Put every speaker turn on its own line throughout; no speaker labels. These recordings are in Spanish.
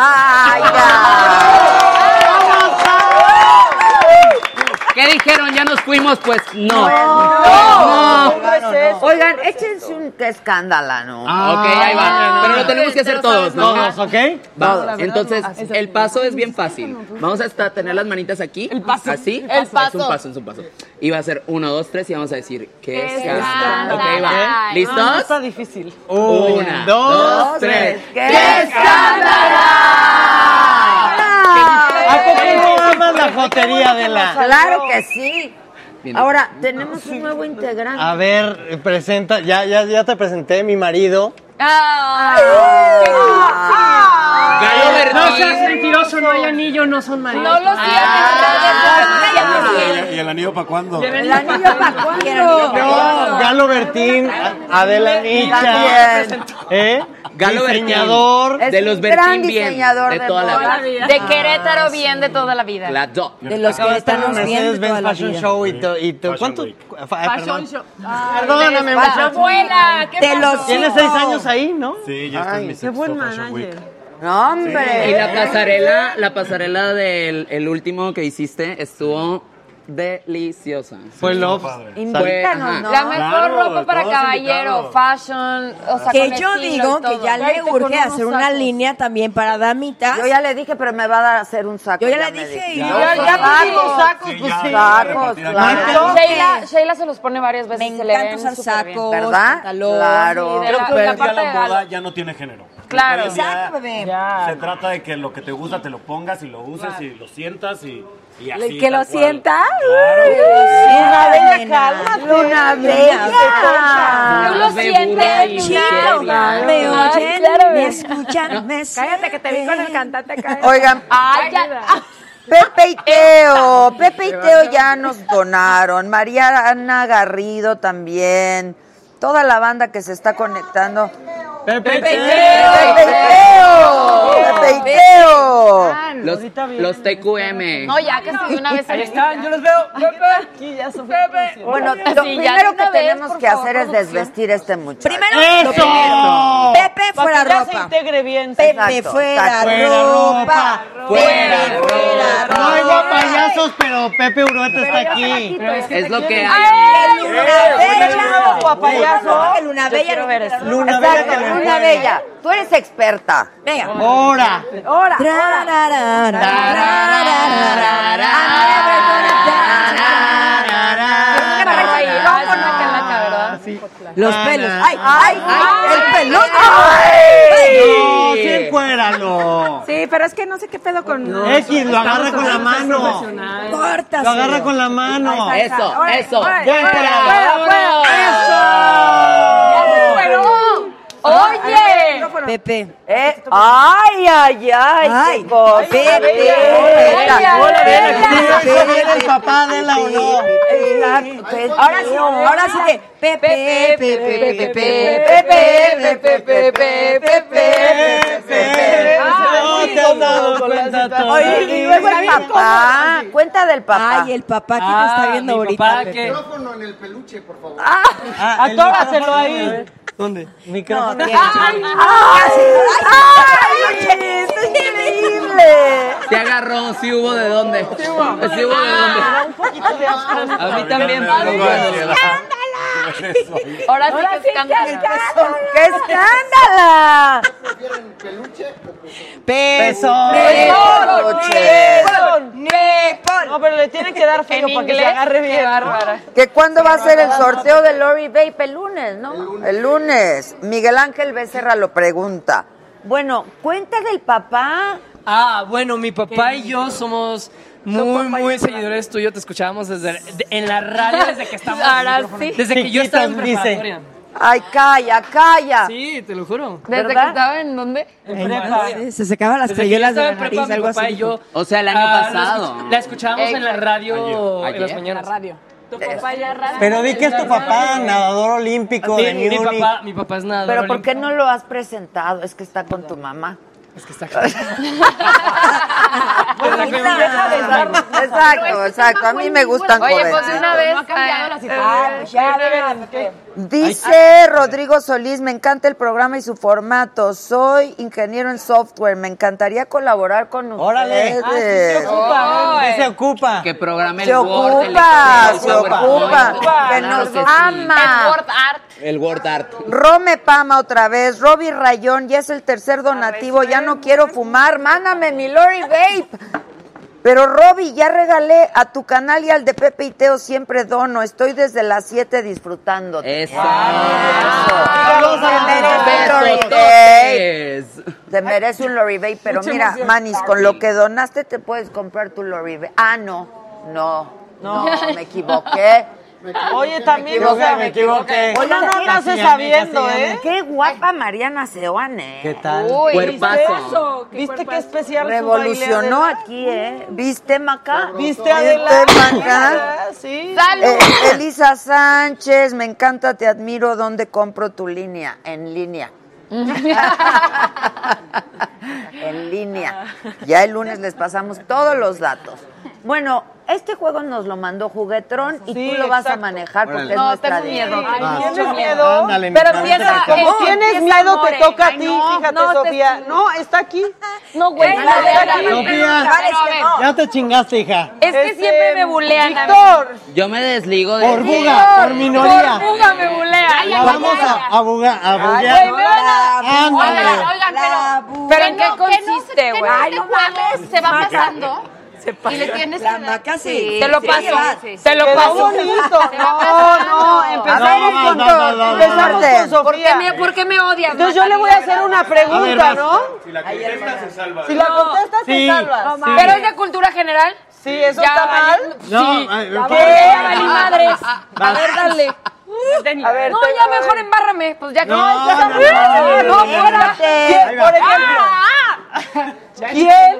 ¡Ay,
¿Qué dijeron? ¿Ya nos fuimos? Pues no.
No, no es eso. Oigan, échense un escándalo, ¿no?
Ah, Ok, ahí va. Pero lo tenemos que hacer todos, ¿no?
Ah. Todos, ¿ok?
Va. Entonces, el paso es bien fácil. Vamos a hasta tener las manitas aquí. El paso. Así. El paso. Es un paso, es un paso. Y va a ser uno, dos, tres y vamos a decir que es escándalo. Ok, va.
No
¿Listos?
está difícil.
Una, dos, tres.
¡Qué
Ah,
escándalo!
¿A poco Ah, no amas la jotería de la.?
Claro que sí.
Bien.
Ahora, tenemos un nuevo
A
integrante.
ver, eh, presenta. Ya, ya, ya te presenté, mi marido.
Ah. Galo
No seas
Bertín.
mentiroso, no hay anillo, no son maridos.
No lo
Ah.
siento.
¿Y el anillo para cuándo?
¿El anillo para cuándo?
No, Galo Bertín, A- Adela Nicha.
También.
¿Eh?
Galo Bertín.
Diseñador.
Es
De los
un gran
Bertín bien,
diseñador
de
de,
toda la
moda.
vida.
De Querétaro bien de toda la vida.
Ah, La dos.
De los
Acaba
que
de estar en
están
Mercedes
bien de
Benz
toda la
Fashion
vida.
Show y, to- y to-
Fashion
¿cuánto?
Week.
Ay, eh, perdón.
show.
Perdóname,
Fashion
muchacho.
Abuela, ¿qué
Te
pasó?
los-
Tiene seis años ahí, ¿no?
Sí, ya está en mi sexto Fashion Week.
No,
Y la
hombre.
pasarela, la pasarela del el último que hiciste estuvo deliciosa.
Fue Love.
Invítanos,
Ajá.
¿no?
La mejor
Claro,
ropa para
todos
caballero,
invitados.
fashion, o sea,
Que
con
yo
estilo y
digo que
todo.
ya le
Vete con
urge
unos
hacer una
sacos.
línea también para damitas.
Yo ya le dije, pero me va a dar hacer un saco.
Yo ya le
me
dije
dijo.
y
Ya,
yo-
ya,
Sacos,
sacos,
Sí,
pues
ya,
sí.
ya,
Sacos,
repartir
claro.
acá.
Marco.
Sheila, Sheila se los pone varias
Me
veces. se le
encanta
ven
usar
súper bien.
sacos,
¿Verdad?
pantalón.
Claro.
Pero
Hoy en
la
día la
parte de
moda
gala.
pues, ya no tiene género. Porque
Claro.
hoy en día
Exacto, bebé.
Se trata de que lo que te gusta te lo pongas y lo uses y lo sientas y, y así.
que lo
tal cual.
sienta.
Luna
Luna Bella.
Tú lo
Más de burra y
sientes,
Chicos,
miseria.
me
Ay,
oyen,
claro,
me
bebé.
escuchan, me
Cállate que te vi con el
sienten.
cantante acá.
Oigan,
Ay, ya.
Ah.
Pepe y Teo, Pepe y Teo ya nos donaron, Mariana Garrido también, toda la banda que se está conectando.
Pepe.
Pepe y Teo, Pepe y Teo.
Los, los TQM.
No, ya que estuve una vez en el-
yo los veo. Pepe. Aquí ya se fue.
Bueno, lo
Sí, ya
primero
de
que
una vez,
tenemos
por
que
favor,
hacer es
producción.
desvestir a este muchacho.
Primero, lo
¡Eso!
primero, Pepe fuera ropa.
integre bien.
Pepe
Exacto,
fuera
exacto.
Fuera
ropa.
ropa,
Pepe
fuera
fuera
ropa.
No
ropa.
hay payasos, pero Pepe Urueta está aquí.
Es lo que hay.
Que Luna Bella.
guapa, payaso.
No, que Luna Bella. no quiera ropa.
Luna Bella
Exacto,
también.
Luna Bella, tú eres experta.
Venga.
Ahora.
Ahora,
Tararara,
Ay, ay, es una calaca, ¿verdad?
Los pelos. Ay, ay, ay,
el
el pelo.
peludo.
No, sí, encuéralo.
Sí, pero es que no sé qué pedo con.
X, lo agarra con la mano.
Corta.
Lo agarra con la mano.
Eso, eso.
Fuera,
Fuera,
Oye.
Pepe.
Eh, ay, ay, ay,
Ay,
chicos.
Pepe.
Pepe.
¿Viene el papá de la o no?
Exacto.
Ahora sí, ahora sí que Pepe, Pepe, Pepe, Pepe, Pepe, Pepe, Pepe, Pepe.
Pepe,
Ah,
no te has dado cuenta
Oye, y
todavía.
luego el papá. Cuenta del papá.
Ay, el papá que te
Ah,
está viendo ahorita. Pepe.
Ah, el
Atóraselo
micrófono.
ahí.
¿Dónde?
No,
Micrófono.
te-
¡Ay, esto es increíble!
Te agarró, si hubo de dónde.
Pues
Ah,
Si hubo de dónde. A mí también. pero bueno.
Escándalo.
regreso.
Ahora sí que escándalo.
¡Qué escándala!
Pesón.
No, pero le tiene que dar feo
En
para que se
inglés,
agarre
Qué
bien.
bárbara.
¿Que cuándo va a ser el sorteo de Lori Vape? El lunes, ¿no? El lunes. Miguel Ángel Becerra lo pregunta. Bueno, cuenta del papá.
Ah, bueno, mi papá y yo somos muy,
papá y
muy
tu
seguidores tuyos. Te escuchábamos desde de- en la radio desde que estábamos.
Ahora
en el micrófono.
sí.
Desde que yo estaba en
Chiquitos, dice.
preparatoria.
Ay, calla, calla.
Sí, te lo juro.
Desde
¿Verdad?
que estaba en dónde?
Se secaban las
Desde que yo estaba en prepa, mi papá y yo.
O sea, el año
ah, la
pasado.
escuch- La escuchábamos en la radio
Ayer.
en las mañanas.
Tu papá ya radio.
Pero di que es tu papá, nadador olímpico
Sí,
de
mi,
Múnich.
papá, mi papá es nada.
Pero ¿por qué no lo has presentado? Es que está con tu mamá.
Es que está Bueno, que-
Exacto, exacto. A mí me gustan
Oye,
jóvenes.
pues de una vez. No ha
cambiado la situación.
Dice Rodrigo Solís, me encanta el programa y su formato. Soy ingeniero en software. Me encantaría colaborar con ustedes.
Órale. Ah, sí, se ocupa.
¿eh?
¿Qué se ocupa?
Que programa el
Se
Word, el
ocupa,
Excel,
se
el PowerPoint.
ocupa, que
Claro
nos
que sí.
ama.
Word Art.
El Word Art.
Rome Pama otra vez, Robbie Rayón, ya es el tercer donativo, ya no quiero fumar, mándame mi Lori Vape. Pero Robbie, ya regalé a tu canal y al de Pepe y Teo siempre dono, estoy desde las 7 disfrutando.
Eso.
Saludos a la Merece un Lori Vape.
Besototes.
Te merece un Lori Vape, pero mira, Manis, con lo que donaste te puedes comprar tu Lori Vape. Ah, no, no, no, me equivoqué.
Oye, también, o
Creo
sea,
que me equivoqué.
Oye, no, no nace sabiendo, ¿eh?
Qué guapa Mariana Seoane.
¿Qué tal?
Uy,
Cuerpazo.
¿Viste qué especial su
Revolucionó
baile, Adela?
aquí, ¿eh? ¿Viste, Maca?
¿Viste, Adela?
¿Viste, Maca?
Sí.
¡Salud!
Eh, Elisa Sánchez, me encanta, te admiro. ¿Dónde compro tu línea? En línea. en línea. Ya el lunes les pasamos todos los datos. Bueno, este juego nos lo mandó Juguetrón y
Sí,
tú lo vas a
exacto. Ah,
manejar porque
Órale.
es
No,
nuestra
Ah, tengo miedo.
dinámica.
Ay, ¿Tienes
Vas.
miedo?
Ándale, mi
Pero
hermanita,
empieza.
¿cómo?
Como
eh,
tienes
empieza
miedo, te
More.
toca a
Ay,
ti,
no,
fíjate,
no, te-
Sofía. No, está aquí. Eh,
No, güey. no,
Ven, ven,
espera,
ven,
espera,
ven,
espera,
ven,
a
ven,
ver.
no.
Ya te chingaste, hija.
Es que
Este,
siempre me bulean. a mí.
Víctor,
Yo me desligo de.
Por buga, por minoría.
Por fuga me bulean.
La vamos a, a buga- a buguear.
Güey, me van a-
Ándale.
Oigan, oigan,
La
pero.
bu-
¿Pero en qué
no,
consiste, güey?
Ay, no mames.
se va pasando y le tienes que dar.
Te lo paso. Te lo
quedó
paso.
bonito. No, no, empezamos
No,
con,
no, no, no, no.
empezamos con
¿Por qué
Sofía.
me, por qué me odias?
Entonces yo le voy a hacer una
A ver,
pregunta,
vas.
¿no?
Si la contesta, se salva.
Si la contestas, te
Sí,
salvas.
sí.
Pero es de cultura general.
Sí, eso
Ya
está
valió.
mal.
No, ay, ¿qué?
Ya
valí madres. A ver, dale.
A ver,
No,
te-
ya
a ver.
mejor embárrame. Pues ya que
No,
ya
no,
sabes.
no,
No,
no,
fuera.
¿Quién, por ejemplo,
Ah, ah.
¿quién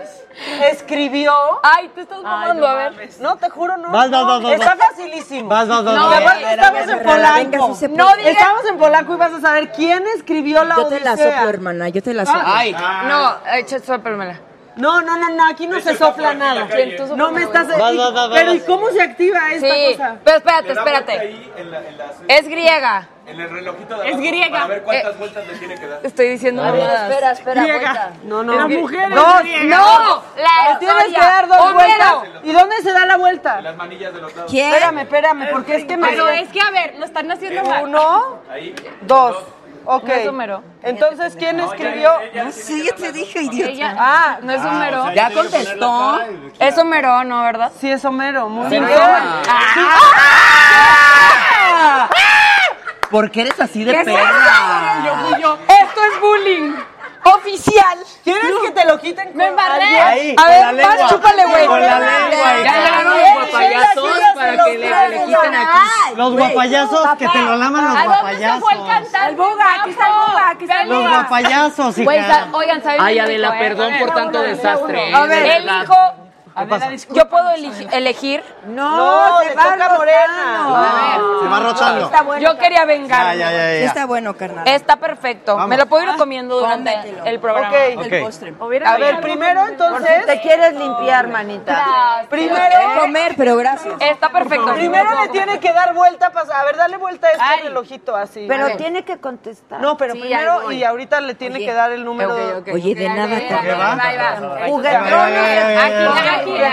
escribió?
Ay, te estás mamando, a ver.
No, te juro, no.
Vas, vas, vas, vas,
Está
vas.
facilísimo.
Vas, vas, vas,
Y
vas.
aparte estamos en Polanco.
No digas-
Estamos en Polanco y vas a saber quién escribió la Odisea.
hermana, yo te la
Ay,
No, echa, sópelmela.
No, no, no, no, aquí no se sopla nada.
Bien, tú
No
sopla,
me
güey.
estás...
Vas, vas, vas,
Pero
vas.
¿y cómo se activa esta
Sí,
cosa?
pero espérate, espérate. Es griega.
En el relojito de
Es
abajo,
griega.
Para ver cuántas vueltas le tiene que dar.
Estoy diciendo mamadas.
Espera, espera,
Griega.
vuelta.
No, no. Las mujeres.
No, no,
Le
la
tienes que
historia.
dar dos
Homero.
vueltas. ¿Y dónde se da la vuelta?
Las manillas de los lados.
¿Quién?
Espérame, espérame, porque es que me...
Pero es que, a ver, lo están haciendo mal.
Eh, Uno,
Ahí.
dos. Ok.
No es Homero.
Entonces, ¿quién escribió?
Ah, Sí, yo te dije, idiota.
Ella.
Ah,
No es Homero.
ya contestó.
Es Homero, ¿no, verdad?
sí es Homero. Muy bien.
Cinco.
Ah.
¡Ah!
¿Por qué eres así de perra?
Esto es bullying. Oficial.
¿Quieres que te lo quiten con
Me embarré.
Ahí,
A
con
ver,
la
vas,
lengua.
chúpale, güey.
Con la lengua.
Ya
hija.
llegaron los guapayazos para que le, le quiten aquí.
Los guapayazos, que te lo laman los
¿A dónde se fue el
guapayazos.
cantante?
Al boga, aquí está el boga, aquí está el
Los guapayazos,
Güey, sa-
hija.
oigan, ¿saben?
Ay,
qué
Adela,
dijo, eh?
perdón por tanto desastre.
A
eh,
ver,
de
él
verdad.
dijo,
pasa?
yo puedo eligi- elegir.
No,
No,
se
te
va
toca Morena.
Se va rotando.
Yo quería
Ya,
vengar.
ya, ya, ya.
bueno, carnal.
Está perfecto.
Vamos.
Me lo puedo ir comiendo durante
cómetelo.
el programa.
Ah, Ok.
Ok.
A ver, primero
Por si te
entonces...
quieres limpiar, manita.
Gracias.
Primero...
Comer, pero gracias.
Está perfecto.
Primero le tiene que dar vuelta, pas- a ver, dale vuelta a este relojito así. A
Pero
ver.
tiene que contestar.
no, pero
Sí, ahí
primero
voy.
y ahorita le tiene que dar el número.
Ok, ok,
Oye,
ok,
de
ahí
nada
va,
te-
ahí va, ahí va, ahí va.
Ya, ya, ya, ya, ya.
Aquí, aquí, aquí.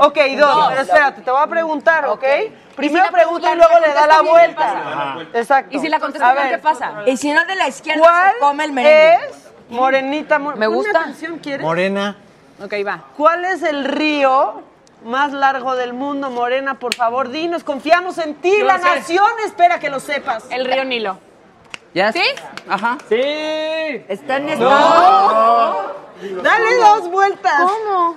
Ok, dos. Pero espérate, te voy a preguntar, ¿ok? Primero pregunta y luego le da la
Ajá.
vuelta. Exacto.
Y si la contestas
A
bien,
ver.
¿qué pasa?
Y
si no de la izquierda
¿Cuál es? Morenita,
Me gusta.
¿quieres?
Morena.
Ok, va. ¿Cuál es el río más largo del mundo, Morena? Por favor, dinos, confiamos en ti.
Yo
la
lo sé.
nación espera que lo sepas.
El río Nilo.
¿Sí?
Ajá.
Sí.
Está en
estado.
Dale dos vueltas. ¿Cómo?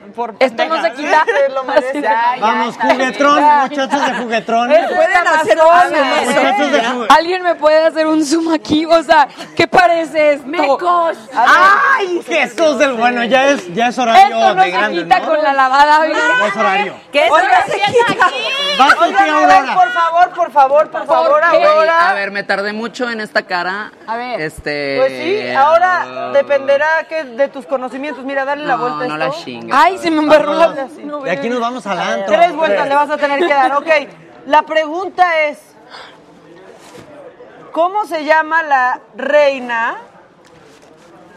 por
Esto no se quita.
Se lo merece.
Vamos, juguetrón, muchachos de juguetrón.
Esa
Pueden
está
hacer
más
algo,
fácil,
¿no?
¿eh?
Muchachos de juguetrón.
¿Alguien me puede hacer un zoom aquí? O sea, ¿qué parece esto?
¡Mecos!
¡Ay, Jesús del bueno! Ya es, ya es horario
Esto no
de
se
grande,
quita
¿no?
con la lavada bien.
Ya es horario.
¿Qué es
Oiga,
eso?
se
Va tu
Oigan,
tía
a ver,
Aurora.
por favor, por favor, por favor,
qué?
Güey,
Aurora.
a ver, me tardé mucho en esta cara.
A ver.
Este.
Pues sí, ahora dependerá que de tus conocimientos. Mira, dale la vuelta
No,
a
no
esto.
la chingues.
Ay, se me embarró la...
Vámonos.
No,
De aquí nos vamos al antro.
Tres vueltas le vas a tener que dar. Ok, la pregunta es, ¿cómo se llama la reina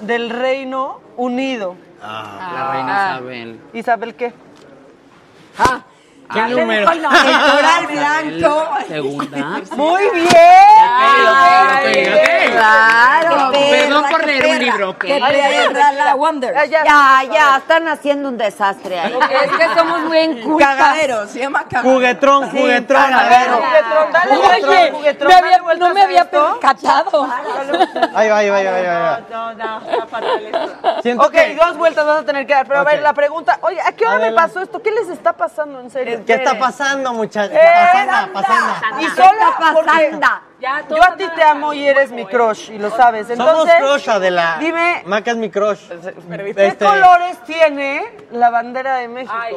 del Reino Unido?
Ah,
La reina Isabel.
Isabel, ¿qué?
Ah,
¿Qué número?
Toral blanco. Segunda.
Muy bien.
ok, ok, ok.
Claro.
Perdón por leer un libro, ok.
Que perra la Wonder.
Ya, ya.
Ya, ya, están haciendo un desastre ahí.
Es que somos muy incultas.
Cagadero, se llama cagadero.
Juguetrón, juguetrón, a ver.
Juguetrón, dale
Oye,
vueltas, juguetrón,
me
dale
había-
vueltas
no me
a
había
esto.
percatado.
Ahí va, ahí va, ahí va, ahí va, ahí
No, no, está fatal esto.
va. Siento
Ok,
que...
dos vueltas vas a tener que dar. Pero a ver,
Ok.
la pregunta. Oye, ¿a qué hora me
Adelante.
pasó esto? ¿Qué les está pasando en serio?
¿Qué está pasando, muchachos? Pasando,
Pasando,
pasando.
Eh, Y solo porque
Ya, todo
yo a ti
nada.
te amo y eres mi crush y lo sabes.
Somos
Entonces,
crush, Adela.
dime-
Maca Ah, es mi crush.
¿qué
Este-
colores tiene la bandera de México?
Ay,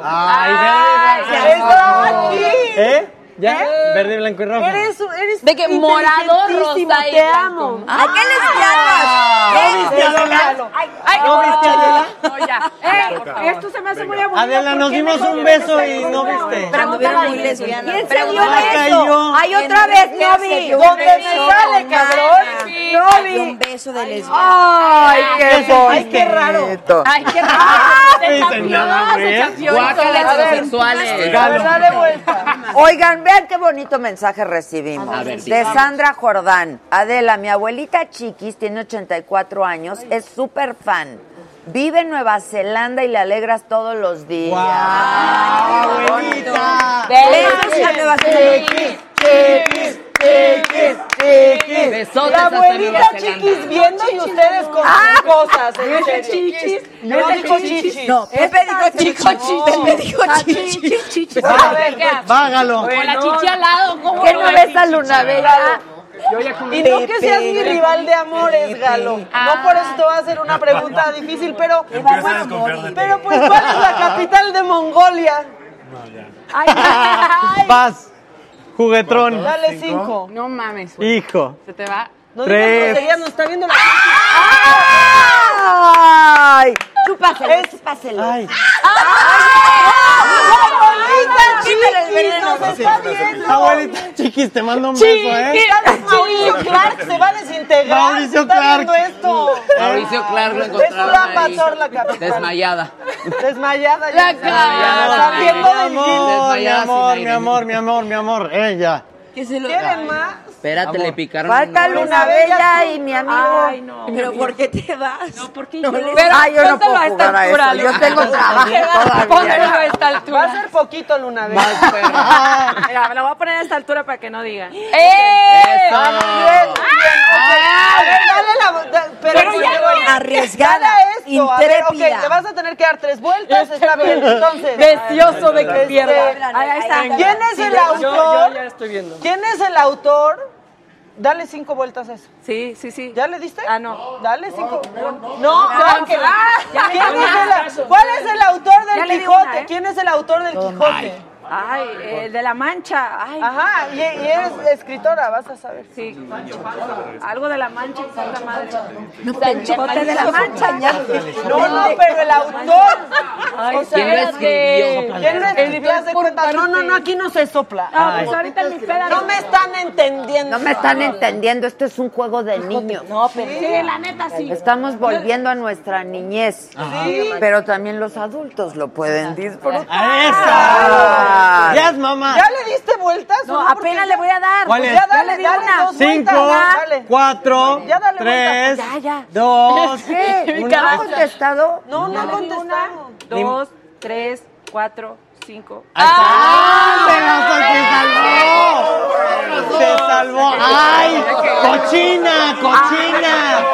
verde y blanco.
Ay, está aquí.
¿Eh? ¿Ya? Verde, blanco y rojo.
Eres, eres
De que morado,
inteligentísimo,
rosa y
Te
blanco.
amo. Ah.
¿A qué les
Este,
llamas?
¿Viste, Adela? ¿No viste, Adela?
Esto se me hace muy aburrido.
Adela, nos dimos un beso y no
Ah,
viste.
Cuando vieron muy lesbiana.
¿Quién se dio
Ah,
eso?
cayó.
Ay, otra vez, no vi.
¿Dónde me sale, cabrón?
Ay,
No
Y
vi.
un beso de lesbiana.
Ay, qué
Ay, qué raro.
Ay, qué raro. Se cambió, se cambió.
Guácala
ver.
heterosexuales.
A ver, dale vuelta.
Oigan, vean qué bonito mensaje recibimos.
A ver, sí.
de Sandra Jordán. Adela, mi abuelita Chiquis tiene 84 años, es súper fan. Vive en Nueva Zelanda y le alegras todos los días.
Ah, Abuelita.
Besos a Nueva Zelanda.
Besotes
La
hasta Nueva
abuelita
Zelanda.
chiquis viendo y ustedes con sus cosas, en serio. No dijo chichis.
No, Pepe dijo chico chichi. Pepe dijo
Ah,
chichi.
A ver,
Vágalo.
Con la chichi al lado, ¿cómo
¿Qué no
es?
ves a Luna Vega?
Y no que seas mi rival de amores, Galo. No por eso te voy a hacer una pregunta difícil, pero.
Empieza a desconfiar de ti.
Pero pues, ¿cuál es la capital de Mongolia?
Ay, ay.
Vas. Juguetrón.
Dale cinco.
No mames, güey.
Hijo.
Se te va.
No
Tres.
digas groserías, nos está viendo la.
¡Ay! Chúpaselo,
Es-
chúpaselo.
Ay.
¡Abuelita chiquis!
veneno.
¡Nos está viendo!
Abuelita, chiquis, te mando un beso, ¿eh?
Tal vez Mauricio Clark se va a desintegrar.
Mauricio
está
Clark.
viendo esto.
Mauricio Clark lo
Es
encontraron ahí.
Ulaanbaatar, la capital.
Desmayada.
Desmayada.
La
ya.
cara.
Está viendo
Mi
del gym.
amor, mi
Desmayada sin
amor,
aire.
mi amor, mi amor, mi amor. Ella.
Que se lo
¿Quieren más?
Espérate, le picaron.
Falta
un-
Luna Bella y mi amigo. Ay, no.
Pero ¿por qué te vas? No, porque yo
Pero
yo no puedo
póntelo a esta
jugar a
altura.
eso. Yo tengo trabajo
Póntelo
todavía.
a esta
Va a
altura.
ser poquito, Luna Vega.
Más perra.
Mira, me la voy a poner a esta altura para que no diga.
¡Eh!
Ah, bien, bien, ok.
Ah.
A ver, dale la vu- da- Pero,
Pero ya
bueno,
no. Arriesgada,
dale esto, a ver, ok,
intrépida.
te vas a tener que dar tres vueltas, está bien. Entonces,
Deseoso de que pierda.
Ay, ahí está.
¿quién es el autor? ¿Quién es el autor? Dale cinco vueltas a eso.
Sí, sí, sí.
¿Ya le diste?
Ah, no.
Dale cinco. No,
Ah,
que-
ok.
ah,
Ya me
¿quién
cambió
es
el
el-
brazo.
¿Cuál es el autor
Ya
del
le di
Quijote?
una, ¿eh?
¿Quién es el autor del Quijote?
Ay, el de la mancha. Ay,
Ajá, y, y eres escritora, vas a saber.
Sí. Algo de la mancha, puta madre.
No,
pero-
Quijote de la Mancha. No,
No,
no, pero el autor.
Ay,
O sea,
¿quién lo escribió?
¿Quién lo escribió? Haz de cuenta, No, no, no, aquí no se sopla.
Ah, pues
ahorita mis No me están entendiendo.
No me están entendiendo, esto es un juego de niños. No,
pero- Sí, la neta, sí.
Estamos volviendo a nuestra niñez.
Ajá.
Sí. Pero también los adultos lo pueden disfrutar.
¡Esa! ¡Ya es mamá!
¿Ya le diste vueltas?
No, apenas le voy a dar.
¿Cuál
Pues
es?
Ya
Ya
dale,
le di
dale
una.
dos
Cinco,
vueltas. Dale.
cuatro,
Ya dale
tres,
vueltas. Ya, ya.
dos,
¿Qué?
una.
¿No ha
contestado?
No, no
Ya
ha
le di
contestado.
Ni-
Dos, tres, cuatro, cinco.
¡Se salvó! ¡Ay! ¡Cochina! ¡Cochina!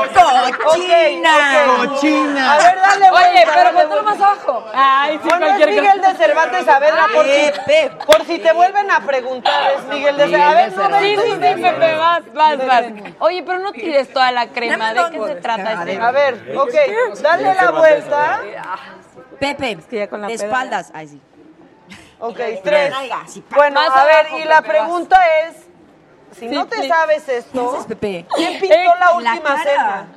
¡Cochina!
¡Cochina!
A ver, dale vuelta.
Oye, pero
dale
ponlo
vuelta.
más abajo. Ay, sí,
No, no es
cualquier
Miguel de Cervantes Saavedra, por si, por si te vuelven a preguntar, es Miguel de Cervantes. A ver, no,
Sí,
ven tú,
sí, sí,
ven,
Pepe, vas, vas, vas. Oye, pero no tires toda la crema. ¿De qué se trata este?
A ver, ok, dale la vuelta.
Pepe, de espaldas.
¿eh?
Ay, sí.
Ok, tres.
Tres.
Bueno,
Más
a ver,
abajo,
y la
Pepe, vas.
pregunta es, si
Sí,
no te
sí.
sabes esto,
Gracias, Pepe.
¿quién pintó la
la
última
cara.
cena?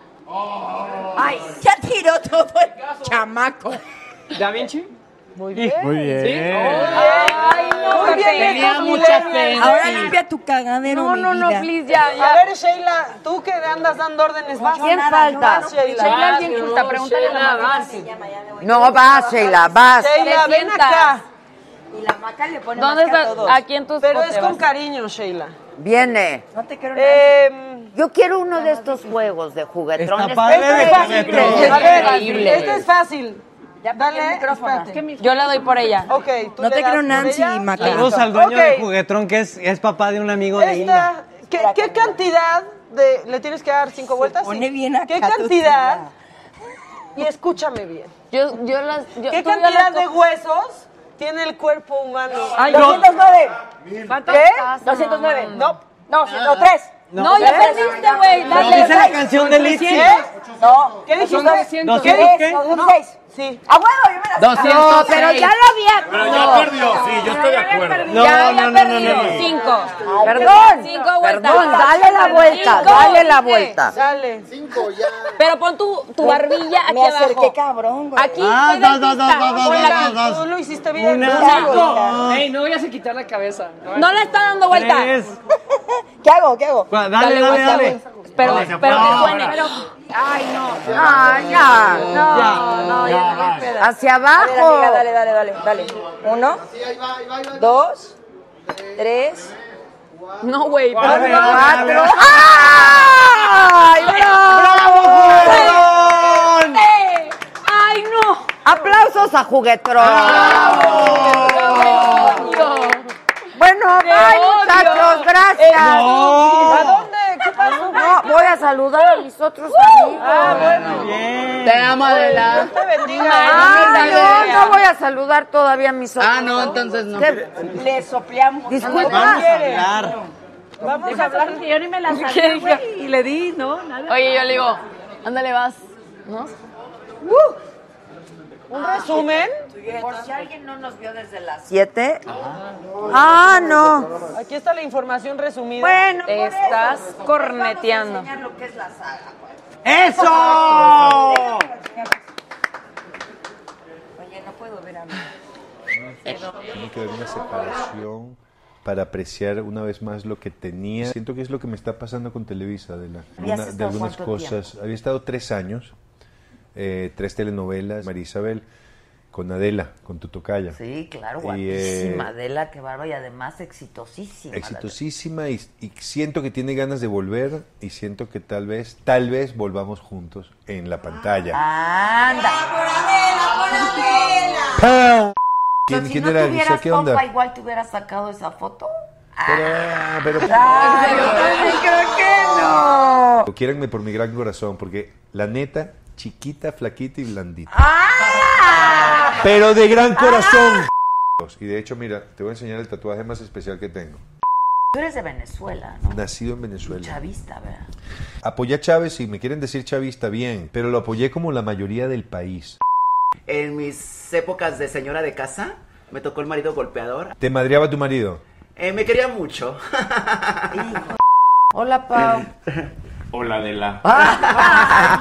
Ay, ya tiró todo el chamaco.
¿Da Vinci?
Muy
bien. Muy bien.
Muy bien,
Tenía
estos
mucha
millennials.
fe. Ahora limpia tu cagadero,
No,
mi
no, no,
vida.
please, ya, ya. A ver, Sheila, tú que andas dando órdenes, vas.
¿Quién
Nada,
falta?
vas, Sheila.
Sheila,
Vas,
alguien
mi
que
amor,
está preguntando a la
Sheila,
mamá.
vas.
No, vas, Sheila, vas.
Sheila, ven acá.
Y la maca le pone
¿Dónde está?
Aquí en tus
Pero es con cariño, Sheila. Eh,
Viene.
No te quiero
Em,
Yo quiero uno de estos juegos de juguetrones.
padre
Este
de
es
juguetrón.
increíble.
A ver,
Increíble.
este es fácil. Dale, espérate.
Yo le doy por ella.
Ok, tú
No
le
te
das
creo,
por
Nancy,
ella.
Maca.
Saludos al dueño
Ok,
de Juguetrón, que es, es papá de un amigo de Inda.
Esta, ¿qué, qué cantidad de... ¿Le tienes que dar cinco vueltas?
pone
Sí.
bien acá tu
¿Qué cantidad? Y escúchame bien.
Yo, yo las. Yo,
¿Qué
tú ya
cantidad
las
de
co-
huesos tiene el cuerpo humano?
Ay,
Dos-
no.
209.
¿Cuánto?
¿Qué?
Ah,
209. No. No, 103.
No.
No, ya perdiste, güey.
No,
Dale.
dice la canción de Litsi.
No. ¿Qué dijiste?
Son 200.
¿Qué
¿Doscientos
dijiste?
qué?
206. Sí.
A huevo, yo me la-
206.
No, pero ya lo había.
Pero ya perdió, sí, yo estoy de acuerdo.
No, no,
ya, ya
no, no,
perdí.
no, no.
Cinco.
Perdón.
Cinco vueltas.
Perdón, dale la vuelta,
Cinco,
dale la
dije.
vuelta.
Dale.
Pero pon tu, tu barbilla aquí
Me acerqué,
abajo.
cabrón, güey.
Aquí.
Ah,
soy
dos, dos,
dentista.
dos, dos,
Ponla
dos,
aquí.
dos, dos.
Tú lo hiciste bien.
Una,
Bravo.
dos,
Ey, no vayas a quitar la cabeza.
No la está dando vuelta.
tres.
¿Qué hago? ¿Qué hago?
Cua- Dale, dale,
vuelta.
dale.
Pero,
No, se
pero
puede.
que suene.
Ah, ya.
Ya.
Hacia abajo.
Amiga, dale, dale, dale, dale. Uno, dos, tres.
No, güey. pero-
Dale, dale, dale.
Cuatro. ¡Ay, bravo!
¡Juguetrón!
¡Eh! ¡Ay, no!
Aplausos a Juguetrón.
No.
Bueno, bye,
odio.
muchachos, gracias.
No.
Eh, ¿A dónde? ¿Qué pasó?
No, voy a saludar a mis otros amigos.
Ah, bueno.
Bien.
Te amo, Adela.
Dios te bendiga. eh,
Ah,
no, no,
no, no voy a saludar todavía a mis otros
Ah, no, entonces no.
Te-
Le soplamos.
Vamos
Disculpa.
a hablar.
Vamos a hablar.
Porque yo ni me la saqué, güey, y le di, ¿no? Nada.
Oye, yo le digo, ándale, vas. ¿No?
Uh,
¿Un resumen?
Por si alguien no nos vio desde las siete. Ah, no.
Aquí está la información resumida.
Bueno, por eso,
Estás
les vamos a
corneteando.
enseñar lo que es la saga.
¡Eso!
Oye, no puedo ver a mí.
Tiene que haber una separación para apreciar una vez más lo que tenía. Siento que es lo que me está pasando con Televisa, Adela.
¿Y has
Una- de
estado
algunas
cuánto
cosas. Había estado tres años, eh, tres telenovelas, María Isabel, con Adela, con Tutocaya.
Sí, claro,
Y, eh,
guapísima, Adela, qué bárbaro, y además exitosísima. la-
Exitosísima y, y siento que tiene ganas de volver y siento que tal vez, tal vez volvamos juntos en la pantalla.
Ah. Anda.
¡Pau!
¿Quién,
¿Quién,
si
quién
no
era?
tuvieras
Isa? ¿Qué onda?
pompa, igual te hubieras sacado esa foto.
Pero-
Ah.
pero-
Ay, yo también creo que no.
Oh.
O Quiéranme por mi gran corazón, porque la neta, chiquita, flaquita y blandita.
¡Ah!
Pero de gran corazón. Y de hecho, mira, te voy a enseñar el tatuaje más especial que tengo.
Tú eres de Venezuela, ¿no?
Nacido en Venezuela.
Chavista, ¿verdad?
Apoyé a Chávez, si me quieren decir chavista, bien, pero lo apoyé como la mayoría del país.
En mis épocas de señora de casa,
Me tocó el marido golpeador.
¿Te madreaba tu marido?
Eh, me quería mucho.
Hola, Pau.
Hola, Adela.
Ah,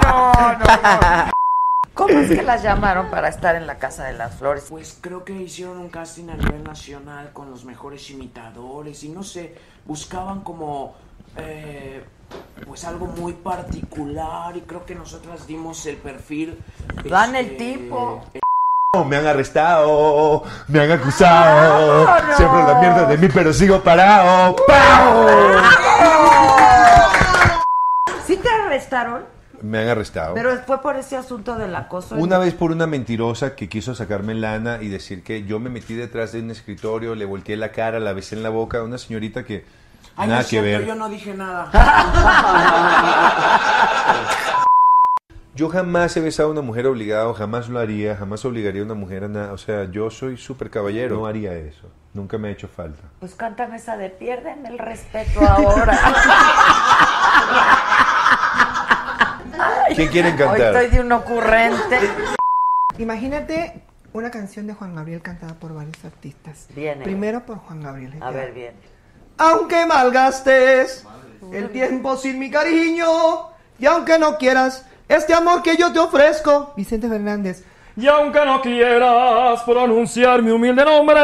¿Cómo es que las llamaron para estar en la Casa de las Flores?
Pues creo que hicieron un casting a nivel nacional con los mejores imitadores y no sé, buscaban como eh, pues algo muy particular y creo que nosotras dimos el perfil.
Dan el tipo.
Me han arrestado, me han acusado.
Ah, no.
Siempre la mierda de mí, pero sigo parado.
Ah.
¡Pau!
¿Sí te arrestaron?
Me han arrestado.
Pero fue por ese asunto del acoso.
Una vez por una mentirosa que quiso sacarme lana y decir que yo me metí detrás de un escritorio, le volteé la cara, la besé en la boca, una señorita que
Ay,
nada
lo
que
siento,
ver.
Yo no dije nada.
Yo jamás he besado a una mujer obligado, jamás lo haría, jamás obligaría a una mujer a nada. O sea, yo soy súper caballero. No haría eso. Nunca me ha hecho falta.
Pues cántame esa de piérdeme el respeto ahora.
¿Qué quieren
Hoy
cantar?
estoy de un ocurrente.
Imagínate una canción de Juan Gabriel cantada por varios artistas.
Viene.
Primero por Juan Gabriel.
A
ya.
ver, bien.
Aunque malgastes el tiempo sin mi cariño, y aunque no quieras este amor que yo te ofrezco, Vicente Fernández.
Y aunque no quieras pronunciar mi humilde nombre,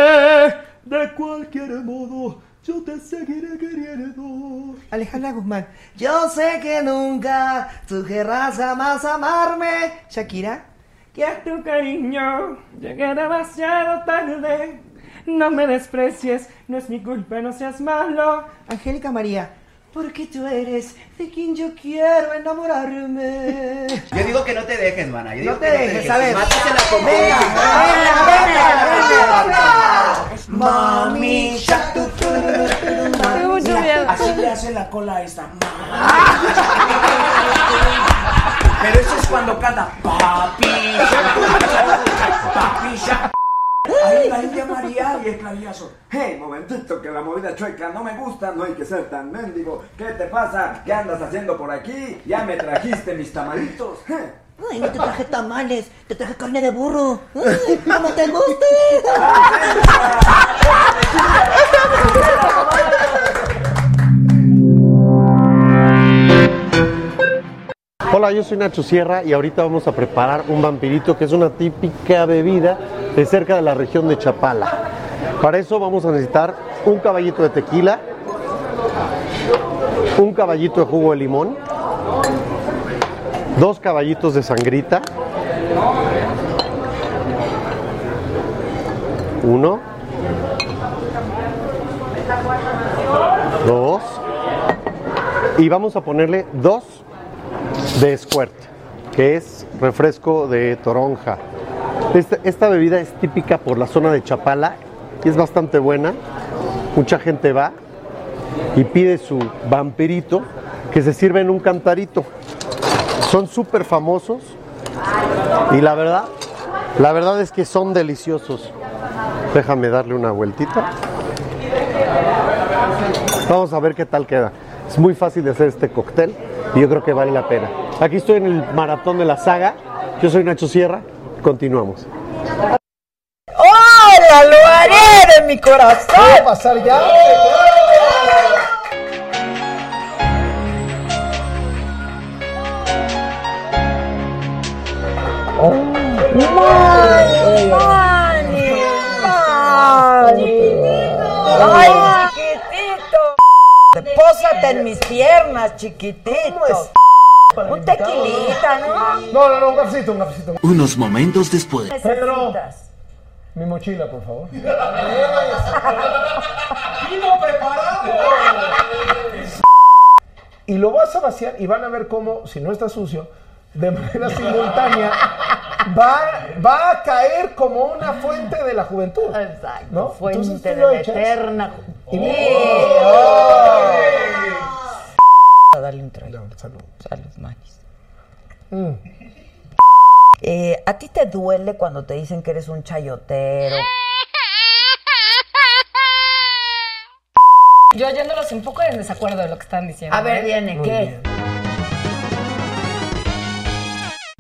de cualquier modo yo te seguiré queriendo.
Alejandra Guzmán. Yo sé que nunca tú querrás jamás amarme. Shakira.
Que tu cariño llegue demasiado tarde. No me desprecies, no es mi culpa, no seas malo.
Angélica María. Porque tú eres de quien yo quiero enamorarme.
Yo digo que no te dejes, mana. Yo
No
digo
te
que
dejes, a ver.
Mátate la
Venga,
comida.
Mami, ya tú, tú, tú, tú,
Tengo
mami,
mucho
ya.
miedo. Así le hace la cola a esta. Pero eso es cuando canta papi. Papi ya. Ahí la India María y el clavillazo.
Hey, momentito, que la movida chueca no me gusta, no hay que ser tan mendigo. ¿Qué te pasa? ¿Qué andas haciendo por aquí? Ya me trajiste mis tamalitos. Eh,
Ay, no te traje tamales, te traje carne de burro. Ay, como te guste.
Hola, yo soy Nacho Sierra y ahorita vamos a preparar un vampirito que es una típica bebida de cerca de la región de Chapala. Para eso vamos a necesitar un caballito de tequila, un caballito de jugo de limón, dos caballitos de sangrita, uno, dos, y vamos a ponerle dos de Squirt, que es refresco de toronja. Esta, esta bebida es típica por la zona de Chapala y es bastante buena. Mucha gente va y pide su vampirito que se sirve en un cantarito. Son súper famosos y la verdad, la verdad es que son deliciosos. Déjame darle una vueltita. Vamos a ver qué tal queda. Es muy fácil de hacer este cóctel y yo creo que vale la pena. Aquí estoy en el maratón de la saga. Yo soy Nacho Sierra. Continuamos.
¡Hola, lo haré de mi corazón!
¿Puedo pasar ya?
¡Mani, mani, mani! ¡Ay, chiquitito! Pósate en mis piernas, chiquitito. Un tequilita, ¿no?
No, no, no, un cafecito, un cafecito.
Unos momentos después.
Pedro, mi mochila, por favor.
¡Vino preparado!
Y lo vas a vaciar y van a ver cómo, si no está sucio, de manera simultánea, va, va a caer como una fuente de la juventud. Exacto.
fuente
tú
de
lo
la
echas
eterna
y-
ju- ¡Oh!
¡Oh!
A darle un trago.
Salud.
Salud, manis.
Mm.
Eh, ¿A ti te duele cuando te dicen que eres un chayotero?
Yo yéndolos un poco en desacuerdo de lo que están diciendo.
A ver,
¿eh?
viene, Muy ¿qué?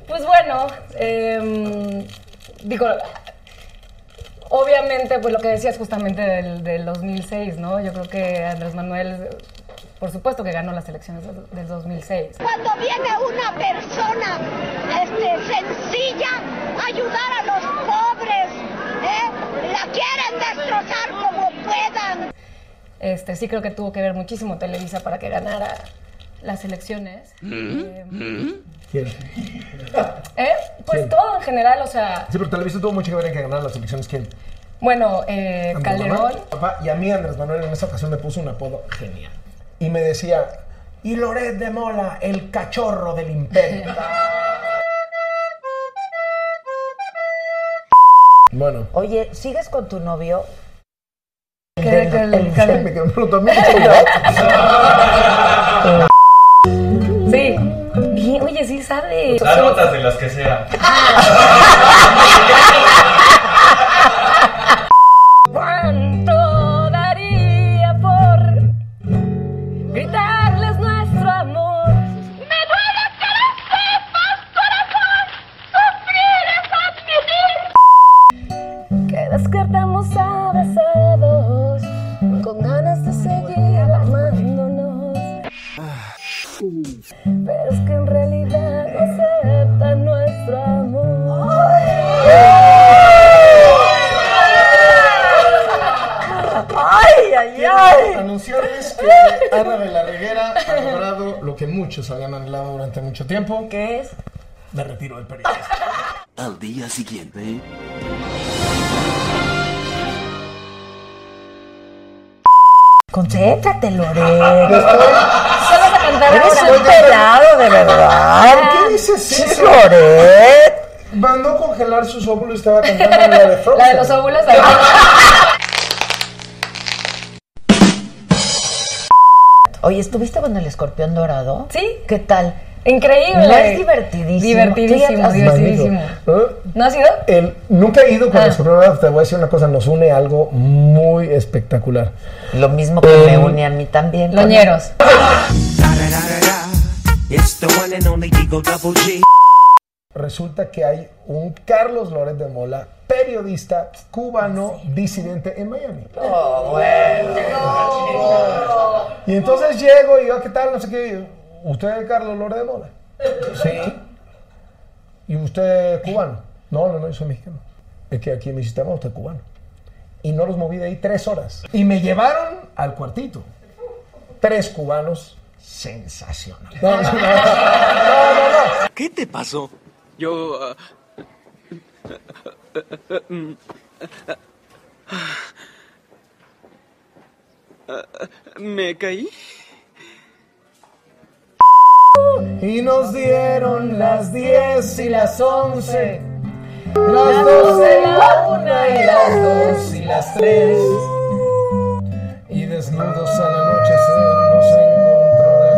Pues bueno, em, digo, Obviamente, pues lo que decías justamente del, del 2006, ¿no? Yo creo que Andrés Manuel, por supuesto que ganó las elecciones del- del 2006.
Cuando viene una persona este, sencilla a ayudar a los pobres, ¿eh? la quieren destrozar como puedan.
Este, sí creo que tuvo que ver muchísimo Televisa para que ganara las elecciones.
¿Quién?
¿Eh? Pues
Sí.
todo en general, o sea,
Sí, pero Televisa tuvo mucho que ver en que ganaran las elecciones. ¿Quién?
bueno, eh,
Andrés
Calderón.
Manuel, papá, y a mí Andrés Manuel en esa ocasión me puso un apodo genial. Y me decía, y Loret de Mola, el cachorro del imperio. bueno.
Oye, ¿sigues con tu novio?
Que- que el-
El-
que el-
me
quedó bruto, me quedó-
Sí. Bien, oye, sí sabe.
Las notas de las que sea.
¿Cuánto daría por gritarles nuestro amor? ¡Me duele que las sepas, corazón! ¡Sufrir es admitir! Que descartamos abrazados con ganas de seguir amándonos. Pero es que en realidad no aceptan nuestro amor.
¡Ay, ay, ay!
Anunciarles que Ana de la Reguera ha logrado lo que muchos habían anhelado durante mucho tiempo.
¿Qué es?
Me retiro del periodismo.
Al día siguiente.
Concéntrate, Loret.
Solo se cantaba
Eres
ahora.
un pelado, de verdad.
¿Qué dices
Sí,
eso?
Loret.
Mandó congelar sus óvulos y estaba cantando la de Frozen.
La de los óvulos.
Oye, ¿estuviste con el escorpión dorado?
Sí.
¿Qué tal?
Increíble.
¿No es divertidísimo?
Divertidísimo,
Sí,
divertidísimo.
¿Eh?
¿No has ido?
El- nunca he ido con los programas, te voy a decir una cosa, nos une algo muy espectacular. Eh,
Lo mismo que me une a mí también. con-
Loñeros.
Resulta que hay un Carlos Loret de Mola, periodista cubano disidente en Miami. Y entonces llego y digo, ¿qué tal? No sé qué. Y yo, ¿Usted es Carlos Loret de Mola? Sí. ¿Y usted es cubano? No, no, no, yo soy mexicano. Es que aquí en mi sistema usted es cubano. Y no los moví de ahí tres horas. Y me llevaron al cuartito. Tres cubanos sensacional. No, no, no.
¿Qué te pasó? Yo. ah, mm, ah, ¿Me caí?
Y nos dieron las 10 y las 11, las 12, la 1 y las 2 y las 3. Y desnudos a la noche nos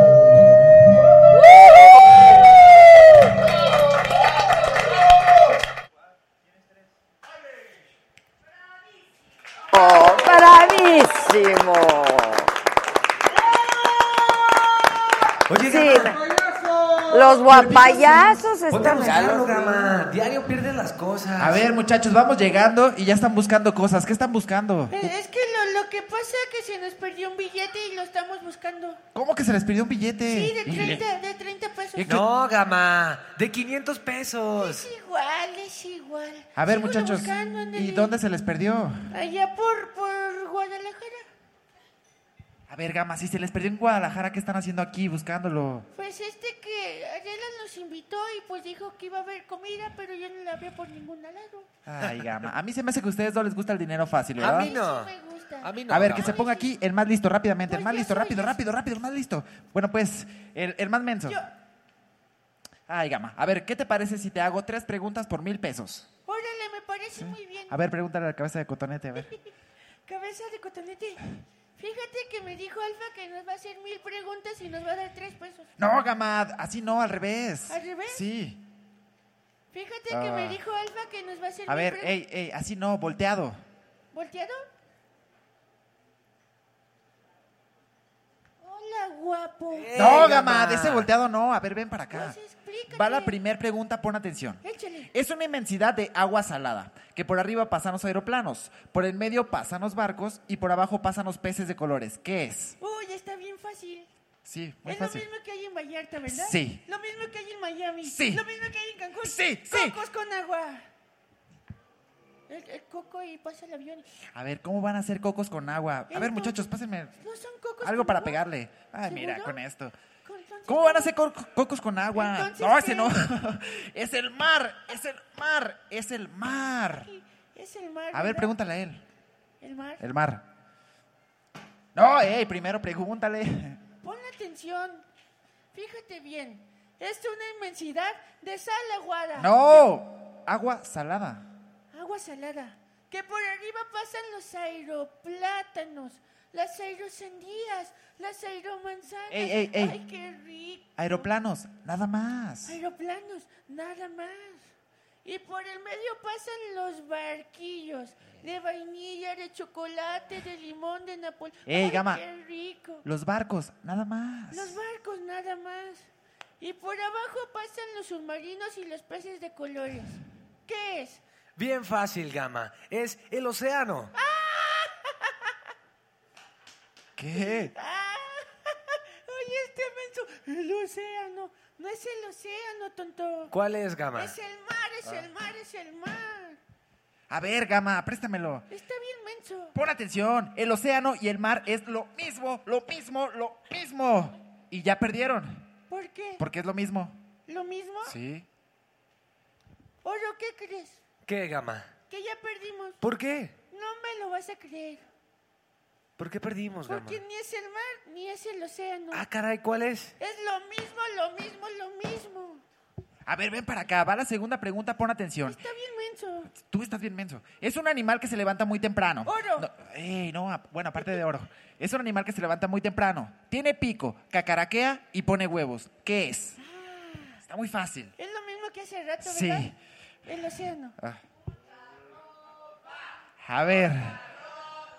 ¡Oh, bravísimo!
Oye,
Sí. Los guapayazos están...
programa. Diario pierdes las cosas.
A ver, muchachos, vamos llegando y ya están buscando cosas. ¿Qué están buscando?
Es que lo, lo que pasa es que se nos perdió un billete y lo estamos buscando.
¿Cómo que se les pidió un billete?
Sí, de 30, de 30 pesos.
No, pues-
Gama, de 500 pesos.
Es igual, es igual.
A ver,
Sigo
muchachos,
buscando, ándale.
¿y dónde se les perdió?
Allá por, por Guadalajara.
A ver, Gama, si se les perdió en Guadalajara, ¿qué están haciendo aquí buscándolo?
Pues este que Adela nos invitó y pues dijo que iba a haber comida, pero yo no la veo por ningún lado.
Ay, Gama, a mí se me hace que a ustedes no les gusta el dinero fácil, ¿verdad?
A mí no. Pues me gusta.
A, ver, que se ponga aquí el más listo rápidamente, el más listo, rápido, rápido, rápido, el más listo. Bueno, pues, el, el más menso. Ay, Gama, a ver, ¿qué te parece si te hago tres preguntas por mil pesos?
Órale, me parece muy bien.
A ver, pregúntale a la cabeza de cotonete, a ver.
Cabeza de cotonete. Fíjate que me dijo Alfa que nos va a hacer mil preguntas y nos va a dar tres pesos.
No, Gama, así no, al revés.
¿Al revés?
Sí.
Fíjate que
Ah.
me dijo Alfa que nos va a hacer
A
mil
ver,
preguntas.
ey, ey, así no, volteado.
¿Volteado? Hola, guapo.
no, Gama, de ese volteado no. A ver, ven para acá.
Pues explícate.
Va la primera pregunta, pon atención.
Échale.
Es una inmensidad de agua salada que por arriba pasan los aeroplanos, por el medio pasan los barcos y por abajo pasan los peces de colores. ¿Qué es?
Uy, está bien fácil.
Sí, muy
es
fácil.
lo mismo que hay en Vallarta, ¿verdad?
Sí.
Lo mismo que hay en Miami.
Sí.
Lo mismo que hay en Cancún.
Sí, sí.
Cocos con agua. El, el coco y pasa el avión.
A ver, ¿cómo van a hacer cocos con agua? A
El
ver,
co-
muchachos, pásenme
No son cocos
algo
con
para
agua?
pegarle. Ay, mira,
¿Seguro?
con esto.
Con- entonces,
¿Cómo van a hacer co- cocos con agua?
Entonces,
No, ese
¿qué?
no. Es el mar, es el mar, es el mar.
Es el mar.
A ver,
¿verdad?
pregúntale a él.
El mar.
El mar. No, hey, primero pregúntale.
Pon atención. Fíjate bien. Es una inmensidad de sal aguada.
No, agua salada.
Agua salada. Que por arriba pasan los aeroplátanos, las aerosandías, las aeromanzanas.
Ey, ey, ey.
Ay, qué rico.
Aeroplanos, nada más.
Aeroplanos, nada más. Y por el medio pasan los barquillos de vainilla, de chocolate, de limón, de Napoleón.
Ey,
Ay,
Gama.
qué rico.
Los barcos, nada Eh, más.
Los barcos, nada más. Y por abajo pasan los submarinos y los peces de colores. ¿Qué es?
Bien fácil, Gama. Es el océano.
¿Qué?
¡Ah! Oye, este menso, el océano. No es el océano, tonto.
¿Cuál es, Gama? Ah.
Es el mar, es el mar, es el mar.
A ver, Gama, préstamelo.
Está bien menso.
Pon atención, el océano y el mar es lo mismo, lo mismo, lo mismo. Y ya perdieron,
¿Por qué?
porque es lo mismo.
¿Lo mismo?
Sí.
Oro, ¿qué crees?
¿Qué, Gama?
Que ya perdimos.
¿Por qué?
No me lo vas a creer.
¿Por qué perdimos, Gama?
Porque ni es el mar, ni es el océano.
Ah, caray, ¿cuál es?
Es lo mismo, lo mismo, lo mismo.
A ver, ven para acá, va la segunda pregunta, pon atención.
Está bien menso.
Tú estás bien menso. Es un animal que se levanta muy temprano.
Oro.
No, ey, no, ap- bueno, aparte de oro. Es un animal que se levanta muy temprano. Tiene pico, cacaraquea y pone huevos. ¿Qué es?
Ah.
Está muy fácil.
Es lo mismo que hace rato,
Sí.
¿verdad? El océano.
Ah. A ver.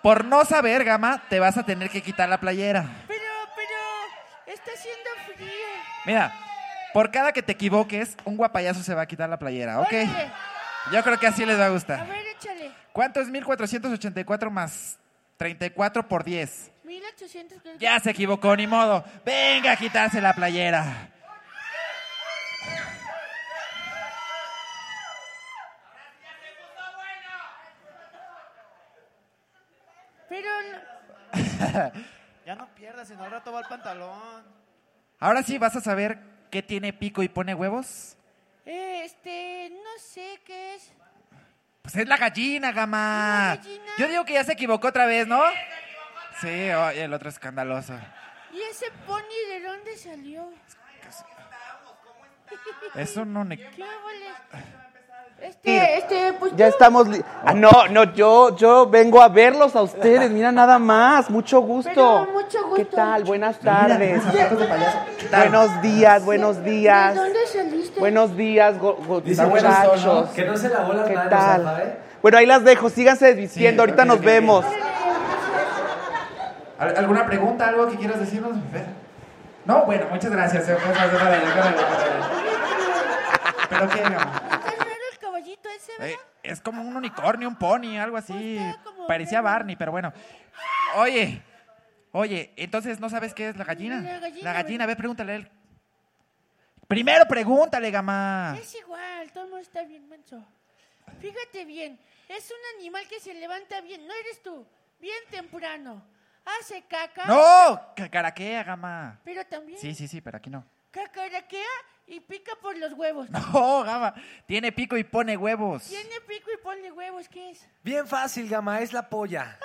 Por no saber, Gama, te vas a tener que quitar la playera.
Pero, pero, está haciendo frío.
Mira, por cada que te equivoques, un guapayazo se va a quitar la playera, ¿ok?
Órale.
Yo creo que así les va a
A
gustar.
ver, échale.
¿Cuánto es 1484 más 34 por 10?
1800. creo que-
Ya se equivocó, ni modo. Venga a quitarse la playera.
Pero, no-
Ya no pierdas, en al rato va el pantalón.
Ahora sí vas a saber qué tiene pico y pone huevos.
eh, este, no sé qué es.
Pues es la gallina, gama. Yo digo que ya se equivocó otra vez, ¿no? Sí, oye, el otro escandaloso.
¿Y ese pony de dónde salió?
Es un único.
¿Qué óboles?
Mira.
Este, este, pues
Ya
tú.
estamos. li- Ah, no, no, yo, yo vengo a verlos a ustedes. Mira nada más. Mucho gusto.
Pero mucho gusto.
¿Qué tal? Buenas tardes. ¿Qué tal? Buenos días, buenos
¿De
días.
dónde saliste?
Buenos días, go- go-
Dice
muchachos.
buenos son, ¿no? Que no se lavó las
¿Qué
manos,
tal?
¿verdad, eh?
Bueno, ahí las dejo. Síganse desvistiendo. Ahorita nos vemos.
¿Al- ¿Alguna pregunta, algo que quieras decirnos? Fer? No, bueno, muchas gracias. eh, pues, hazlo para allá, para allá, para allá. Pero qué, Gama?
el caballito ese,
Eh, es como un unicornio, un pony, algo así.
Pues
Parecía Barney, pero bueno. Oye, oye, entonces no sabes qué es la gallina.
La gallina,
a ver, pregúntale a él. Primero pregúntale, Gama.
Es igual, todo está bien manso. Fíjate bien, es un animal que se levanta bien, no eres tú, bien temprano. Hace caca.
No, cacaraquea, Gama.
Pero también
Sí, sí, sí, pero aquí no.
cacaraquea y pica por los huevos.
No, Oh, Gama, tiene pico y pone huevos.
Tiene pico y ponle huevos, ¿qué es?
Bien fácil, Gama, es la polla.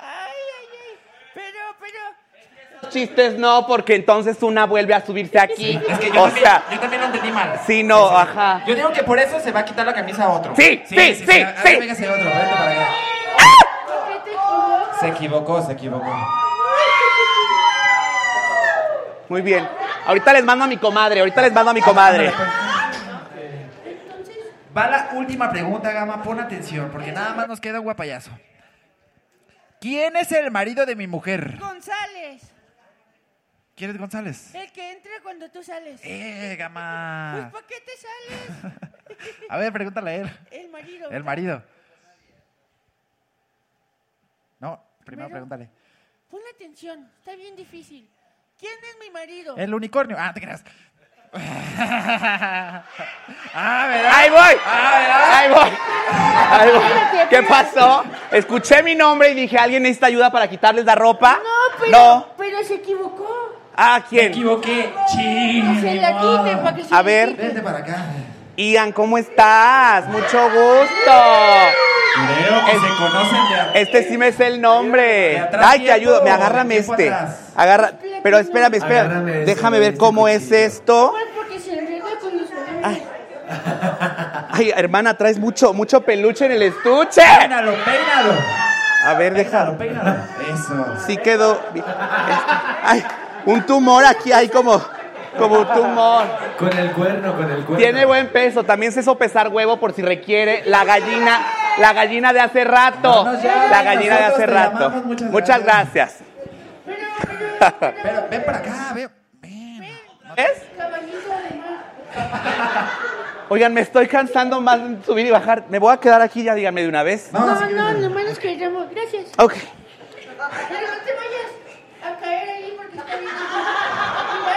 Ay, ay, ay. Pero, pero,
Chistes no, porque entonces una vuelve a subirse aquí.
Es que yo,
o
también,
sea,
yo también lo entendí mal.
sí, no, ajá.
Yo digo que por eso se va a quitar la camisa a otro.
Sí, sí, sí,
a- a
sí.
ver, véngase otro, vete para acá.
¿por qué te equivocas?
Se equivocó, se equivocó.
Muy bien. Ahorita les mando a mi comadre. Ahorita les mando a mi comadre.
Va la última pregunta, Gama, pon atención, porque nada más nos queda un guapayazo. ¿Quién es el marido de mi mujer?
González.
¿Quieres González?
El que entra cuando tú sales.
¡Eh, gama!
Pues, ¿por qué te sales?
A ver, pregúntale a él.
El marido.
El marido. No, primero
Primero.
pregúntale.
Pon atención, está bien difícil. ¿Quién es mi marido?
El unicornio. Ah, te creas. ah, ¿verdad?
¡Ahí voy!
Ah, ¿verdad?
¡Ahí voy! Ahí voy. ¿Qué pasó? Escuché mi nombre y dije, ¿alguien necesita ayuda para quitarles la ropa?
No, pero,
No.
pero se equivocó.
¿A quién? Me equivoqué.
Se la quiten para que se
A
la
ver.
quiten.
Ian, ¿cómo estás? Mucho gusto.
Creo que se conocen
Este sí me es el nombre.
atrás
Ay, te
tiempo,
ayudo. Me agárrame
tiempo
este.
atrás.
Agarra. Pero espérame,
Agárrame
espérame.
este,
Déjame ver cómo es esto.
Pues porque se enreda con los
Ay, hermana, traes mucho, mucho peluche en el estuche.
Peínalo, peínalo.
A ver, déjalo.
Eso.
Sí quedó. este, Ay, un tumor aquí, hay como, como un tumor.
Con el cuerno, con el
Tiene buen peso, también sé sopesar huevo por si requiere. La gallina, la gallina de hace rato.
No nos llames,
la gallina de
nosotros
hace
te
rato.
llamamos, muchas
muchas gracias.
Pero ven para acá, ve.
¿Es?
Caballito de mar.
Oigan, me estoy cansando más de subir y bajar. Me voy a quedar aquí, ya díganme de una vez.
No, no, nomás nos queremos. Gracias.
Ok.
Pero no te vayas a caer ahí porque está bien.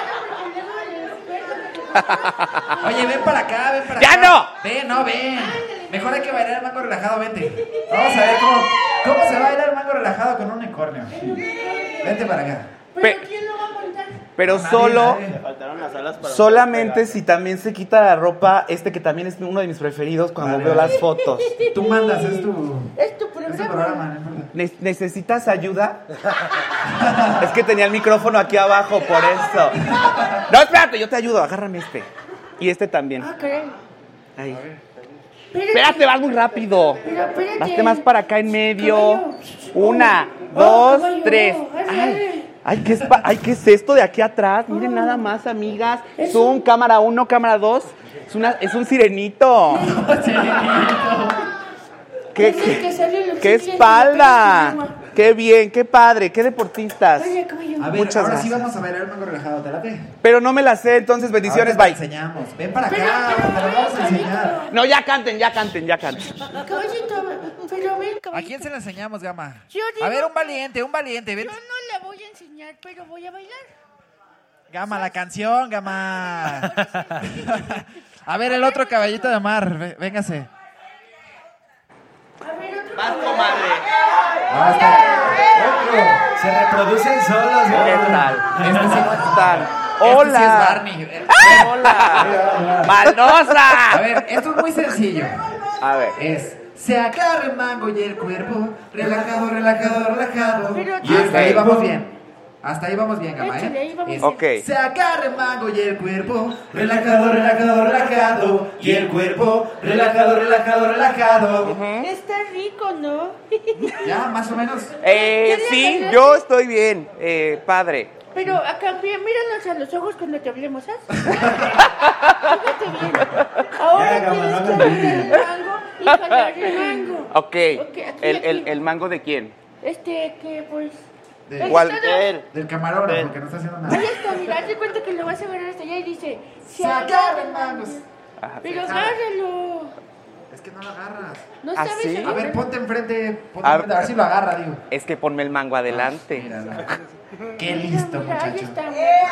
Y van a proponerlo en el experto.
Oye, ven para acá, ven para
¡Ya
acá.
no!
Ven, no, ven. Mejor hay que bailar el mango relajado, vente. Vamos a ver cómo, cómo se baila el mango relajado con un unicornio. Vente para acá.
Pe-
¿Quién lo va a contar?
pero
Nadie,
solo,
nadie.
solamente si también se quita la ropa, este que también es uno de mis preferidos cuando veo las fotos.
Tú mandas, es tu,
Es tu
es
programa.
tu programa. ¿no?
Ne- ¿Necesitas ayuda? es que tenía el micrófono aquí abajo, por eso. No, espérate, yo te ayudo, agárrame este. Y este también.
Ah, caray.
Ahí.
Espérate.
Espérate, vas muy rápido.
Pero espérate.
Hazte más para acá en medio.
Caballo.
Una,
Oh,
dos,
caballo.
tres.
Ay,
Ay, ay, ¿qué es, pa- ay, ¿qué es esto de aquí atrás? Miren nada más, amigas.
Oh. Es
Zoom,
un-
cámara uno, cámara dos. Es, una, es un sirenito. ¿Qué,
Es el que
qué-
sale en los
qué
ciclistas y lo
espalda!
pegas con agua.
¡Qué bien, qué padre, qué deportistas!
Oye, caballo.
A ver,
Muchas
ahora
gracias.
sí vamos a bailar el mango relajado, ¿te late?
Pero no me la sé, entonces bendiciones,
Ahora
bye.
te enseñamos. Ven para acá,
Pero, pero,
te lo vamos a enseñar.
No, ya canten, ya canten, ya canten.
Caballito, pero ven,
¿A
caballito.
quién se la enseñamos, Gama?
Yo digo
A ver, un valiente, un valiente. ven.
Yo no la voy a enseñar, pero voy a bailar.
Gama, la canción, Gama. A ver, el otro caballito de mar, ve- véngase.
A ver, otro.
Vas, comadre.
Ah, Se reproducen solos,
¿Qué tal? Este sí no es tan-
Este sí es
¡Hola!
Barney. Eh,
¡Hola!
A
¡Maldosa!
ver, esto es muy sencillo.
A ver.
Es. Se agarra el mango y el cuerpo. Relajado, relajado, relajado.
Pero-
Y hasta ahí vamos bien. Hasta ahí vamos bien, Gama,
Échale, ahí
¿eh?
vamos
Es-
Ok.
Se agarra el mango y el cuerpo, relajado, relajado, relajado. Y el cuerpo, relajado, relajado, relajado.
Está rico, ¿no?
Ya, más o menos.
Eh, sí, yo estoy bien, eh, padre.
Pero a cambio, míranos a los ojos cuando te hablemos, ¿sabes? Fíjate bien. Ahora tienes que abrir el mango y jalar el mango.
Ok.
Ok, aquí,
¿El, el,
aquí.
el mango de quién?
Este, que pues...
De-
el que
¿Cuál?
está-
Él.
Del camarógrafo, porque no está haciendo
Ahí
nada.
está, mira, haz de cuenta que lo vas a agarrar hasta allá y dice...
Se agarra el mango.
Pero
Ah,
agárralo.
Es que no lo agarras.
No
¿Ah,
sabes...
sí?
A ver, ponte enfrente. Ponte
A-
enfrente, a ver si lo agarra, digo. Ah,
Es que ponme el mango adelante.
Qué listo,
Mira, ahí
muchacho.
está.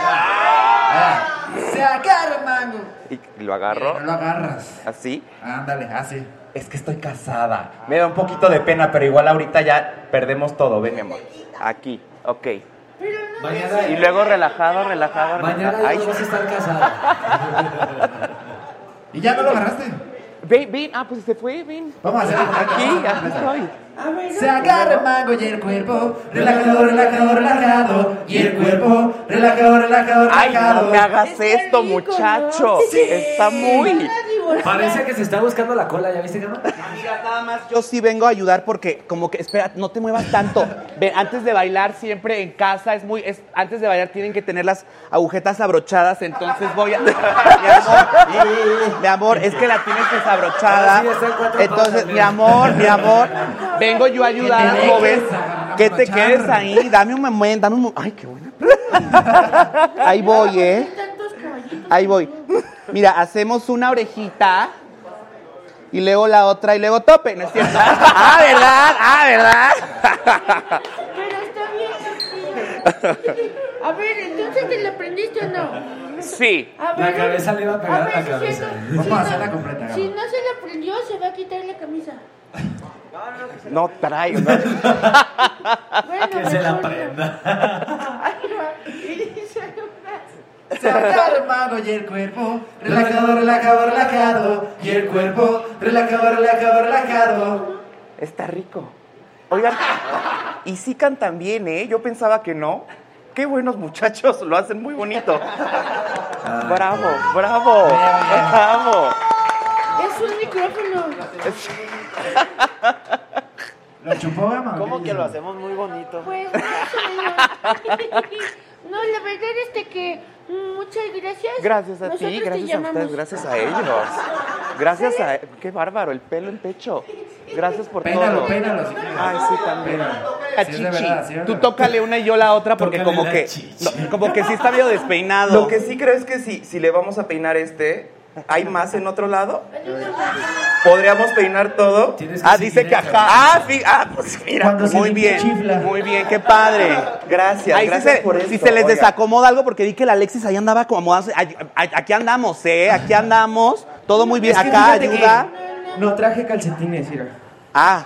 Ah, se agarra el mango.
Y lo
No lo
agarro
agarras.
así.
Ándale, ah, así.
Ah, Es que estoy casada. Me da un poquito de pena, pero igual ahorita ya perdemos todo, ven, mi amor.
Aquí, ok.
Mañana,
Y luego relajado, relajado.
mañana
relajado. Ay,
no vas a estar casada.
¿Y ya no lo agarraste?
ven, ven. Ah, pues se fue, ven.
Vamos a hacer
Aquí, aquí estoy.
Se agarra el mango y el cuerpo, relajado, relajado, relajado. Y el cuerpo, relajado, relajado,
Ay, no
relajado.
me hagas
Está
esto,
rico,
muchacho.
¿no? Sí.
Está muy.
Van a divorciar.
Parece que se está buscando la cola, ¿ya viste, Gama?
Yo sí vengo a ayudar porque como que espera, no te muevas tanto. Ven, antes de bailar siempre en casa es muy es- antes de bailar tienen que tener las agujetas abrochadas, entonces voy a mi amor, mi amor, es que la tienes desabrocada.
Ahora sí está en cuatro
Entonces,
patas,
mi
mira.
amor, mi amor, vengo yo a ayudar,
Que te
joven.
dejes
Que te
abrochar.
quedes ahí, dame un momento, dame un momento. Ay, qué buena Ahí voy, ¿eh?
Tantos caballitos.
Ahí voy. Mira, hacemos una orejita y luego la otra y luego tope, ¿no es cierto? ah, ¿verdad? Ah, ¿verdad?
Pero está bien, Sofía. A ver, entonces te la aprendiste o no.
Sí.
A
La cabeza le va a pegar
ver
la
si
cabeza.
se-
Vamos a
si
hacerla
no-
completa,
Si
Gama.
no se la aprendió, se va a quitar la camisa.
No traigo. ¿no?
Bueno,
Que se la
bueno.
prenda.
Ahí va. Y dice una-
Se está hermano y el cuerpo relajado, relajado, relajado. Y el cuerpo relajado, relajado, relajado.
Está rico. Oigan, y sí cantan bien, ¿eh? Yo pensaba que no. Qué buenos muchachos, lo hacen muy bonito. Bravo, bravo, bravo.
Es un micrófono.
¿Lo chupó, Gama?
¿Cómo que lo hacemos muy bonito?
Pues no, señor. No, la verdad es que muchas gracias.
Gracias a
Nosotros
ti,
te
gracias a
llamamos.
ustedes, gracias a ellos. Gracias a... ¡Qué bárbaro! El pelo en pecho. Gracias por
Pénalo,
todo.
pénalo, si quieres.
Ay, sí, también.
Pénalo.
La
Sí, es
chichi.
de verdad, sí, es de
Tú
verdad.
tócale una y yo la otra porque
Tócale
como
la
que... no, como que sí está medio despeinado.
Lo que sí creo es que si, si le vamos a peinar este, ¿hay más en otro lado? ¿Podríamos peinar todo?
Ah, dice que ajá. Ah, sí, ah, pues mira,
Cuando se
muy bien. Muy bien, qué padre.
Gracias,
Ahí sí
gracias
se-
por esto,
Si se les
oigan.
desacomoda algo, porque vi que la Alexis ahí andaba acomodándose. Ay, ay, Aquí andamos, ¿eh? Aquí andamos. Todo muy bien.
Es que
Acá,
fíjate que
ayuda.
No traje calcetines, mira.
Ah.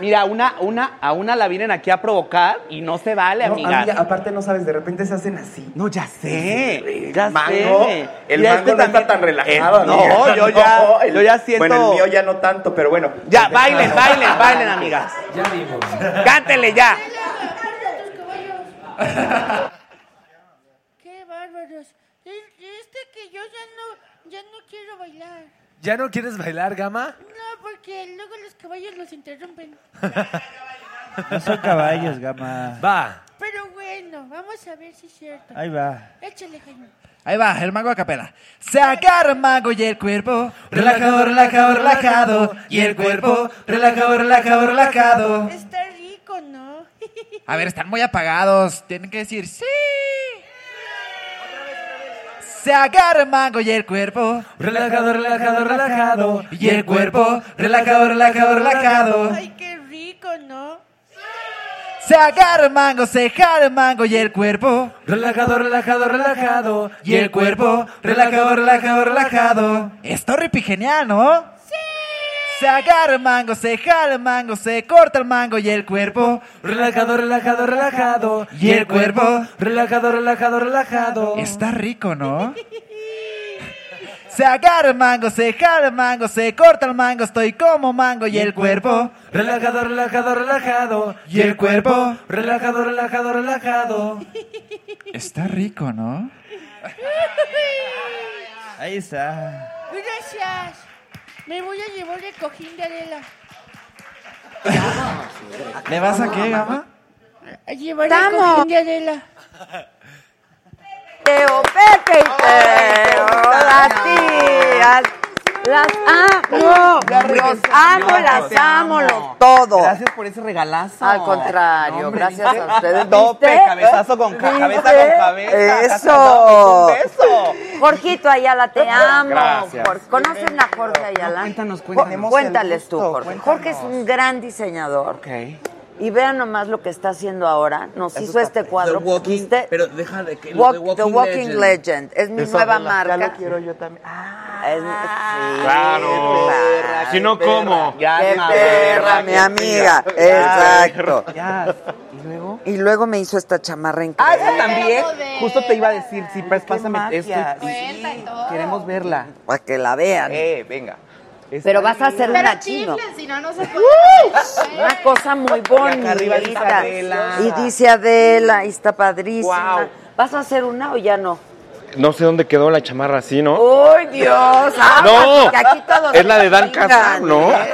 Mira, una, una, a una la vienen aquí a provocar y no se vale,
No,
amiga.
amiga, aparte no sabes, de repente se hacen así.
No, ya sé. Ya
mango,
sé.
el
Mira,
mango
este
no está
también-
tan relajado,
Eh, no,
amiga.
yo ya-
No, el-
yo ya siento-
Bueno, el mío ya no tanto, pero bueno.
Ya, bailen, bailen, bailen, amigas.
Ya vimos.
Cántele ya.
Qué bárbaros. Es- Este que yo ya no, ya no quiero bailar.
¿Ya no quieres bailar, Gama?
No, porque luego los caballos los interrumpen.
No son caballos, gama.
Va.
Pero bueno, vamos a ver si es cierto.
Ahí va.
Échale, Jaime.
Ahí va, el mango a capela. Sacar el mango y el cuerpo. Relajado, relajado, relajado. Y el cuerpo. Relajado, relajado, relajado.
Está rico, ¿no?
A ver, están muy apagados. Tienen que decir sí. Sacar el mango y el cuerpo.
Relajado, relajado, relajado.
Y el cuerpo. Relajado, relajado, relajado.
Ay, qué rico, ¿no?
Se agarra el mango, se jala el mango y el cuerpo.
Relajado, relajado, relajado.
Y el cuerpo, relajado, relajado, relajado. Está genial, ¿no? Sí. Se agarra el mango, se jala el mango, se corta el mango y el cuerpo.
Relajado, relajado, relajado.
Y el cuerpo.
Relajado, relajado, relajado.
Está rico, ¿no? Se agarra el mango, se jala el mango, se corta el mango, estoy como mango y el cuerpo.
Relajado, relajado, relajado.
Y el cuerpo.
Relajado, relajado, relajado.
Está rico, ¿no? Ahí está.
Gracias. Me voy a llevar el cojín de Adela.
¿Le vas a qué, gama?
A llevar el
¡Tamo!
cojín de Adela.
Teo, Pepe y Teo. Las tías. Las amo. Los amo, las amo, los todo.
Gracias por ese regalazo.
Al contrario,
No, hombre,
gracias
¿viste?
a ustedes.
Tope,
¿Viste?
cabezazo con ca-
¿Viste?
cabeza con cabeza.
Eso.
Con beso.
Jorgito Ayala, te amo.
Gracias.
Jorge. ¿Conocen a Jorge Ayala? cuéntanos,
cuéntanos.
Cuéntales tú, Jorge. Jorge es un gran diseñador. Y vean nomás lo que está haciendo ahora. Nos
Eso
hizo
está
este cuadro.
The Walking-
¿viste?
Pero deja de que...
Walk-
The
The Walking Legend. Es mi
Esa
nueva
de la-
marca. Ah,
ya lo quiero
yo también.
Es- sí,
Claro.
perra,
Si
qué
no, ¿cómo?
perra.
Ya,
qué
ya,
perra,
ya,
mi
ya,
amiga.
ya, ya.
Exacto.
Ya.
¿Y luego? Y luego me hizo esta chamarra
Ah,
increíble.
esa también. Justo te iba a decir, sí, pues, pásame
magia.
esto. y- Queremos verla.
Para que la vean.
Eh, venga.
Pero vas a hacer
Pero
una chino.
chiflen, si no, no se puede.
Una cosa muy
acá arriba dice
bonita.
Adela.
Y dice Adela, y está padrísima.
Guau.
¿Vas a hacer una o ya no?
No sé dónde quedó la chamarra así, ¿no?
¡Ay, Dios! Ah,
No,
que aquí todos
es la de Dan
chingan,
Casab, ¿no?
¿eh?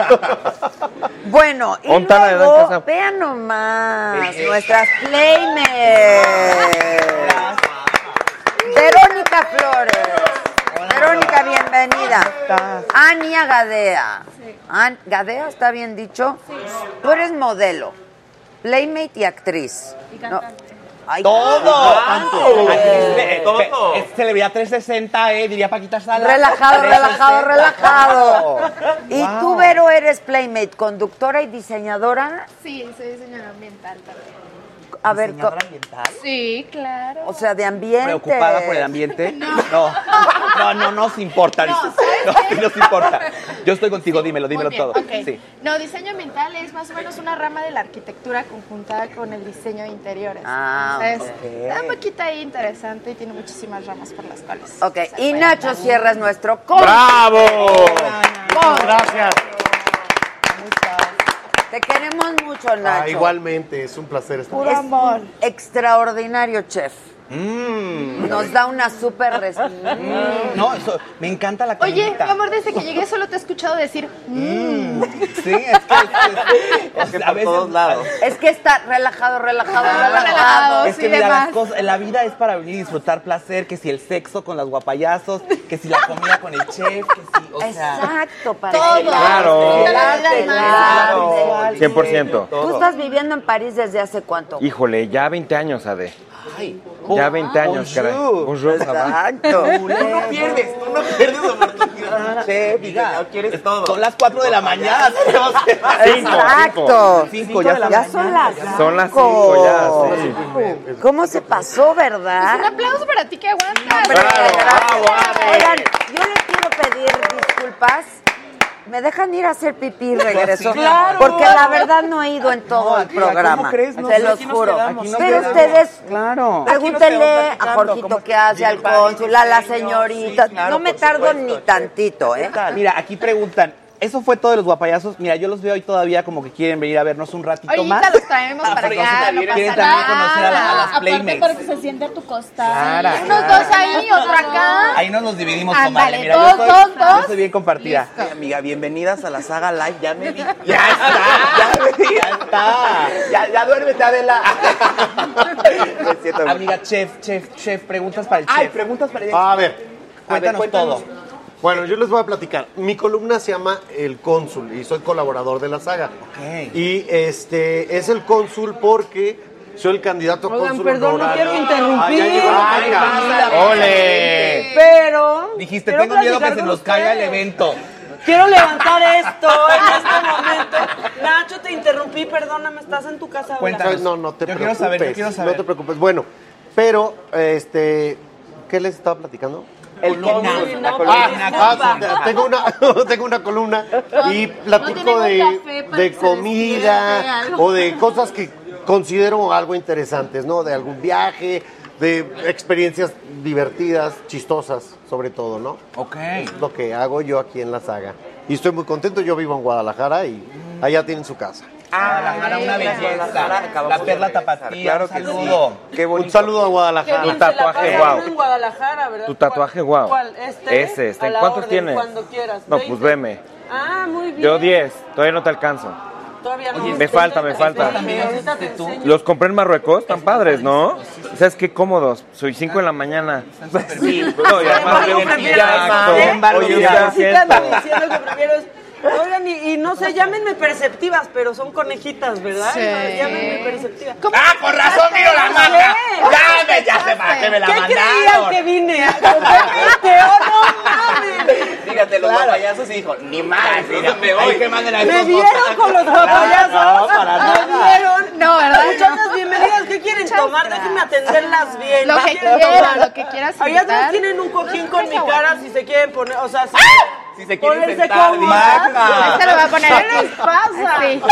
Bueno, y
Onta la de Dan
luego,
Casab.
vean nomás, nuestras Playmates. Verónica Flores. Verónica, bienvenida. Ania Gadea. An- ¿Gadea está bien dicho? Tú eres modelo, Playmate y actriz.
Y
No,
cantante.
todo.
tanto.
Actriz de- eh, pe- es celebridad 360, eh, diría Paquita Sala.
Relajado, relajado, relajado. Y
este, Wow.
tú, Vero, eres Playmate, conductora y diseñadora.
Sí, soy diseñadora ambiental también.
A ver, co-
Sí, claro.
o sea, de ambiente.
¿Preocupada por el ambiente? No. No, no nos importa.
No,
dices. No, no nos importa. Yo estoy contigo, dímelo, dímelo
Muy bien,
todo.
ok.
Sí.
No, diseño ambiental es más o menos una rama de la arquitectura conjuntada con el diseño de interiores.
Ah,
Entonces,
ok.
está un poquito ahí interesante y tiene muchísimas ramas por las
Ah.
cuales.
Ok, y Nacho Sierra es nuestro coach.
¡Bravo!
Coach.
Gracias.
Te queremos mucho, Nacho.
Ah, igualmente, es un placer estar
Es un Extraordinario chef.
Mm.
Nos da una súper res-
Mm, No, eso, me encanta la comida.
Oye, mi amor, desde que llegué solo te he escuchado decir. "Mm".
Sí, es que, es que a veces, todos lados.
Es que está relajado, relajado,
Ah,
relajado.
Es que
Oh, sí,
mira,
demás.
las cosas, la vida es para venir y disfrutar placer, que si el sexo con las guapayazos, que si la comida con el chef, que si, o sea...
Exacto, para
Todo.
Claro.
relajarte,
Claro.
relajarte.
100%.
Tú estás viviendo en París desde hace cuánto?
Híjole, ya 20 años, Ade. Ya 20 años, caray. Bonjour, ça va?
no
Exacto.
pierdes, tú no pierdes oportunidad. Chef, diga, quieres todo. Son las 4 de la mañana.
Cinco,
Exacto.
cinco. Cinco, ya son-
ya son las
Son las
cinco.
5 ya, sí.
¿Cómo se pasó, verdad?
Pues Un aplauso para ti que aguantas.
eh.
Oigan, yo les quiero pedir disculpas. ¿Me dejan ir a hacer pipí y regreso?
sí, claro.
Porque la verdad no he ido en todo el
¿cómo
programa.
crees? No,
Se
aquí
los
nos
juro.
quedamos, aquí nos
Pero
quedamos.
ustedes,
Claro. Aquí nos
pregúntenle
quedamos
a
platicando
Jorgito qué hace, al cónsul, a la señorita. No me tardo ni tantito, ¿eh?
Mira, aquí preguntan, eso fue todo de los guapayazos. Mira, yo los veo hoy todavía como que quieren venir a vernos un ratito más.
Ahorita los traemos para
Ahorita
acá. No
vienen. Quieren
pasa
también conocer a la- a
nada.
las Playmates.
para que se siente a tu costa.
Claro,
Unos
claro.
dos ahí, otro acá.
Ahí nos los dividimos,
Ándale,
comadre. Mira,
dos,
yo, soy,
dos, dos.
yo soy bien compartida.
Listo.
Ay, amiga, bienvenidas a la saga live. Ya me vi. Ya está. Ya está. Ya, ya duérmete, Adela. amiga, chef, chef, chef. Preguntas para el chef. Ay, preguntas para el
A ver,
Cuéntanos,
cuéntanos.
todo.
Bueno, yo les voy a platicar. Mi columna se llama El Cónsul y soy colaborador de la saga. Y este es el cónsul porque soy el candidato a
Oigan,
cónsul
perdón, no
honorario.
quiero interrumpir.
Ah, ya llegó la
Ay,
marca.
pásale.
¡Ole!
Pero.
Dijiste,
quiero
tengo miedo que
platicar
se
con
nos
ustedes.
caiga el evento.
Quiero levantar esto en este momento. Nacho, te interrumpí, perdóname, estás en tu casa. ahora.
Ay, No, no te
Yo quiero
preocupes.
saber, yo quiero saber.
No te preocupes. Bueno, pero, este, ¿qué les estaba platicando?
El cónsul.
Ah,
La columna.
ah, sí, tengo una, tengo una columna y platico
no tienen un café
de,
para
de
que se despierte,
comida
algo.
o de cosas que considero algo interesantes, ¿no? De algún viaje, de experiencias divertidas, chistosas, sobre todo, ¿no?
Ok.
Es lo que hago yo aquí en la saga. Y estoy muy contento, yo vivo en Guadalajara y allá tienen su casa.
Guadalajara, una belleza. La perla tapatía. Claro que
saludo. Un saludo a Guadalajara.
Qué
Tu
bien se la
tatuaje,
pasa
guau.
uno en Guadalajara, ¿verdad?
Tu tatuaje, guau.
¿Cuál? ¿Este?
Ese, este.
A la
¿Cuántos
orden,
tienes?
Cuando quieras.
No,
¿Veinte?
pues veme.
Ah, muy bien.
Yo 10, todavía no te alcanzo.
Todavía no.
Oye, me falta, me falta.
Espérame, ahorita te enseño.
Los compré en Marruecos, están padres, ¿no? ¿Sabes qué cómodos? Soy 5 de la mañana. Sí, no, y además
Yo
veo-
prefiero-
Exacto. Oye,
Oye,
ya,
sí,
siento.
también diciendo que prefiero es- Oigan, y, y no sé, llámenme perceptivas, pero son conejitas, ¿verdad?
Sí.
Llámenme perceptivas.
¡Ah, con razón vino la marca! ¡Ya me, ya se va, que me la
¿Qué creían
mandaron!
que vine? ¿A competirte? ¡Oh, no mames!
Fíjate, los guapayazos y dijo, ni más, dígame hoy. que manden a
¿Me
estos
vieron
dos.
con los papayazos?
No, para nada.
¿Me vieron?
No, ¿verdad?
Muchachas, bienvenidas. ¿Qué quieren tomar? Déjenme atenderlas bien.
Lo
¿Qué
que
quieren
quieran,
tomar?
lo que quieras
Allá atrás
invitar.
tienen un cojín con mi cara si se quieren poner. O sea, si,
¡Ah!
Si se quieren
Ponles de
sentar,
cómodo.
Maca.
Se lo va a poner.
¿Qué les pasa?
Sí.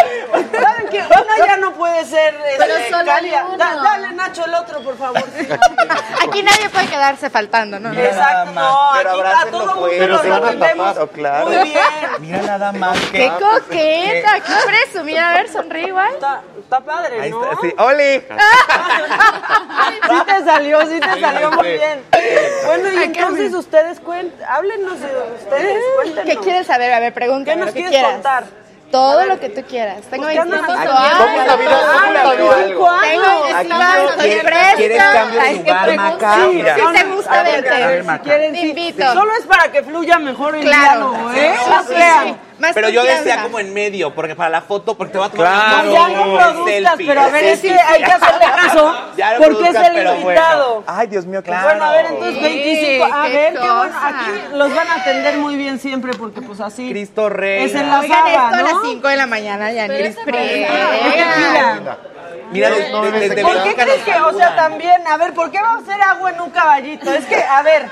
¿Saben qué? Una ya no puede ser.
Pero
este,
solo hay
Calia.
uno.
Da- dale, Nacho, el otro, por favor.
Aquí nadie puede quedarse faltando, ¿no?
Mira nada Exacto, no, más. Pero aquí a abrácenlo todo mundo fuerte.
Pero se van a
Oh,
Claro, claro.
Muy bien.
Mira nada más que...
¡Qué coqueta! ¡Qué presumida! A ver, sonríe igual.
Está, está padre,
Ahí
¿no?
está, sí. ¡Oli!
Sí te salió, sí te
Sí,
salió
sí.
muy bien. Bueno, y
Ay, qué
entonces ustedes cuenten, háblenos de ustedes, cuéntenos.
¿Qué quieres saber? A ver, pregúntame.
¿Qué nos
lo que
quieres
quieras.
contar?
Todo lo que tú quieras. Tengo
Buscando
25
la-
años. Ah,
¿Cómo la vida? ¿Cómo la vida? ¿Cuándo?
Tengo 25 años. Estoy
¿Quieres-
fresca.
quieres cambio de
Ay, qué
lugar,
pregunta.
Maca?
Sí,
Mira.
sí
No,
te
no,
gusta
a ver,
verte.
a ver, Maca.
Quieren
Te
sí.
invito.
Solo es para que fluya mejor el
Claro.
diálogo, ¿eh?
Sí,
No
sí,
crean.
sí.
Más pero yo
confianza.
decía como en medio, porque para la foto, porque te va a tomar
Claro.
una
Ya
foto,
no
una
produzcas,
selfie.
pero a ver, es que hay que hacerle caso,
Ya no
porque es
produzcas,
el
pero bueno.
invitado.
Ay, Dios mío, claro.
Bueno, a ver, entonces
Sí,
25. A
qué
ver, qué bueno.
cosa.
Aquí los van a atender muy bien siempre porque, pues así.
Cristo Rey.
Es en la
Oigan esto
saga,
a las
¿no?
5 de la mañana, ya ni les
Eh,
Eh, Mira.
Mira, de- de- desde
¿Por qué
Bélgica nos
crees que, o sea,
saludan.
también, a ver, ¿por qué va a ser agua en un caballito? Es que, a ver,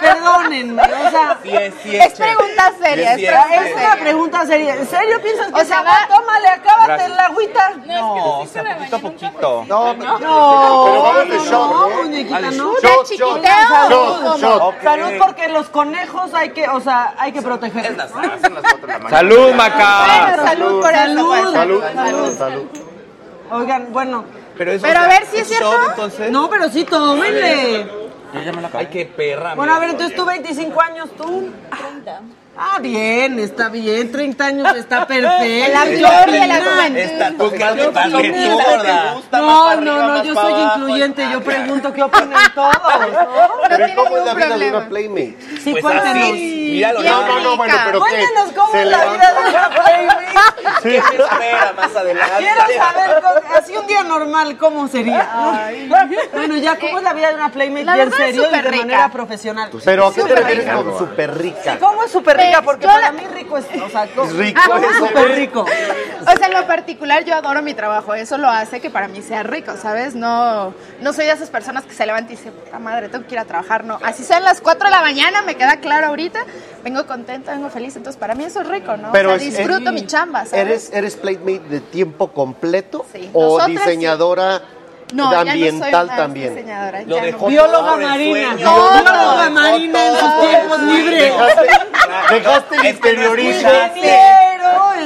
perdónenme, o sea.
Sí es, sí es,
es pregunta
seria, Sí es, es pregunta
es una pregunta seria. ¿En serio piensas que o sea, va, tómale, acábate
Gracias.
el agüita?
No, o sea, poquito a poquito.
No,
No,
Pero
no,
vamos de
no,
shot, ¿no?
muñequita,
Dale,
no.
shot, Una shot, chiquiteo.
Salud,
shot, shot.
salud. Salud,
Ok.
porque los conejos hay que, o sea, hay que protegerlos.
Salud, Maca.
Bueno, salud, corazón.
Salud,
Salud,
salud,
salud.
salud.
Oigan, bueno.
Pero, eso, Pero a o sea, ver si es es shot, cierto.
entonces. No, pero sí, tómenle.
Yo ya me la Ay, qué perra.
Bueno, a
mira.
ver, entonces tú 25 años, tú. 30. Ah, bien, está bien, 30 años está perfecto.
La gloria, la juventud.
Está- pues claro que
Yo
tal vez
opino.
tú, gorda.
No, no, no, yo soy incluyente, yo pregunto qué opinan todos. No
Pero ¿cómo es la vida de una Playmate?
Sí,
Pues
cuéntenos.
así,
míralo,
No, no, no, bueno, pero ¿qué?
Cuéntenos cómo
¿Se
es la
levanta?
vida de una Playmate.
¿Qué me espera más adelante?
Quiero saber, cómo- así un día normal, ¿cómo sería? Bueno, ya, ¿cómo es la vida de una Playmate?
La
Ya en
verdad es
serio y de
súper rica.
manera profesional.
Pero ¿a qué te
Súper
refieres
rica.
con súper rica?
¿Cómo es súper rica? Porque para mí rico es, o sea, ¿cómo?
Es rico,
Ah,
¿Cómo es
es
súper rico?
O sea, en lo particular yo adoro mi trabajo, eso lo hace que para mí sea rico, ¿sabes? No, no soy de esas personas que se levantan y dicen, puta madre, tengo que ir a trabajar, no. Así sean las 4 de la mañana, me queda claro ahorita, vengo contenta, vengo feliz, entonces para mí eso es rico, ¿no?
Pero
o
es-
sea, disfruto mi chamba, ¿sabes?
¿Eres, eres playmate de tiempo completo
Sí.
o
Nosotras sí.
diseñadora
no, ya no soy
ambiental
una
también?
diseñadora,
Lo
ya no.
dejó todo Bióloga por el marina. sueño.
No, no,
Bióloga marina en sus tiempos libres.
Dejaste
Este
el interiorismo.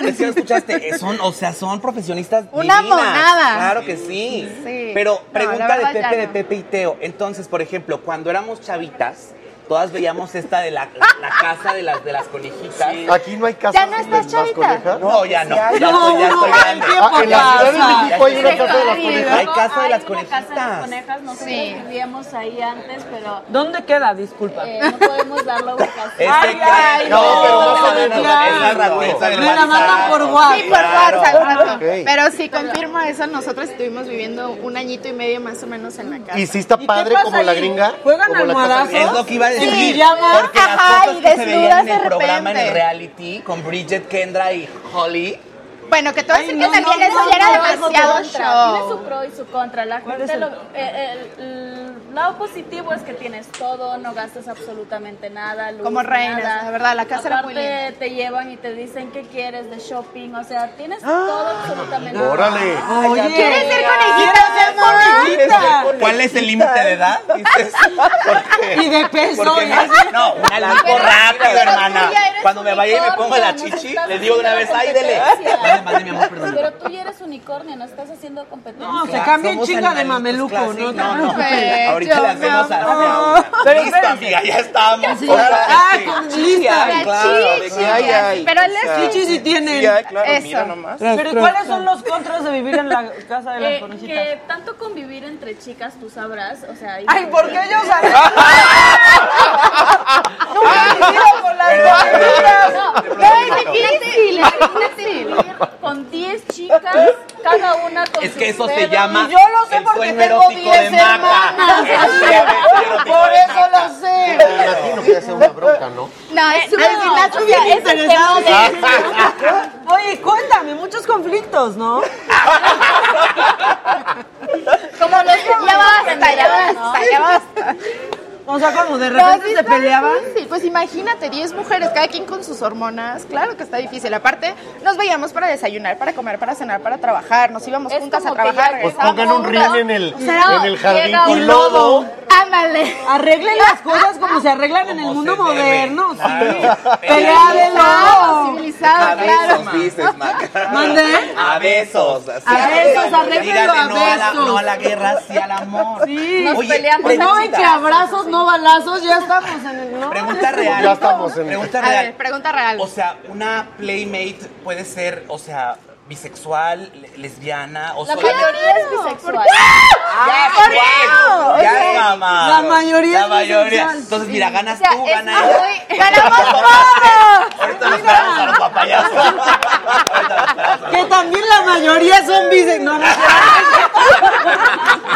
Es que no escuchaste, eh, son, o sea, son profesionistas
Una
divinas.
monada.
Claro que sí.
Sí.
Pero
No,
pregunta
la
de
verdad ya
Pepe, de
no.
Pepe y Teo. Entonces, por ejemplo, cuando éramos chavitas, todas veíamos esta de la, la casa de las, de las conejitas.
Aquí no hay casas
Ya no estás
de las
chavita.
conejas.
No, ya no.
Sí
Ya
hay.
estoy, ya estoy grande.
Ah, en la Ciudad de México hay una casa de las conejas.
Hay casa de las
Una
conejitas.
casa de las conejas, nosotros
Sí.
vivíamos ahí antes, pero
¿Dónde queda? Disculpa.
eh, no podemos dar la ubicación.
Este
Ay, ay,
no,
no,
pero
no,
no sabemos.
no,
Es
no,
la
no,
ratiza del
Me la
WhatsApp.
mandan por WhatsApp.
Sí, por
Claro.
WhatsApp, claro.
Ok.
Pero sí, confirmo eso, nosotros estuvimos viviendo un añito y medio más o menos en la casa.
¿Y si está padre
pasa
como la
ahí?
gringa?
¿Juegan
como la casa
almohadazos?
gringa.
Es lo que iba a decir.
Sí, llama.
Porque las
Ajá,
fotos
y
que se veían en
desnudas
el
de
programa, en el
repente.
reality, con Bridget Kendra y Holly.
Bueno, que te voy a decir
no,
que también
no,
eso
no,
ya era
no, no,
demasiado
no,
show.
Tiene su pro y su contra. La
¿Cuál
gente
es el-
lo- eh, el, el lado positivo es que tienes todo, no gastas absolutamente nada. luz,
Como reinas,
nada.
la verdad, la casa era muy
Aparte,
linda.
te llevan y te dicen qué quieres de shopping. O sea, tienes todo absolutamente
¡Órale!
Oye,
Ah. ¿Quieres ser conejita?
¿quieres ser
conejita?
¿Cuál es el límite de edad? Dices, ¿por qué?
Y de peso,
Porque
¿eh?
ya
no- No, una lipo rápido, hermana.
tú ya eres
Cuando me vaya y me
unicornio,
ponga la
no
chichi,
estás
le digo de una vez,
haciendo
¡ay, dele!
competencia.
Vale, vale, mi amor, perdón.
Pero tú ya eres unicornio, no estás haciendo competencia.
No, se cambia en
Somos
chinga de
animalitos
mameluco, ¿no?
clásicos.
Ah,
No,
No, no,
no.
ahorita le hacemos
mi
así.
amor.
Pero Listo, amiga, ya estamos.
Sí.
Claro que
Ah,
sí.
con lista.
Ay, claro,
chichis.
de- ay, ay.
Pero él es-
Chichis sí tienen.
Sí, ay, claro,
Eso.
mira nomás.
Pero ¿y ¿cuáles son los contras de vivir en la casa de las
Eh,
conejitas?
que tanto convivir entre chicas tú sabrás, o sea... y-
Ay, ¿por qué yo sabía? Nunca he vivido con las conejitas.
Convivir con 10 chicas, cada una con
Es que
sus
eso se
pedos.
llama
Yo lo sé
el
porque
sueño
tengo
erótico
10
de Maca.
hermanas.
El sueño erótico
Por
de
eso
Maca.
lo sé.
Me imagino que hace una bronca, ¿no?
eh, No, es
Eh,
No,
al final
tú
tú
bien
vienes
interesado.
interesado.
Oye, cuéntame, muchos conflictos, ¿no?
Como los ya basta, ya basta, ya basta.
O sea, como de
No, sí
repente se
está
peleaban.
difícil. Pues imagínate, 10 mujeres, cada quien con sus hormonas. Claro que está difícil. Aparte, nos veíamos para desayunar, para comer, para cenar, para trabajar. Nos íbamos juntas a
como que ya
trabajar.
Pues
regresábamos
pongan un ring
juntas.
en el,
O sea,
en el jardín
llega
con
un
lodo.
Ándale.
Arreglen las cosas como se arreglan en el
se
mundo
debe,
moderno, sí.
claro.
Pelea de
Civilizado,
lado.
A
civilizado, Ah, claro.
besos, dices, Maca.
¿Mande?
A besos. así.
A besos, arréglenlo
Dígale
a
no la-
besos.
no a la guerra, sí al amor.
Sí. pues,
Nos Oye, peleamos. pregunta.
No, y que abrazos, no balazos, ya estamos en el... ¿no?
Pregunta real.
Ya estamos en-
Pregunta
A
real.
ver, pregunta real.
O sea, una playmate puede ser, o sea, bisexual, le- lesbiana o
La
solamente-
mayoría es bisexual.
Ah,
Ya,
¿Por
pues,
qué no?
ya,
O sea,
mamá.
la mayoría es bisexual.
Entonces, mira, ganas
O sea,
tú,
es
ganas.
muy- ¡Ganamos todos!
Ahorita nos pegamos a los
mayoría son bisexuales. No, no es cierto.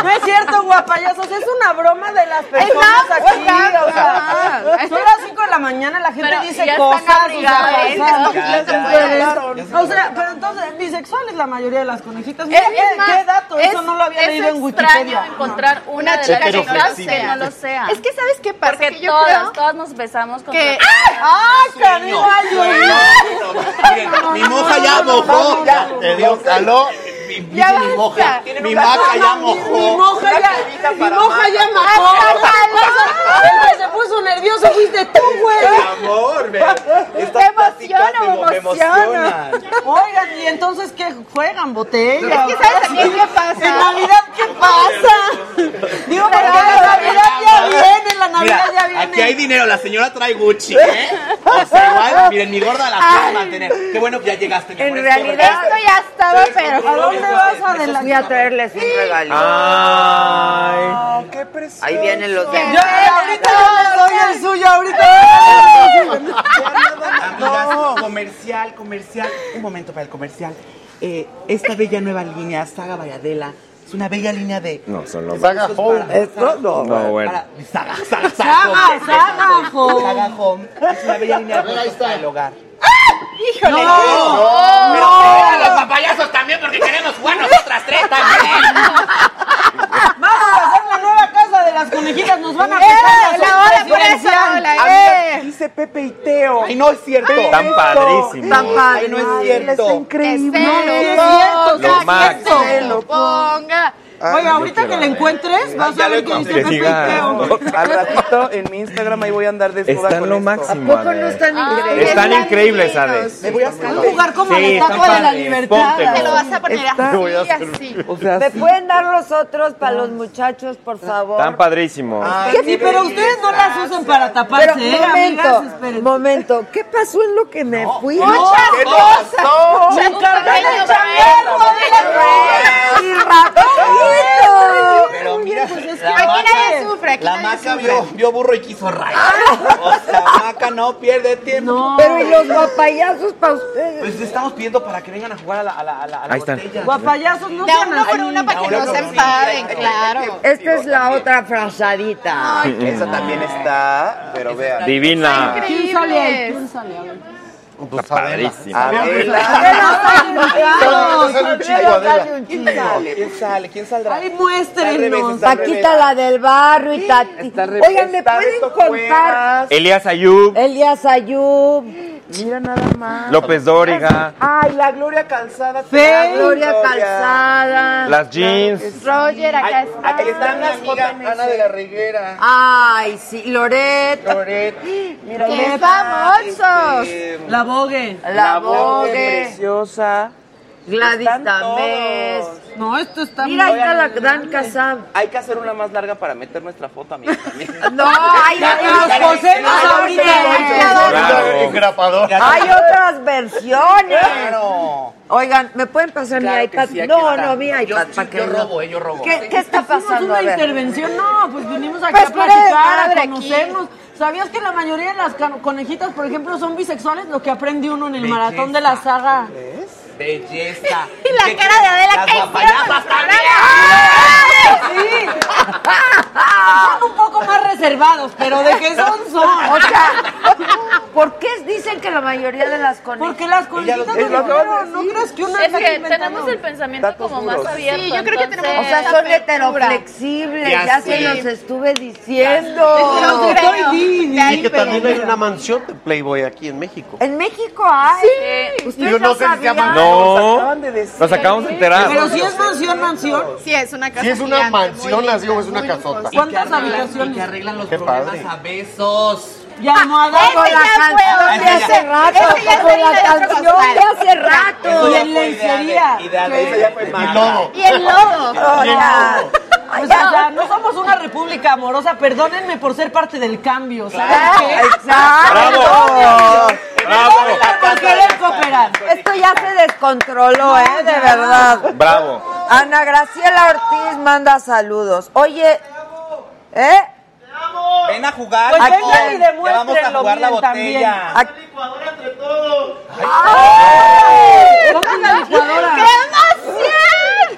No es cierto, guapayasos. Es una broma de las personas
Exacto,
aquí.
exacto.
O sea, son las 5 de la mañana, la gente
Pero ya
dice
están
cosas.
abrigadas,
o sea,
ya,
cosas,
ya,
cosas,
ya,
pero-
ya.
O sea, pero entonces, bisexuales la mayoría de las conejitas. Mira,
Es-
qué,
es más,
qué dato, eso
es-
no lo había
es
leído en
extraño
Wikipedia.
encontrar
No.
una de las chicas que no lo sea.
Es que ¿sabes qué pasa?
Porque
que yo
todos,
creo
todos nos besamos con
que...
¡Ah! cariño! ¡Ay, Dios mío!
Mi
Ah.
moja ya mojó, ya te dio calor. Mi, mi-
Ya
mi moja,
basta.
mi maca ya mojó.
Mi moja ya, mi moja ya mojó. El que se puso nervioso fuiste tú, güey.
Amor, me,
Me emociona,
me emociona.
Oigan, ¿y entonces qué juegan? ¿Botella?
Es que ¿sabes también qué pasa?
¿En Navidad qué pasa? Digo, porque la Navidad ya viene, la Navidad
Mira,
ya viene.
Aquí hay dinero, la señora trae Gucci, ¿eh? O sea, igual, miren, mi gorda la puedo
Ay.
mantener. Qué bueno que ya llegaste, mi amor,
En
es que
realidad,
regresaste.
ya estaba, pero
¿A dónde vas,
Adela?
Voy a traerles un regalo.
Ah, Ay.
¡Qué precioso!
Ahí vienen los
Yo,
de.
eh, ahorita yo les doy el suyo, ahorita.
Amigas, comercial, comercial. Un momento para el comercial. Eh, esta bella nueva línea, Saga Valladela, es una bella línea de.
No, son los
Saga Home.
Esto no.
No, bueno.
Para, saga, saga, saga.
Saga,
Home.
Saga Home.
Saga Home. Es una bella línea de productos para el hogar.
¡Híjole! ¡No!
Pero que vengan los papayazos también porque queremos jugar nosotras tres también.
Vamos a hacer la nueva casa de las conejitas, nos van a
¡Eh,
prestar
la hora por esa ola, eh!
Amigas, Dice Pepe y Teo.
Ay, no es cierto.
Tan padrísimo.
Tan padre. No es
Está
cierto.
increíble.
Te
No,
lo
es
pongo,
cierto,
lo
casi
máximo.
te lo
Ponga.
Ah,
Oye, ahorita que la encuentres, vas a ver que dice
Que
Pepe y
diga,
Teo.
Al ratito en mi Instagram ahí voy a andar desnuda
Están
con
lo
esto.
máximo. Adel.
increíbles?
Están increíbles, ¿sabes?
Me voy a escalar.
Jugar como
Sí,
la
están
estatua de la
padres,
libertad.
póntelo. Te lo
vas a poner
Está-
así, así.
O sea,
¿Me pueden dar los otros para los muchachos, por favor?
Están padrísimos.
"Ah, Sí, pero ustedes no las usan para taparse,
Pero,
¿eh,
momento,
amigas?
momento, ¿qué pasó en lo que me fui?
muchas
¿Qué
cosas.
pasó?
Me encargué de
Ay,
chambear,
Adela.
Adela.
Y rapidito.
Pero mira, la
aquí
maca-
nadie sufre, aquí
La
nadie
maca
sufre.
vio, vio burro y quiso rayar. O sea, la maca no pierde tiempo.
Pero y los guapayazos para ustedes.
Pues estamos pidiendo para que vengan a jugar a la, a la, a la, a la
Ahí están.
botella.
Guapayazos no
De a
sean
uno por
así.
una para que
Ahora
no se
no, sí,
enfaden,
sí, sí.
claro.
Esta es la otra frazadita.
Esa también está, pero vean.
Divina.
Increíbles.
Pues,
Está padrísima.
Adela, sale un chico, Adela.
¿Quién sale? ¿Quién saldrá?
Ay, muéstrenos.
Está al revés.
Paquita la del barrio y Tati. Oigan, ¿me pueden contar?
Elías
Eh,
Ayub,
Elías Ayub. Mira nada más.
López Dóriga,
Ay, la Gloria Calzada.
Fe, Gloria Calzada.
las jeans.
Roger, acá está.
Aquí están las amiga Ana de la Reguera.
Ay, sí, Loret.
Loret. Mira,
¡Qué
Loret.
famosos!
Este,
La Vogue.
La
Vogue,
Vogue.
Preciosa.
Gladys
Están
Tamés.
todos.
No, esto está
Mira, ahí
muy...
está la gran Casab.
Hay que hacer una más larga para meter nuestra foto, amiga. también.
No, hay
Los
otras,
poseemos ahorita.
Claro.
Engrapador.
hay otras versiones.
Claro.
Oigan, ¿me pueden pasar
Claro
mi
que
iPad?
sí, aquí
no,
está.
no, mi
Yo-
iPad.
yo-
para que
yo
no.
robo, eh, yo robo.
¿Qué, qué está
Hicimos
pasando?
una
A ver.
intervención, no, pues vinimos aquí
Pues,
a
pero
platicar,
padre
a
aquí.
conocernos. ¿Sabías que la mayoría de las can- conejitas, por ejemplo, son bisexuales? Lo que aprende uno en el maratón de la saga.
Belleza.
Y la cara de Adela
Las
que
guapayazas también.
Sí. Son un poco más reservados, pero de que son, son.
O sea, ¿por qué dicen que la mayoría de las conectan?
Porque las conejitas
lo- es lo
no,
que van a
no, no crees que una
Es
está
que
inventando.
tenemos el pensamiento
Datos
como
duros.
más abierto.
Sí, yo creo que tenemos-
O
entonces-
sea, son
Apertura.
heteroflexibles, ya,
Ya
se
sé.
los estuve diciendo.
Pero
No
te
creo.
estoy di- di-
Y que también hay una mansión de Playboy aquí en México.
En México hay.
Eh,
¿Ustedes
Yo Pues, no sé
ya
si se
sabían?
llama-
No. Nos acabamos de enterar.
Pero si es mansión, mansión.
Sí, es una casa
Si es una
gigante, muy
mansión,
linda,
así como es una
muy
casota.
lujosa. ¿Cuántas
Y que arreglan-
habitaciones?
Y que arreglan los
Qué
problemas
padre.
a besos.
Y almohada
Como
con
la
la
canción de
ese ya-
hace rato,
ese ya
como
sería
la
de otro
canción
costal.
de hace
Y
rato.
en lencería.
Y lobo.
Y el lobo.
Hola.
O sea, ya no somos una república amorosa, perdónenme por ser parte del cambio, ¿sabes qué?
Exacto.
¡Bravo!
Perdónenme
¡Bravo!
por querer cooperar.
Esto ya se descontroló, ¿eh? De verdad.
¡Bravo!
Ana Graciela Ortiz manda saludos. Oye, ¿eh?
Ven a jugar.
Pues
chicos.
vengan y
Ya vamos a
demuéstrenlo
jugar la
bien también.
botella.
Ac-
Vamos a la licuadora.
¡Qué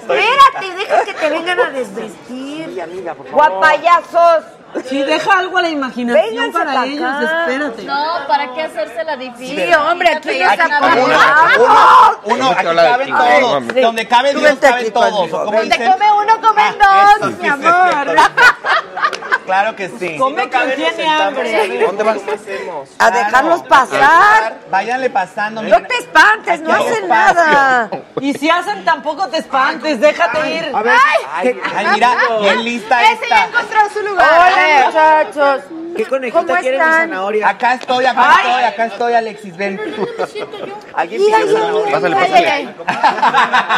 me vengan a desvestir, ya mira, por favor.
¡Guapayazos!
Si deja algo a la imaginación
Vénganse
para
pa' acá.
ellos, espérate.
No, ¿para qué hacerse la difícil?
Sí, hombre, aquí
Fíjate,
no se
ya
acomoda.
nada
Ah.
más.
Uno, uno, aquí caben todos. Donde cabe Dios, caben todos. ¿o cómo
Donde
dicen?
come uno, comen
Ah,
dos, mi amor.
Claro que sí.
Come
Si no caben,
quien
nos
tiene
sentamos.
hambre.
¿Dónde vas?
A dejarlos pasar.
Váyanle pasando.
No te espantes, no
Aquí hay
hacen
espacio.
nada.
Y si hacen, tampoco te espantes, déjate ir.
A ver, ay, qué- ay, mira, bien lista
Ese ya
esta.
encontró su lugar.
Hola,
muchachos.
¿Qué conejita
¿Cómo
quiere mi
están?
zanahoria?
Acá estoy, acá estoy, acá estoy, Alexis, ven. Alguien
Ay,
pide
ay,
zanahoria.
ay, ay, ay,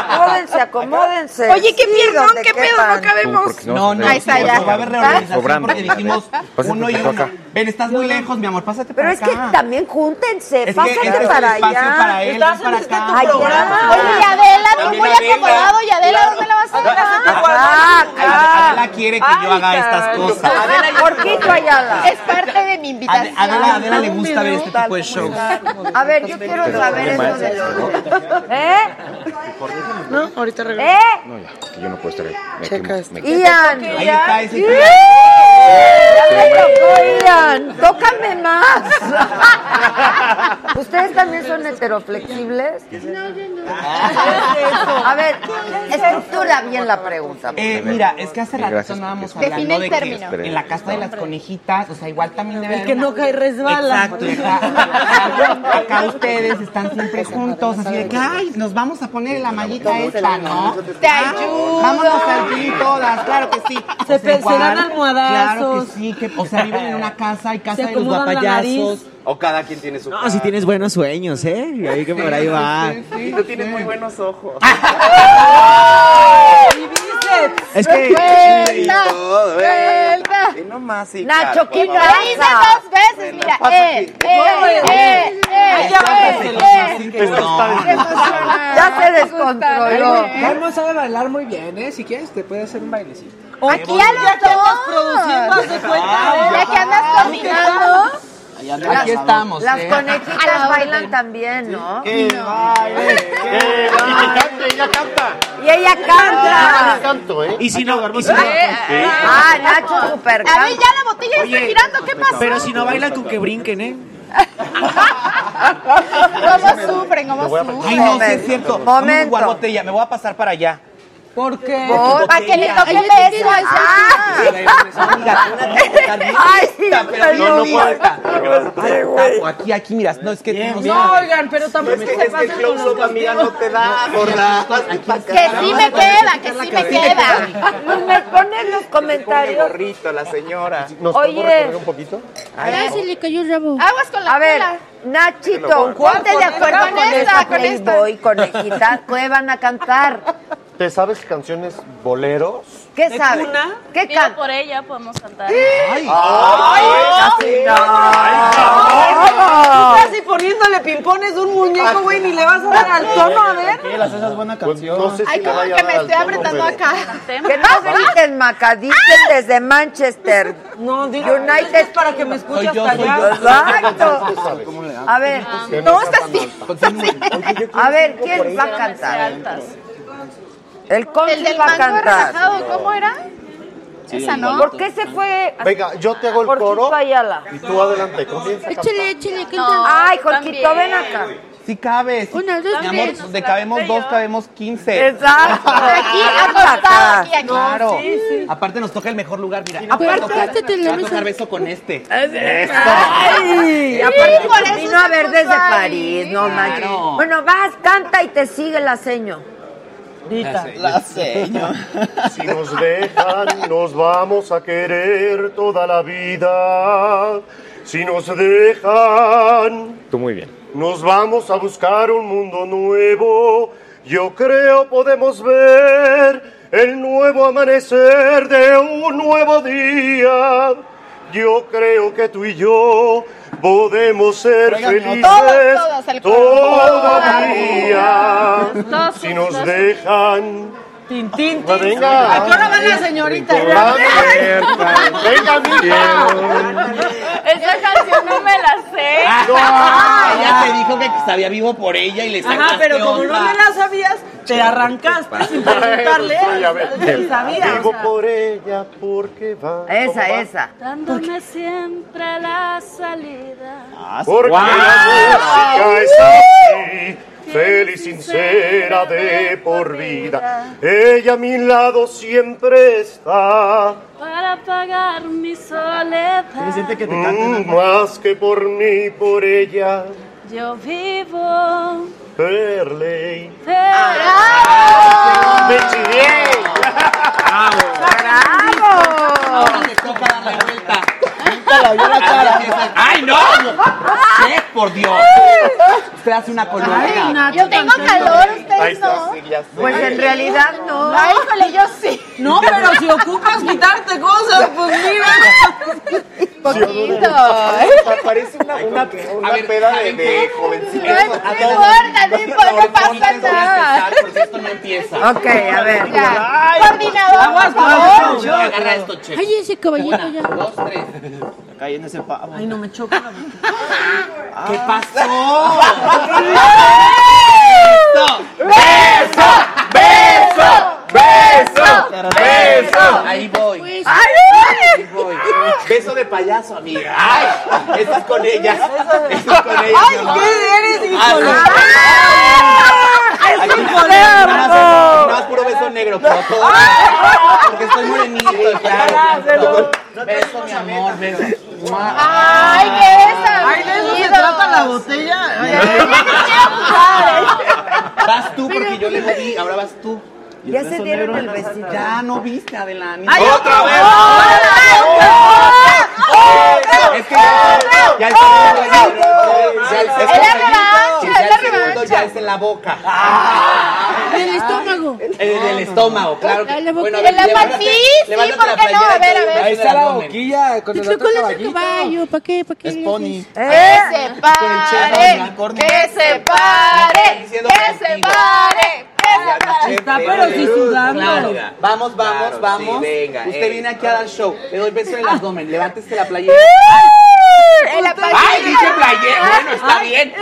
Acomódense, acomódense.
Oye, qué
Sí,
pierdón,
donde
qué pedo,
quepan.
no cabemos.
No, no,
Ahí está,
no,
ya.
no, va a haber reorganización
Sobrando.
porque dijimos
Pásate
uno y
poquito
uno.
acá.
Ven, estás muy lejos, mi amor, pásate
Pero
para
es que
acá.
también júntense,
Es que
pásense
este es el
para
espacio
allá.
para él, Estás no para haciendo acá. este tu programa.
Allá.
Oye, y Adela, tú
También
muy
Adela.
acomodado. ¿Y Adela dónde la vas a dejar?
Ah,
Adela Adela quiere que yo haga estas cosas.
Porquito Ayala.
Es parte de mi invitación.
A Adela, Adela le gusta ver este tipo de shows.
A ver, yo quiero saber eso de los... ¿Eh?
No, ahorita regreso.
¿Eh?
No, ya, es que yo no puedo estar ahí. Me
Checa
quemo,
esto.
me quemo.
Ian.
Ahí está ese
¡Sí!
tipo.
¡Ya me tocó, Ian! ¡Tócame más! ¿Ustedes también son heteroflexibles? A ver, estructura bien la pregunta.
Eh, mira, es que hace ratito andábamos
Define
hablando
el
de que
término.
en la casa de las conejitas, o sea, igual también debe
El
haber
que
una-
no cae resbala.
Exacto, y acá, acá ustedes están siempre juntos, así de que, ay, nos vamos a poner la mallita esta, ¿no?
Te
Ah,
ayudo.
Vamos a salir todas, claro que sí.
Se
O sea,
pe- se dan
igual,
almohadazos.
Claro que sí, que, o sea, viven en una casa y casa
Se
de los
acomodan la
guapayazos.
nariz.
O cada quien tiene su
Ah,
No, si tienes buenos sueños, ¿eh? Y ahí que por ahí va.
Tú tienes muy buenos ojos.
Ah,
Es que.
Vuelta, ¿eh? vuelta.
Y no más, sí,
Nacho,
claro, por
¿qué
favor.
me dice dos veces? Mira, eh, eh, eh, eh, eh,
Ya se descontroló.
Carmen sabe bailar muy bien, ¿eh? Si quieres, te puede hacer un bailecito.
Aquí a los dos. produciendo, haz de
¿eh?
cuenta. Ya que andas cocinando.
Aquí estamos.
Las
¿eh?
A la
conejitas
orden.
bailan también, ¿no?
Que baile, que baile.
Y ella canta.
Canto, ¿eh?
Y si no, y si no- pues,
Ah, Nacho super
A ver, ya la botella está girando, ¿qué pasó?
pero si no bailan con que brinquen, ¿eh?
¿Cómo sufren? ¿Cómo
Ay, no, sí
sufren?
es cierto.
Momento.
Vamos a jugar botella, me voy a pasar para allá.
¿Por qué?
Por-
Para que le toque el
Ay,
beso a esa
ah, Ay, sí,
Pero
no,
no, no
no,
puedo. Ay, tapo, Aquí, aquí, miras. No, es que no
No,
mira.
oigan, pero tampoco
Es que,
se
es que
pasen con los
close-up, amiga, no te
Ah,
da.
Por la-
Que sí me queda, que sí me queda.
Pues me ponen los
Pone
comentarios.
gorrito la señora.
¿Nos
Oye.
podemos recorrer un poquito?
Ya se le cayó el rabo.
Aguas con la
A ver,
cola.
Nachito,
cuál?
ponte de
¿Con
esta?
acuerdo con
Con
esta
Ah,
esta, con esta.
Playboy, conejita. ¿Qué van a cantar?
¿Te sabes canciones boleros?
¿Qué
¿De
sabes?
cuna?
¿Qué
Viva
cantan?
por ella, podemos cantar.
Ay,
Tú casi poniéndole pimpones de un muñeco, güey, ni le vas a dar al tono, a ver.
¿Qué? Las esas buena
Pues,
canción.
No sé si
Ay,
le
como
vaya
que
a
me
dar al
estoy
tono,
apretando
pero-
acá.
Que no griten, Maca, dicen desde Manchester.
No, digo,
United-
es para que me escuche
Soy yo,
hasta
soy
allá.
¿Qué
Exacto.
sabes?
A ver,
No, estás bien.
a ver, ¿quién va a
Pónganse
cantar?
altas.
El
El
Conde
del
va a
mango
cantar.
relajado, ¿cómo era? Esa no.
¿Por qué se fue?
Ah,
Venga, yo te hago el
Jorgito
coro
Ayala.
y tú adelante. Comienza.
Échale, échale, canta.
Ay,
tú
Jorgito, ven
también.
acá.
Sí cabes.
Una, dos,
Mi
tres.
amor, de cabemos dos, cabemos quince.
Exacto.
Aquí, acostado,
Acá.
aquí, aquí.
Claro. Aparte nos toca el mejor lugar, mira. Nos va a
Aparte,
tocar,
este te
nos
la
va a
besa.
tocar beso con este.
Ay,
Sí,
aparte
por eso
vino a
se
ver
puso
desde
ahí.
París, no manches. Bueno, vas, canta y te sigue la seño.
La seño.
Si nos dejan, nos vamos a querer toda la vida. Si nos dejan,
Tú muy bien.
Nos vamos a buscar un mundo nuevo. Yo creo podemos ver el nuevo amanecer de un nuevo día. Yo creo que tú y yo podemos ser
Oigan, no,
felices
todos, todos, el coro.
todavía.
Todos
Si
juntos.
nos dejan,
Tintín,
Pues venga.
¿A qué hora va la señorita?
Venga, mija.
Esa canción no me la sé.
Ah, Ella te dijo que sabía vivo por ella y le sacaste
Ajá, pero como no
onda.
me la sabías, te arrancaste sin preguntarle.
Bueno, sí, a ver.
Ni sabía.
Digo por ella porque va. ¿Cómo va?
Dándome siempre la salida.
Porque
¡Guau!
la música es así, feliz, sincera de por vida. Ella a mi lado siempre está,
Para pagar mi soledad.
que Mm, más que por mí, por ella.
Yo vivo.
Perley.
¡Bravo!
¡Me chillé!
¡Bravo!
Nunca la vio la cara.
¡Ay, no! ¡Chef, por Dios! Usted hace una columna.
Yo
tengo calor, ustedes
Ahí está, sí, ya sé.
Pues en realidad no.
Ay, híjole, yo sí. No, pero si ocupas quitarte cosas, pues mira. Poquito.
Parece una, una, una peda de, de jovencita.
No importa, no importa, no pasa
este
nada.
Ok, a ver.
Coordinador, por favor.
Agarra esto, che.
Ay, ese caballito ya.
Caí en ese pavo.
Ay, no me choca. la-
¿Qué pasó?
¡Beso! ¡Beso! ¡Beso! ¡Beso!
Ahí voy.
¡Ay! Beso de payaso, amiga. ¡Ay! Estás con ella. Estás con ella.
¡Ay,
mi amor.
qué eres, hijo!
Ah, no.
¡Ah! ¡Es
Aquí
un
nada
colega!
más, nada más puro beso negro, pero todo. Porque estoy morenito, claro. Beso, mi amor, beso.
Ay, qué es.
Ay, de eso se trata la botella.
Vas tú porque yo le moví, ahora vas tú. Y
Ya
el
se
beso
dieron
negro-
el besito.
Ya no viste, Adelani.
Ay,
¡Otra vez! Es que ya- ya el segundo ya- ya el segundo-
Es la revancha,
Sí,
es
Ya
la
el segundo ya es en la boca.
Del estómago.
En Ah. el estómago, claro. que-
En la boca-
Bueno, a ver,
en la
levántate-
pati- sí,
levántate
¿por
la
qué no?
playera
A ver, a
que
ver.
te
Ahí
ves
está la
el abdomen.
boquilla con ¿Y tú con el otro caballo? ¿Para qué? ¿Para qué? Es pony. Que se pare. Que se pare. Que se pare.
Está pero sí sudando.
Claro. Vamos, vamos,
Claro, sí,
vamos.
venga,
Usted
eh.
viene aquí a dar show. Le doy beso en el abdomen. Levántese la playera.
Ah. En la
¡Ay, dije playera! Bueno, está bien.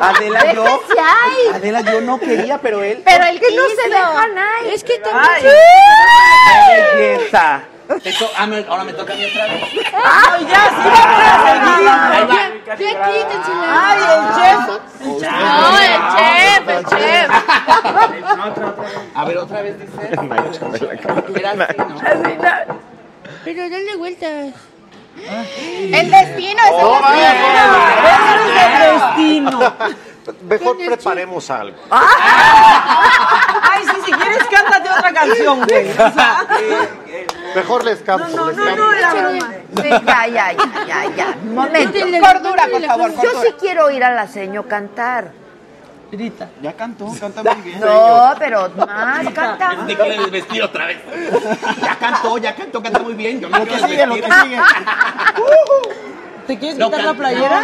Adela, yo.
Déjense ahí.
Adela, yo no quería, pero él.
Pero el que no se deja nadie. Es que también.
Ay.
¡Qué belleza!
Esto- ah, me- ahora me toca a mí otra vez.
¡Ay, ya sí!
Ahí va.
Ya quítensela.
¡Ay, el chef!
No, el chef, el chef.
A ver, otra vez dice. Era así, ¿no?
Pero dale vueltas.
El destino es
Oh,
el destino.
destino!
Mejor preparemos algo.
Ay, sí, si quieres, cántate otra canción, güey. O sea,
Mejor les canto.
no,
les
no,
canto.
no, era broma.
Sí, ya, ya, ya, ya, ya. Un Momento.
Cordura, por favor,
Yo
cordura.
sí quiero oír a la seño cantar.
Grita.
Ya cantó, canta muy bien.
No, pero más canta.
Te quieres vestir otra vez. Ya cantó, ya cantó, canta muy bien. Yo me
Lo que
quiero
sigue, lo que
vestir.
sigue.
¿Te quieres
No,
quitar la
can-
playera?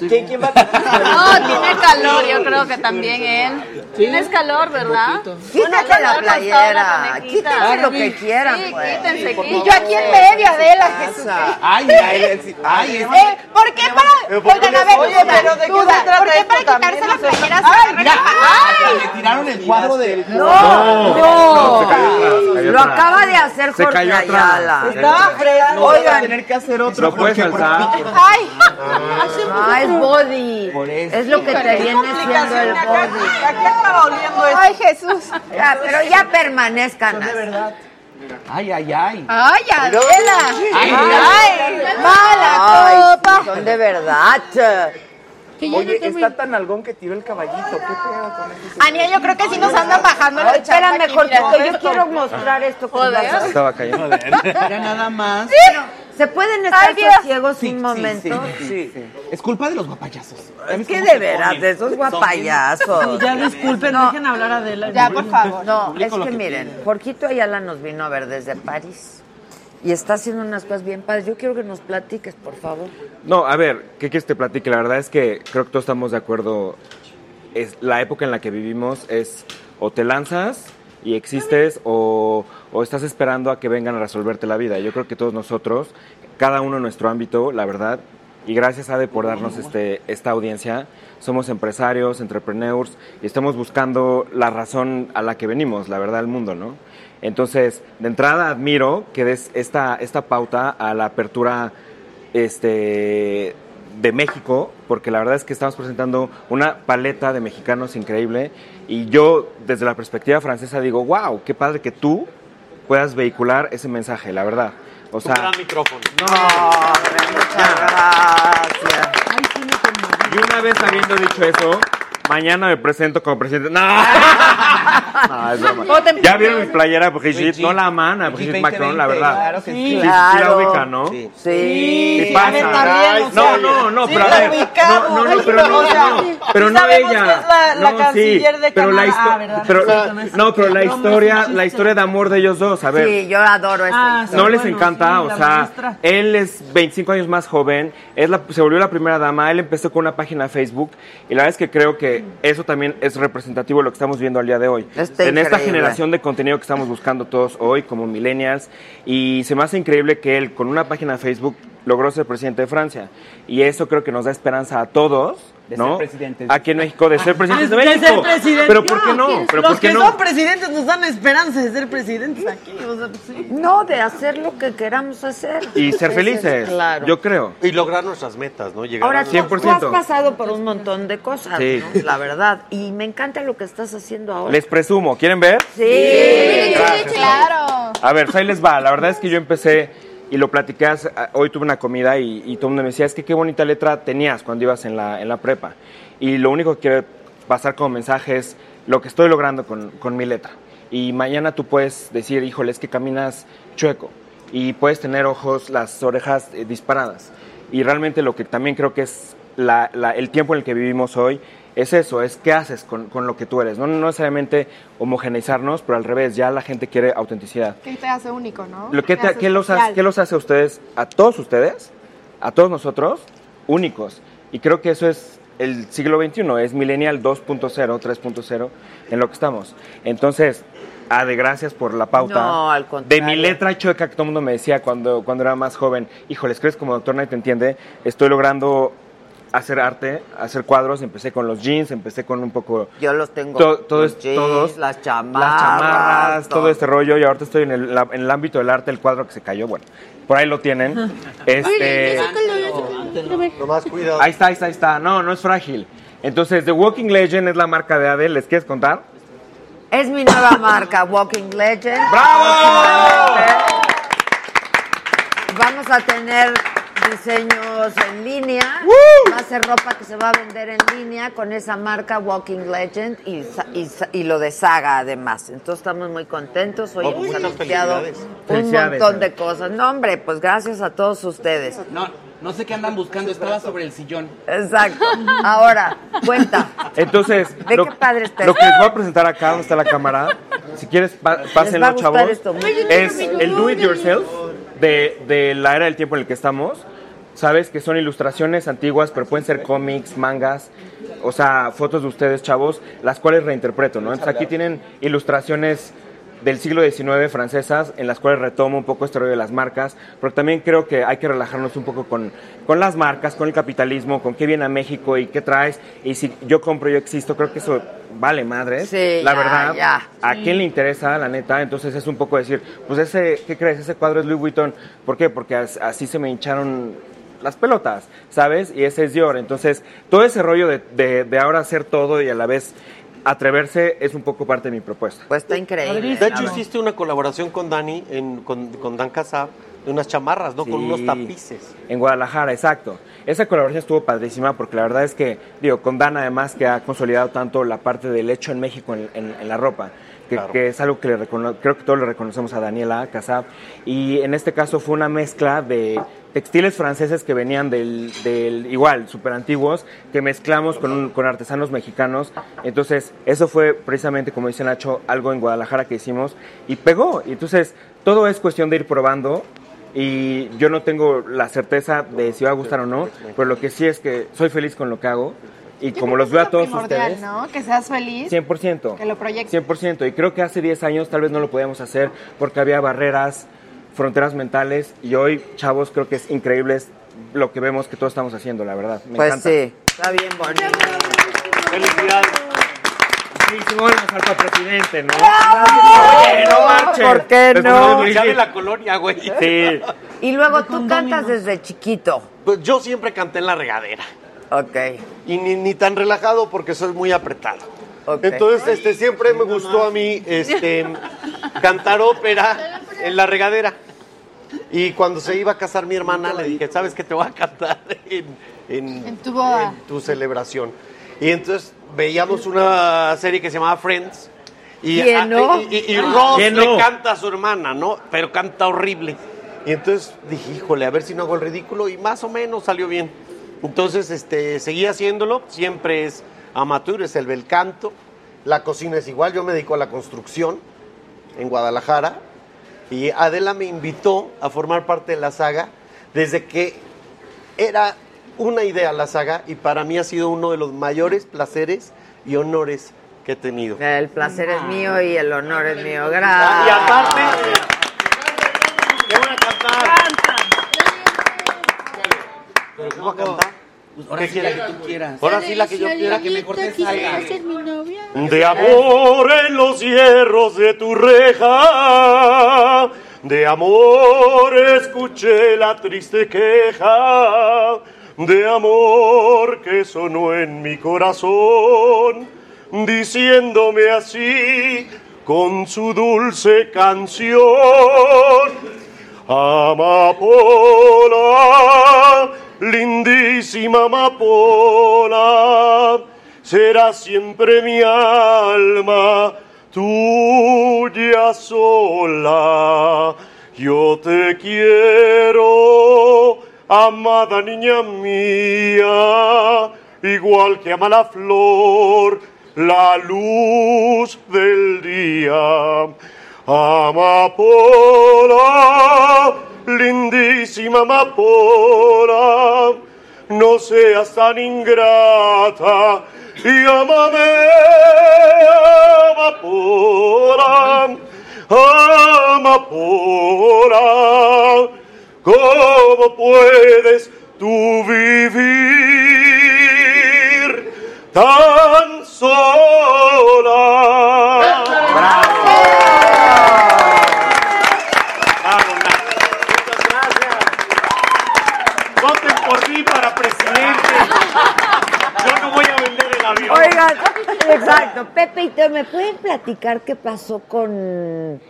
¿Quién, quién va a cantar?
No, Oh, tiene calor, yo creo que también él. Tienes calor, ¿verdad?
Quítate la
calor nos sobra
playera.
cuando me quitan.
Quítense lo que
Sí,
quieran, pues.
quítense,
Y
quítense.
yo aquí en medio, Adela, Jesús.
Ay, ay, ay, ay, ay.
Eh, ¿Por qué para.?
¿por qué
Oigan, a
les-
ver,
Oye,
duda,
pero ¿de qué
duda,
se trata
¿Por qué
esto
para quitarse
también?
la
O
playera?
sea, ¡ay,
se
Mira,
agarra-
hasta le tiraron el cuadro del.
No,
no.
se cayó atrás, se cayó
Lo
atrás.
acaba de hacer
Se
Jorge
cayó atrás.
Ayala.
Está fregado.
No, vas a tener que hacer otro.
Lo puedes
porque-
alzar.
Ay,
Ah, es body.
Por eso.
Es lo que te
Qué
viene siendo
complicación
el
acá.
body.
¿A qué estaba oliendo esto?
ay, Jesús.
Ya, pero ya permanezcan. así.
Ay, ay, ay.
Ay, Adela.
Ay,
Ay,
Ay,
mala
sí,
copa.
son de verdad.
Oye, está tan algón que tiró el caballito. ¿Qué pedo con eso?
Ania, yo creo que sí nos andan bajando la
Ay,
chamba
espérame,
aquí,
Jorge,
mira.
que yo quiero mostrar esto con
Joder.
las-
Estaba cayendo.
Mira nada más.
¿Se pueden estar
Ay, Dios.
ciegos un
sí,
momento?
sí, sí. Es culpa de los guapayazos.
Es que de veras, de esos guapayazos.
Ya disculpen, dejen hablar a Adela.
Ya, por favor.
No, es
Publico lo
que
que
miren, Jorquito Ayala nos vino a ver desde París y está haciendo unas cosas bien padres. Yo quiero que nos platiques, por favor.
No, a ver, ¿qué quieres que te platique? La verdad es que creo que todos estamos de acuerdo. Es, la época en la que vivimos es o te lanzas y existes o, o estás esperando a que vengan a resolverte la vida. Yo creo que todos nosotros, cada uno en nuestro ámbito, la verdad, y gracias Ade por darnos este, esta audiencia, somos empresarios, entrepreneurs y estamos buscando la razón a la que venimos, la verdad, al mundo, ¿no? Entonces, de entrada admiro que des esta, esta pauta a la apertura este, de México, porque la verdad es que estamos presentando una paleta de mexicanos increíble. Y yo, desde la perspectiva francesa, digo, wow, qué padre que tú puedas vehicular ese mensaje, la verdad. O sea,
micrófono.
y una vez habiendo dicho eso, mañana me presento como presidente. ¡No! No, es broma.
Voten.
Ya vieron mi playera, Brigitte, no la aman a Brigitte Macron, la verdad.
Claro que sí.
Sí, sí la
Claro.
ubica, ¿no?
Sí.
¿Qué
Sí.
pasa?
A ver, también, o
no,
sea,
no, no,
sí
pero a
la
ver.
ubicamos.
No, no, no, pero no,
O sea,
no, pero no
sabemos
ella.
que es la- la
no,
canciller
sí,
de
pero la
Canadá,
histo-
¿verdad?
pero-
O sea,
No, pero la
no, no,
historia,
sí,
la
sí.
historia de amor de ellos dos, a ver.
Sí, yo adoro eso.
No les encanta, o sea, él es 25 años más joven, es la- se volvió la primera dama, él empezó con una página de Facebook y la verdad es que creo que eso también es representativo de lo que estamos viendo al día de hoy.
Está
en esta
increíble.
generación de contenido que estamos buscando todos hoy como millennials y se me hace increíble que él con una página de Facebook logró ser presidente de Francia y eso creo que nos da esperanza a todos.
De
¿no?
ser presidentes.
Aquí en México, de ser presidentes de
De
México.
ser presidente.
Pero ¿por qué no? Pero
Ah, Los
¿por qué
que
no?
son presidentes nos dan esperanza de ser presidentes aquí.
eh,
O sea, sí.
No, de hacer lo que queramos hacer.
Y ser felices,
Claro.
yo creo.
Y lograr nuestras metas, ¿no? Llegar
Ahora,
a
tú,
nuestras-
tú has pasado por un montón de cosas,
Sí.
¿no? la verdad. Y me encanta lo que estás haciendo ahora.
Les presumo, ¿quieren ver?
Sí.
Gracias.
claro.
A ver, ahí les va. La verdad es que yo empecé y lo platicé. hace- Hoy tuve una comida y, y todo el mundo me decía, es que qué bonita letra tenías cuando ibas en la, en la prepa. Y lo único que quiero pasar como mensaje es lo que estoy logrando con, con mi letra. Y mañana tú puedes decir, híjole, es que caminas chueco y puedes tener ojos, las orejas eh, disparadas. Y realmente lo que también creo que es la- la- el tiempo en el que vivimos hoy es eso, es qué haces con, con lo que tú eres. No, no necesariamente homogeneizarnos, pero al revés, ya la gente quiere autenticidad.
¿Qué te hace único, no?
Lo que
Te
te-
hace
¿qué los
especial.
hace, qué los hace a ustedes, a todos ustedes, a todos nosotros, únicos? Y creo que eso es el siglo XXI, es Millennial 2.0, 3.0, en lo que estamos. Entonces, a de gracias por la pauta.
No, al
de
contrario.
mi letra chueca que todo el mundo me decía cuando, cuando era más joven, híjoles, crees como doctor nadie te entiende, estoy logrando hacer arte, hacer cuadros, empecé con los jeans, empecé con un poco...
Yo los tengo.
To- todo
los
es-
jeans,
todos-
las chamarras.
las chamarras, todo este rollo. Y ahorita estoy en el, la- en el ámbito del arte, el cuadro que se cayó. Bueno, por ahí lo tienen. Este,
Nomás cuidado.
ahí está, ahí está, ahí está. No, no es frágil. Entonces, The Walking Legend es la marca de Adele. ¿Les quieres contar?
Es mi nueva marca, Walking Legend.
¡Bravo!
Vamos a tener diseños en línea. Va a ser ropa que se va a vender en línea con esa marca Walking Legend y, sa- y sa- y lo de Saga además. Entonces estamos muy contentos. Hoy
Oh,
hemos
muchas
anunciado
felicidades.
un
Felicidades,
montón de cosas. No, hombre, pues gracias a todos ustedes.
No, no sé qué andan buscando, estaba sobre el sillón.
Exacto. Ahora, cuenta.
Entonces,
Ve
lo,
qué padre está
lo
esto.
que les voy a presentar acá, donde está la cámara, si quieres, pa-
Les va a
pásenlo,
gustar este
chavos.
esto.
Es el do it yourself de, de la era del tiempo en el que estamos. Sabes que son ilustraciones antiguas, pero pueden ser cómics, mangas, o sea, fotos de ustedes, chavos, las cuales reinterpreto, ¿no? Entonces aquí tienen ilustraciones del siglo XIX francesas, en las cuales retomo un poco este rollo de las marcas, pero también creo que hay que relajarnos un poco con, con las marcas, con el capitalismo, con qué viene a México y qué traes, y si yo compro, yo existo, creo que eso vale madres,
Sí,
la
ya,
verdad,
ya.
¿a
Sí.
quién le interesa, la neta? Entonces es un poco decir, pues ese, ¿qué crees? Ese cuadro es Louis Vuitton, ¿por qué? Porque as- así se me hincharon las pelotas, ¿sabes? Y ese es Dior, entonces todo ese rollo de, de- de ahora hacer todo y a la vez atreverse es un poco parte de mi propuesta.
Pues está increíble.
De hecho, hiciste una colaboración con Dani, en- con, con Dan Casa, de unas chamarras, ¿no? Con unos
Sí.
tapices.
En Guadalajara, exacto. Esa colaboración estuvo padrísima porque la verdad es que, digo, con Dan además que ha consolidado tanto la parte del hecho en México en, en- en la ropa, que, que es algo que le recono- creo que todos le reconocemos a Daniela Casab. Y en este caso fue una mezcla de textiles franceses que venían del, del igual, súper antiguos, que mezclamos con, un- con artesanos mexicanos. Entonces, eso fue precisamente, como dice Nacho, algo en Guadalajara que hicimos y pegó. Y entonces, todo es cuestión de ir probando y yo no tengo la certeza de si va a gustar o no, pero lo que sí es que soy feliz con lo que hago y como los veo a todos
Primordial,
ustedes,
¿no? Que seas feliz.
100%.
Que lo proyectes.
100%. Y creo que hace 10 años tal vez no lo podíamos hacer porque había barreras, fronteras mentales. Y hoy, chavos, creo que es increíble es lo que vemos que todos estamos haciendo, la verdad. Me
Pues
encanta.
sí. Está bien bonito.
Felicidades. Sí, Simón, nuestro presidente, ¿no?
Oye, no marchen. ¿Por qué
Pues,
no?
pues, ya de la colonia, güey.
Sí.
Y luego tú cantas desde chiquito.
Pues yo siempre canté en la regadera.
Ok.
Y ni, ni tan relajado porque soy muy apretado. Entonces, este, siempre me gustó a mí este, cantar ópera en la regadera. Y cuando se iba a casar mi hermana, le dije, ¿sabes qué te voy a cantar en, en-
En tu boda.
en tu celebración? Y entonces veíamos una serie que se llamaba Friends. Y,
¿Quién
ah,
no?
y, y- y Ross
¿Quién
le
no?
canta a su hermana, ¿no? Pero canta horrible. Y entonces dije, híjole, a ver si no hago el ridículo. Y más o menos salió bien. Entonces este, seguí haciéndolo. Siempre es amateur, es el bel canto. La cocina es igual. Yo me dedico a la construcción en Guadalajara. Y Adela me invitó a formar parte de la saga desde que era una idea la saga y para mí ha sido uno de los mayores placeres y honores que he tenido.
El placer
Ah.
es mío y el honor es mío.
Ah,
Gracias.
y aparte, ¡Qué buena cantar! ¿Pero qué voy a cantar?
ahora
¿Qué
sí
quieres?
la que tú quieras.
Ahora sí la que yo quiera que me cortes
quisiera ser
mi
novia.
De amor en los hierros de tu reja, de amor escuché la triste queja, de amor que sonó en mi corazón, diciéndome así con su dulce canción. Amapola, lindísima amapola, será siempre mi alma tuya sola. Yo te quiero, amada niña mía, igual que ama la flor, la luz del día. Amapola, lindísima amapola, no seas tan ingrata y amame, amapola, amapola, ¿cómo puedes tú vivir tan sola? Voten por mí para presidente. Yo no voy a vender el avión.
Oigan, exacto. Pepe y Teo, ¿me pueden platicar qué pasó con.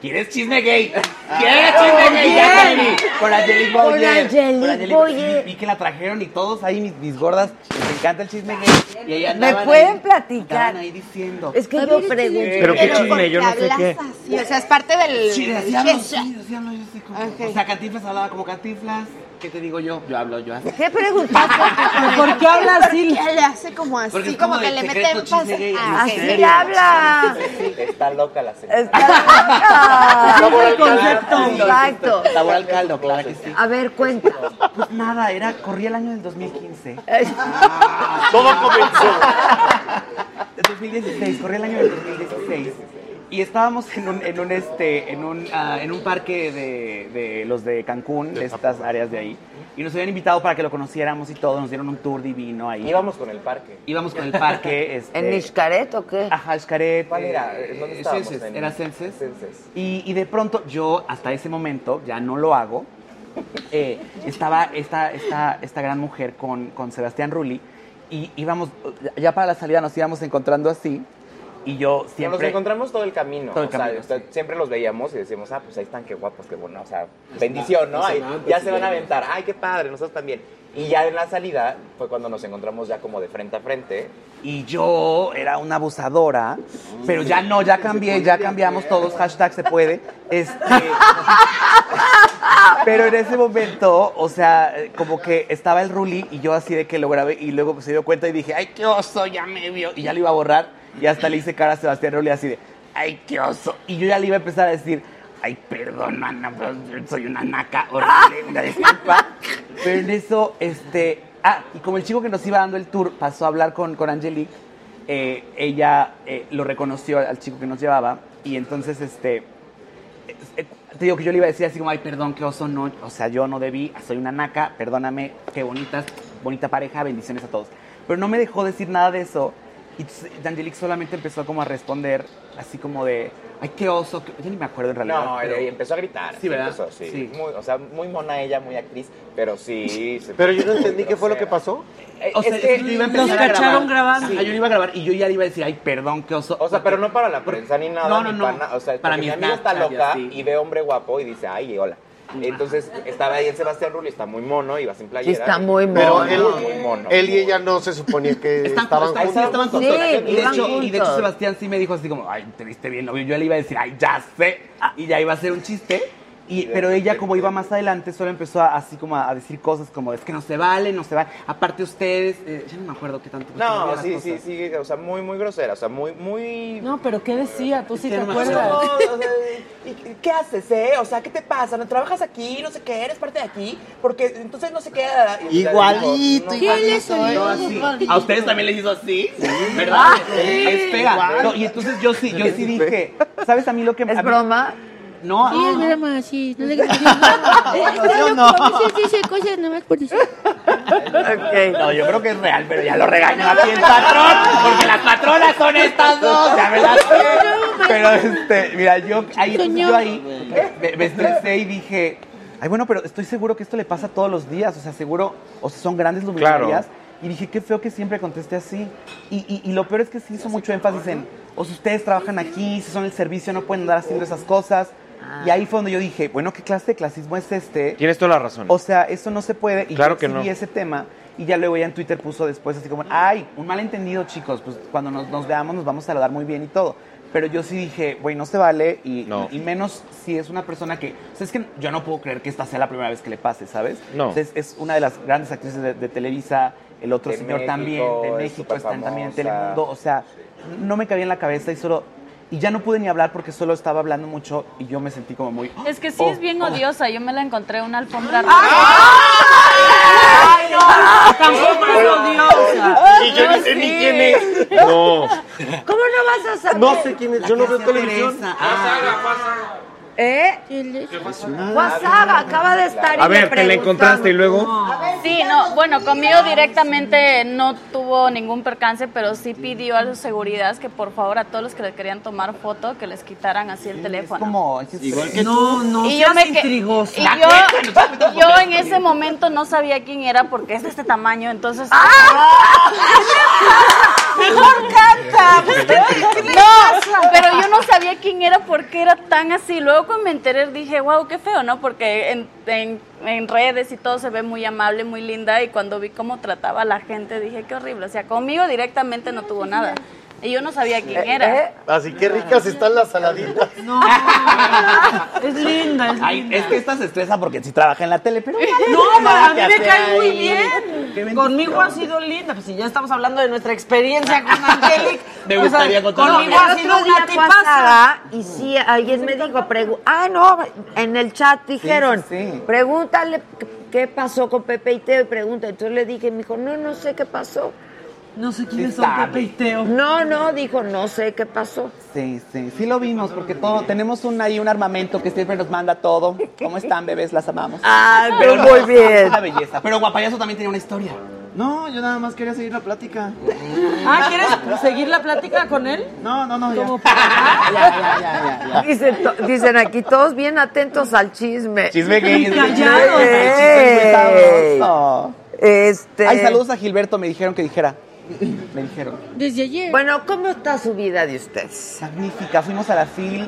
¿Quieres chisme gay? ¿Quieres chisme
Ah, ¿Con
gay?
quién?
Ya, Angeli. Con Angeli
Con
Boyer.
Angeli
Angeli
Boyer.
Y, y que la trajeron y todos ahí, mis, mis gordas, les encanta el chisme gay. Y ahí
¿Me
andaban
pueden
ahí,
platicar?
andaban ahí diciendo.
Es que yo pregunté.
Pero qué
porque
chisme, yo no sé
hablas
qué.
así, o sea, es parte del...
Sí, decían los-
Esa.
sí, decían los- yo sé cómo- O sea, Cantinflas hablaba como Cantinflas. ¿Qué te digo yo? Yo hablo yo así.
¿Qué preguntaste?
¿Por qué habla así?
¿Por
le hace como así,
Porque es
como,
como
que
de
le mete
secreto,
énfasis.
chisme gay.
Ah,
¿En
ok.
serio?
habla?
Está loca la señora.
Ah,
Sabor al caldo.
Exacto.
Sabor al caldo, claro que sí.
A ver, cuenta.
Pues nada, era, corría el año del 2015.
Todo comenzó.
El 2016, corría el año del 2016. Y estábamos en un, en un, este, en un, ah, en un parque de, de los de Cancún, de estas áreas de ahí. Y nos habían invitado para que lo conociéramos y todo, nos dieron un tour divino ahí.
Íbamos
con el parque. Íbamos con el parque. este,
¿En Mishkaret o qué?
Ajá, Xcaret.
¿Cuál era?
eh,
¿Dónde estábamos?
Senses,
En-
Era Senses. Y, y de pronto yo, hasta ese momento, ya no lo hago, eh, estaba esta, esta, esta gran mujer con, con Sebastián Rulli y íbamos, ya para la salida nos íbamos encontrando así y yo
Nos
siempre...
encontramos todo el camino.
Todo el
o sea,
camino,
está- siempre los veíamos y decíamos, ah, pues ahí están, qué guapos, qué bueno. O sea, bendición, ¿no? no se Ay, van, ya pues, se van a sí. aventar. Ay, qué padre, nosotros también. Y ya en la salida fue cuando nos encontramos ya como de frente a frente.
Y yo era una abusadora, pero ya no, ya cambié, ya cambiamos todos, hashtag se puede. Este, pero en ese momento, o sea, eh, como que estaba el Ruli y yo así de que lo grabé y luego se dio cuenta y dije, ay, qué oso, ya me vio. Y ya lo iba a borrar y hasta le hice cara a Sebastián Ruli así de, ay, qué oso. Y yo ya le iba a empezar a decir, ay, perdón, mana, pero yo soy una naca horrible, una disculpa. Pero en eso, este, Ah, y como el chico que nos iba dando el tour pasó a hablar con, con Angelique, eh, ella eh, lo reconoció al chico que nos llevaba y entonces, este, eh, te digo que yo le iba a decir así como, ay, perdón, qué oso, no, o sea, yo no debí, soy una naca, perdóname, qué bonitas, bonita pareja, bendiciones a todos. Pero no me dejó decir nada de eso y entonces, Angelique solamente empezó como a responder así como de, ay, qué oso, qué-". yo ni me acuerdo en realidad.
No,
pero-
y empezó a gritar.
Sí, ¿verdad?
Empezó, sí.
Sí.
Muy- o sea, muy mona ella, muy actriz, pero sí. se-
Pero yo no entendí qué fue lo
grosera.
que pasó.
Eh,
O
es
sea, es que yo iba a empezar
nos
a grabar.
cacharon grabando.
Sí. Ah, yo iba a grabar y yo ya le iba a decir, ay, perdón, qué oso.
O sea, pero no para la prensa ni nada.
No, no,
ni
no.
Para, na- o sea,
Para
para mi
mis
amigo está
nachas y
loca
así.
y ve hombre guapo y dice, ay, hola. Entonces estaba ahí el Sebastián Rulli, está muy mono y vas en playera.
Está muy
Pero
Muy,
él,
muy mono.
él y ella no se suponía que estaban
Ahí
juntos.
sí estaban juntos.
Sí,
y, de
iban
hecho, y de hecho
juntos.
Sebastián sí me dijo así como, ay, te viste bien, novio. Yo le iba a decir, ay, ya sé. Y ya iba a hacer un chiste. Y, pero ella, como iba más adelante, solo empezó a- así como a, a decir cosas como, es que no se vale, no se vale. Aparte ustedes, eh, ya no me acuerdo qué tanto.
No, sí, sí, sí, o sea, muy, muy grosera, o sea, muy, muy...
No, pero ¿qué decía? Tú sí te
No,
acuerdas.
o sea, ¿y qué- ¿qué haces, eh? O sea, ¿qué te pasa? ¿No trabajas aquí? No sé qué, eres parte de aquí, porque entonces no sé qué... Y-
Igualito,
No,
igualito.
no
¿eh?
soy.
No,
así.
¿A ustedes también les hizo así? ¿Verdad?
Ah,
Eh,
sí.
Espera.
Igual.
No, y entonces yo sí, yo sí dije, ¿sabes a mí lo que... ¿Es broma? No,
Sí, es
no.
broma, sí. No le creas que no.
Ah. No, no,
Es
yo
que
no.
no. A veces dice cosas nomás por decir.
No, yo creo que es real, pero ya lo regañó aquí el patrón, porque las patronas son estas dos, ya me las sé. Pero este, mira, yo ahí, yo ahí me, me estresé y dije, ay, bueno, pero estoy seguro que esto le pasa todos los días, o sea, seguro, o sea, son grandes luminarias. Y dije, qué feo que siempre conteste así. Y, y- y lo peor es que sí hizo mucho énfasis en, o si ustedes trabajan aquí, si son el servicio, no pueden andar haciendo esas cosas. Y ahí fue donde yo dije, bueno, ¿qué clase de clasismo es este?
Tienes toda la razón.
O sea, eso no se puede. Y
Claro
yo
que
sí
no.
vi ese tema y ya luego ya en Twitter puso después así como, ay, un malentendido, chicos, pues cuando nos, nos veamos nos vamos a saludar muy bien y todo. Pero yo sí dije, güey, no se vale y,
No.
y menos si es una persona que... O sea, es que yo no puedo creer que esta sea la primera vez que le pase, ¿sabes?
No.
O sea, es, es una de las grandes actrices de, de Televisa, el otro
De
señor
México,
también, de
es
México, están
superfamosa.
también en Telemundo. O sea, no me cabía en la cabeza y solo... Y ya no pude ni hablar porque solo estaba hablando mucho y yo me sentí como muy...
Es que sí
oh,
es bien
oh.
odiosa. Yo me la encontré en una alfombra
Ah,
Tampoco es odiosa.
Y yo ni sé ni quién es.
No.
¿Cómo no vas a saber?
No sé quién es, yo no veo televisión.
Ah,
¿Eh?
pues,
Guasaga acaba de estar. y
A
le
ver, te la encontraste y luego...
Sí, no, bueno, conmigo directamente no tuvo ningún percance, pero sí pidió a los seguridad que por favor a todos los que le querían tomar foto que les quitaran así el teléfono.
Como...
No, no,
Y
y
yo me que-
intrigosa.
Y yo, yo en ese momento no sabía quién era porque es de este tamaño, entonces. Mejor canta. No, pero yo no sabía quién era porque era tan así. Luego cuando me enteré dije, wow, qué feo, ¿no? Porque en, en- en redes y todo se ve muy amable, muy linda. Y cuando vi cómo trataba a la gente dije, qué horrible. O sea, conmigo directamente no tuvo nada. Y yo no sabía quién era.
Así que ricas están las saladitas.
Es linda, es
Ay, es que esta se estresa porque sí trabaja en la tele, pero...
No,
nada
ma, a mí
que
me
hacer
cae muy
ahí.
bien. Conmigo ha sido linda. Pues si ya estamos hablando de nuestra experiencia con Angélica.
Me gustaría contar
No,
Conmigo ha
el
sido
otro
una
día
tipaza.
pasada, y sí, alguien me dijo, pregu- ah, no, en el chat dijeron, pregúntale qué- qué pasó con Pepe y Teo, y pregunta, entonces le dije, me dijo, no, no sé qué pasó.
No sé
quiénes son sabe. Pepe y
Teo.
No, no, dijo, no sé qué pasó.
Sí, sí, sí lo vimos porque todo tenemos un ahí un armamento que siempre nos manda todo. ¿Cómo están, bebés? Las amamos.
Ah,
Pero
muy
no,
bien.
Una belleza. Pero Guapayazo también tenía una historia.
No, yo nada más quería seguir la plática.
Ah, ¿quieres seguir la plática con él?
No, no, no, ya.
Como-
Ya, ya, ya, ya, ya.
Dicen, to- dicen aquí todos bien atentos al chisme.
Chisme gay, chisme gay.
Callados.
Chisme muy sabroso.
Este.
Ay, saludos a Gilberto, me dijeron que dijera. Me dijeron.
Desde ayer. Bueno, ¿cómo está su vida de ustedes?
Magnífica, fuimos a la FIL,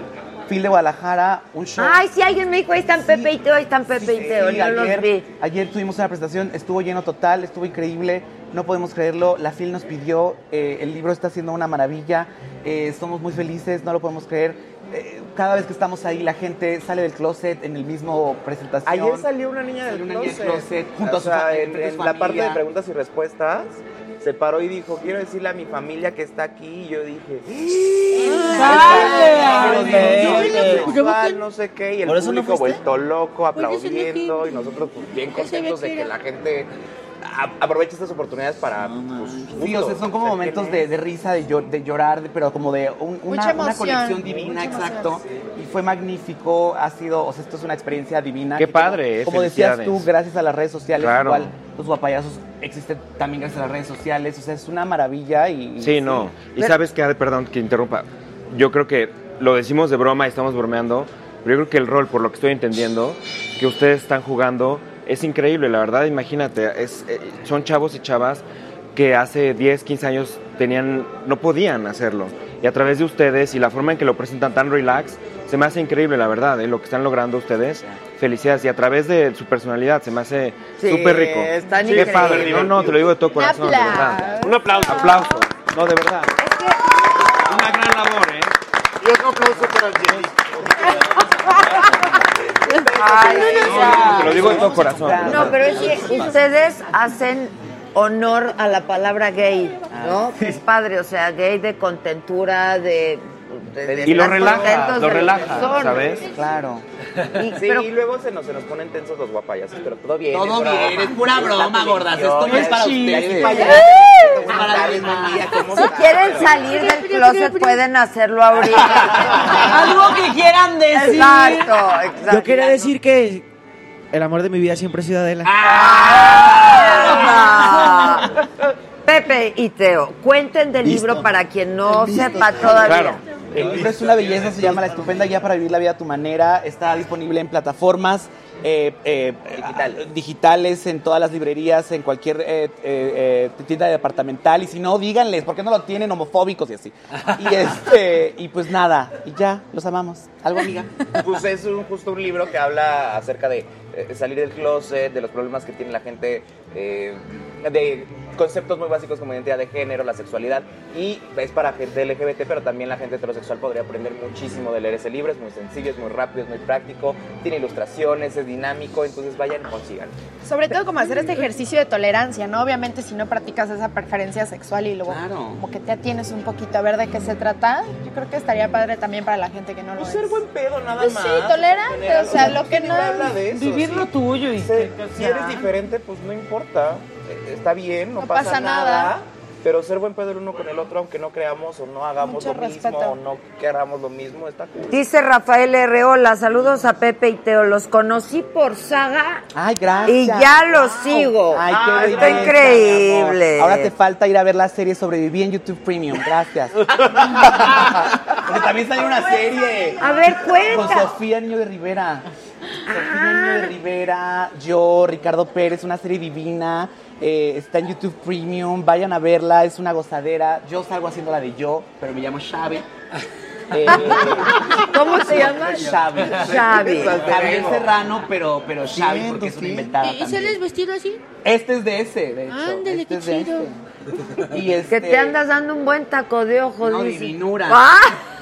FIL de Guadalajara, un show.
Ay, sí, alguien me dijo, ahí están Pepe y Teo, ahí están Pepe y Teo.
Sí,
yo los
ayer,
vi.
ayer tuvimos una presentación, estuvo lleno total, estuvo increíble, no podemos creerlo. La FIL nos pidió, eh, el libro está siendo una maravilla, eh, somos muy felices, no lo podemos creer. Eh, cada vez que estamos ahí, la gente sale del closet en el mismo presentación.
Ayer salió una niña del
Salió una niña
closet.
del closet, junto
O
a su
sea,
fa-
en,
frente a su
en la parte de
familia.
preguntas y respuestas, se paró y dijo, quiero decirle a mi familia que está aquí. Y yo dije, ¡Ah!
¡Dale!
Pero
Dale.
no, sexual, no sé qué. Y el
¿Por eso no
público
fuiste?
vuelto loco,
Porque eso no
aplaudiendo. Y nosotros pues, bien
Yo sabía
contentos de
que
que
era.
la gente a- aprovecha estas oportunidades para. pues,
Sí, o sea, son como momentos de, de risa, de, llor- de llorar, de- pero como de un- una,
Mucha
una
emoción,
conexión
mucha
divina, exacto.
emoción.
Y fue magnífico, ha sido, o sea, esto es una experiencia divina.
Qué
que como-
padre, eh,
Como decías tú,
felicidades.
gracias a las redes sociales,
Claro.
igual los guapayazos existen también gracias a las redes sociales, o sea, es una maravilla y...
Sí, no. Y sabes que, perdón que interrumpa, yo creo que lo decimos de broma, estamos bromeando, pero yo creo que el rol, por lo que estoy entendiendo, que ustedes están jugando es increíble, la verdad, imagínate, es, eh, son chavos y chavas que hace 10, 15 años tenían, no podían hacerlo. Y a través de ustedes y la forma en que lo presentan tan relax, se me hace increíble, la verdad, eh, lo que están logrando ustedes. Felicidades. Y a través de su personalidad, se me hace
Sí,
súper rico.
están
Qué padre. No,
increíbles.
no, te lo digo de todo corazón, de verdad.
Un aplauso.
Aplauso. No, de verdad.
Una gran labor, ¿eh?
Y otro aplauso para Jenny.
Ay,
Te lo digo de todo corazón. de
No,
verdad.
pero es que ustedes hacen honor a la palabra gay, ¿no? Que es padre, o sea, gay de contentura, de... de- de
Y lo
estar
relaja,
contentos
lo
de la
relaja,
persona.
¿sabes?
Claro.
Y-
sí,
pero-
y luego se nos, se nos ponen tensos los guapayazos, pero todo bien.
Todo
es broma.
bien, es pura
Es la
broma, gordas,
televisión,
esto no
ya
es para
chiste,
ustedes.
ya es
¡Eh!
para- para darles buen día, ¿cómo
Si
están?
quieren salir del closet pueden hacerlo ahorita.
Algo que quieran decir.
Exacto, exacto.
Yo quería decir que el amor de mi vida siempre es Ciudadela.
Pepe y Teo, cuenten del libro para quien no sepa todavía.
El libro es una belleza, se llama La estupenda guía para vivir la vida a tu manera. Está disponible en plataformas eh, eh, digitales, en todas las librerías, en cualquier eh, eh, eh, tienda departamental. Y si no, díganles, ¿por qué no lo tienen homofóbicos y así? Y, este, y pues nada, y ya, los amamos. ¿Algo, amiga?
Pues es un, justo un libro que habla acerca de eh, salir del closet, de los problemas que tiene la gente, eh, de conceptos muy básicos como identidad de género, la sexualidad, y es para gente LGBT, pero también la gente heterosexual podría aprender muchísimo de leer ese libro, es muy sencillo, es muy rápido, es muy práctico, tiene ilustraciones, es dinámico, entonces vayan, consigan.
Sobre todo como hacer este ejercicio de tolerancia, ¿no? Obviamente si no practicas esa preferencia sexual y luego como que te atienes un poquito a ver de qué se trata, yo creo que estaría padre también para la gente que no lo es. ser buen
pedo nada
pues Sí,
más, en
tolerante, o
general.
sea, lo que
Sí,
no...
habla de eso,
Vivir
sí.
lo tuyo y...
Se-
que-
si
ya.
eres diferente, pues no importa, eh, está bien, no,
No
pasa,
pasa
nada.
nada.
Pero ser buen pedo el uno con el otro, aunque no creamos o no hagamos
Mucho
lo mismo
respeto.
o no queramos lo mismo, está cool.
Dice Rafael R. Hola, saludos a Pepe y Teo. Los conocí por saga
Ay, gracias.
Y ya lo sigo. Ah.
Ay, qué
Ay, está
belleza,
increíble.
mi amor. Ahora te falta ir a ver la serie Sobreviví en YouTube Premium. Gracias. Porque también salió una serie.
A ver,
Con
cuenta.
Sofía Niño de Rivera. Sofía Niño de Rivera, yo, Ricardo Pérez, una serie divina. eh, está en YouTube Premium. Vayan a verla, es una gozadera. Yo salgo haciendo la de yo, pero me llamo Xavi. Eh,
¿Cómo se llama?
Eh,
Xavi.
Xavi.
Gabriel Serrano, pero, pero Xavi, porque es una inventada.
¿Y
también.
eh, sales vestido así?
Este es de ese, de hecho.
Ándale,
este
qué
es de
chido.
este. Y este,
Ah. Que te andas dando un buen taco de ojo,
No,
dice.
divinura.
¡Ah!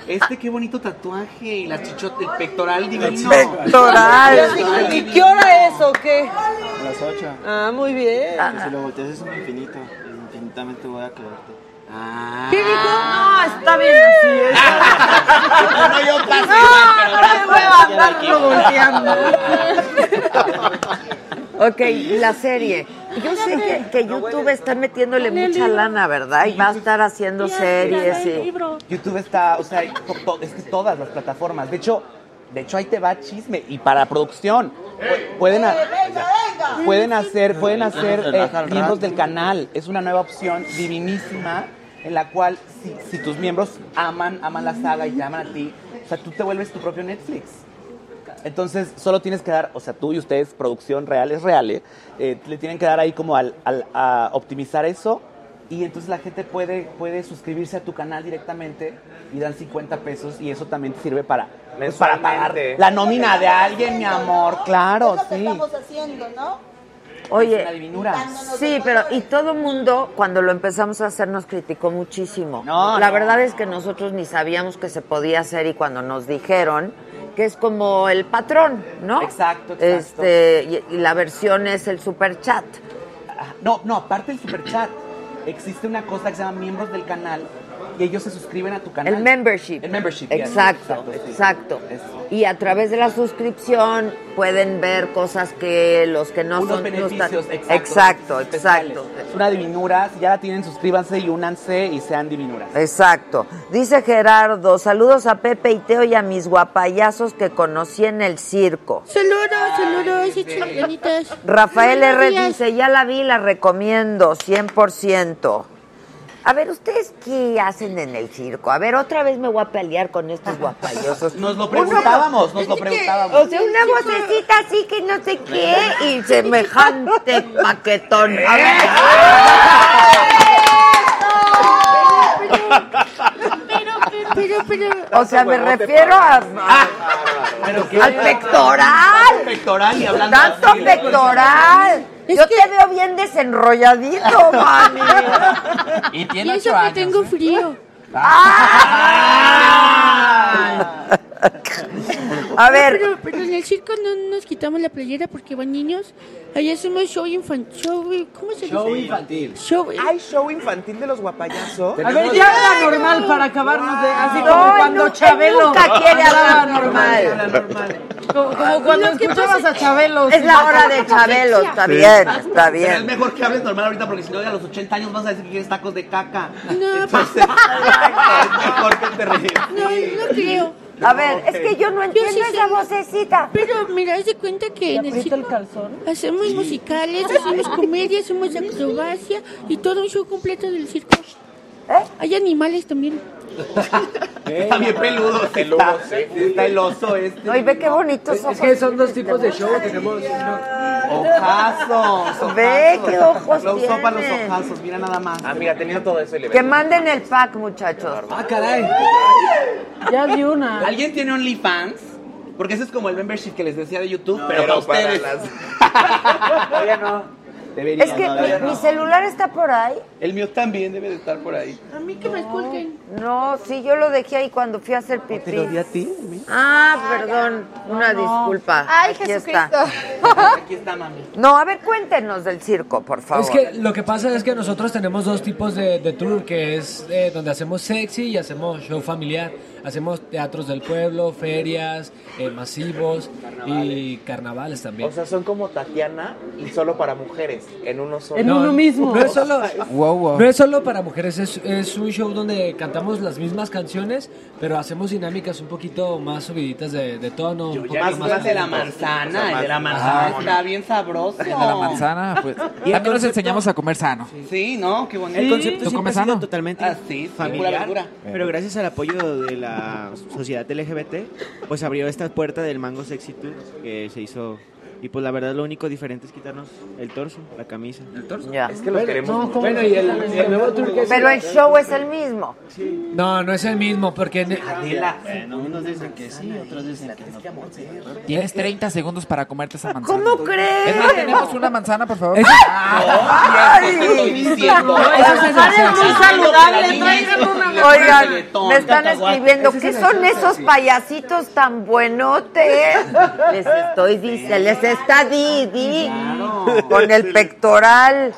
Este qué bonito tatuaje y la chichota, el pectoral divino.
pectoral.
Yo dije, ¿Y qué hora es o qué?
Las ocho.
Ah, muy bien.
Y Si lo volteas es un infinito. Infinitamente voy a quererte.
¿Qué dijo?
No, está bien así.
no, yo pasé No, no me voy a andarlo
Ok, y la serie. Yo sé que, que YouTube está metiéndole mucha lana, ¿verdad? Y va a estar haciendo series. y-
YouTube está, o sea, to- to- es que todas las plataformas. De hecho, de hecho ahí te va chisme y para producción pu- pueden a- pueden hacer pueden hacer eh, miembros del canal. Es una nueva opción divinísima en la cual si, si tus miembros aman aman la saga y te aman a ti, o sea, tú te vuelves tu propio Netflix. Entonces, solo tienes que dar, o sea, tú y ustedes, producción real es real, ¿eh? Eh, le tienen que dar ahí como al, al- a optimizar eso y entonces la gente puede, puede suscribirse a tu canal directamente y dan 50 pesos y eso también te sirve para, pues, para pagar
Mensualmente.
la nómina de alguien, mi amor, claro, sí.
haciendo, ¿no?
Oye,
Dándonos
sí, pero y todo el mundo cuando lo empezamos a hacer nos criticó muchísimo.
No,
la
no.
verdad es que nosotros ni sabíamos que se podía hacer y cuando nos dijeron que es como el patrón, ¿no?
Exacto, exacto.
Este, y, y la versión es el super chat.
Ah, No, no, aparte el superchat. existe una cosa que se llama miembros del canal y ellos se suscriben a tu canal.
El membership.
El membership. ya.
Exacto,
sí.
exacto. Y a través de la suscripción pueden ver cosas que los que no
Unos
son... no están-
beneficios,
exacto,
especiales.
exacto.
Es una divinura, si ya la tienen, suscríbanse y únanse y sean divinuras.
Exacto. Dice Gerardo, saludos a Pepe y Teo y a mis guapayazos que conocí en el circo.
Saludos, saludos y chingonitas.
Rafael
Buenos
R.
días.
dice, ya la vi, la recomiendo, 100%. A ver, ¿ustedes qué hacen en el circo? A ver, otra vez me voy a pelear con estos guapayosos.
Nos lo preguntábamos, nos lo preguntábamos.
O sea, una vocecita así que no sé qué y semejante paquetón. A ver.
Pero, pero,
O sea, me refiero a, a- al pectoral.
Al pectoral y hablando
Tanto
así.
pectoral. Yo te veo bien desenrolladito, mami.
Y
y eso que tengo
¿eh?
frío.
A
No,
ver.
Pero, pero en el circo no nos quitamos la playera porque van niños. Allá somos show infantil. Show, ¿Cómo se dice?
Show infantil.
Show.
Hay show infantil de los guapayazos.
A ver, ya habla normal para acabarnos de. Así
No,
como
él
cuando
nu- él
Chabelo.
nunca quiere
hablaba
hablar normal.
Como, como cuando
Lo que
escuchabas
pasa-
a Chabelo.
Es la hora de Chabelo, está bien, está
Pero es
bien.
mejor que hables normal ahorita porque si no, a los 80 años vas a decir que quieres tacos de caca.
No,
Entonces, es mejor que te ríes.
no, no creo.
A ver, es que yo no entiendo esa vocecita.
Pero mira, haz de cuenta que en el circo hacemos musicales, hacemos comedia, hacemos acrobacia y todo un show completo del circo.
¿Eh?
Hay animales también.
Está bien peludo, peludo, Está el oso este.
No, y ve qué bonitos ojos.
Es que son dos tipos de show. Tenemos
Ojazos, ojazos.
Ve qué ojos
Lo usó para los
tiene.
ojazos, mira nada más.
Ah, mira, teniendo todo eso y le
Que
ves.
manden el pack, muchachos.
Ah, caray.
Ya vi una.
¿Alguien tiene OnlyFans? Porque ese es como el membership que les decía de YouTube, pero,
pero
para
para
ustedes.
Todavía no.
Debería,
Es que
todavía
mi,
no.
mi celular está por ahí.
El mío también debe de estar por ahí.
A mí que me esculquen.
No, sí, yo lo dejé ahí cuando fui a hacer
¿Te lo di
pipí.
a ti?
Ah, perdón, una disculpa.
Ay,
Aquí
Jesucristo.
está.
Aquí está, mami.
No, a ver, cuéntenos del circo, por favor.
Es que lo que pasa es que nosotros tenemos dos tipos de, de tour, que es eh, donde hacemos sexy y hacemos show familiar. Hacemos teatros del pueblo, ferias, eh, masivos y carnavales también.
O sea, son como Tatiana y solo para mujeres, en uno solo.
No, No es solo,
Wow, wow.
no es solo para mujeres, es, es un show donde cantamos las mismas canciones, pero hacemos dinámicas un poquito más subiditas de, de tono. un poquito
Más más de la
lentas.
manzana, el de la manzana
Ah,
está bien sabroso.
El de
la manzana, pues. También nos enseñamos a comer sano.
Sí, ¿no? Qué bonito.
El concepto
¿Tú
siempre
comes
ha sido
sano?
totalmente
Ah, sí, sí, pura verdura.
familiar,
Eh.
pero gracias al apoyo de la sociedad LGBT, pues abrió esta puerta del Mango Sexy Tour que se hizo y pues la verdad lo único diferente es quitarnos el torso, la camisa. ¿El torso?
Ya.
Es que lo queremos. mucho.
Bueno, y el, y el nuevo tour que es-
Pero el show es el mismo.
No, no es el mismo, porque... ne-
Bueno, unos dicen que sí, otros dicen que no.
Tienes 30 segundos para comerte esa manzana.
Ah, ¿Cómo
Es más,
crees?
tenemos una manzana, por favor.
¡Ay!
muy saludables, traigan una mejor.
Oigan,
Reggaetón,
me están
cacahuate.
escribiendo,
Ese es
¿qué
el
son
ejercicio,
esos
sí.
payasitos tan buenotes? Les estoy dice, les está Didi con el pectoral.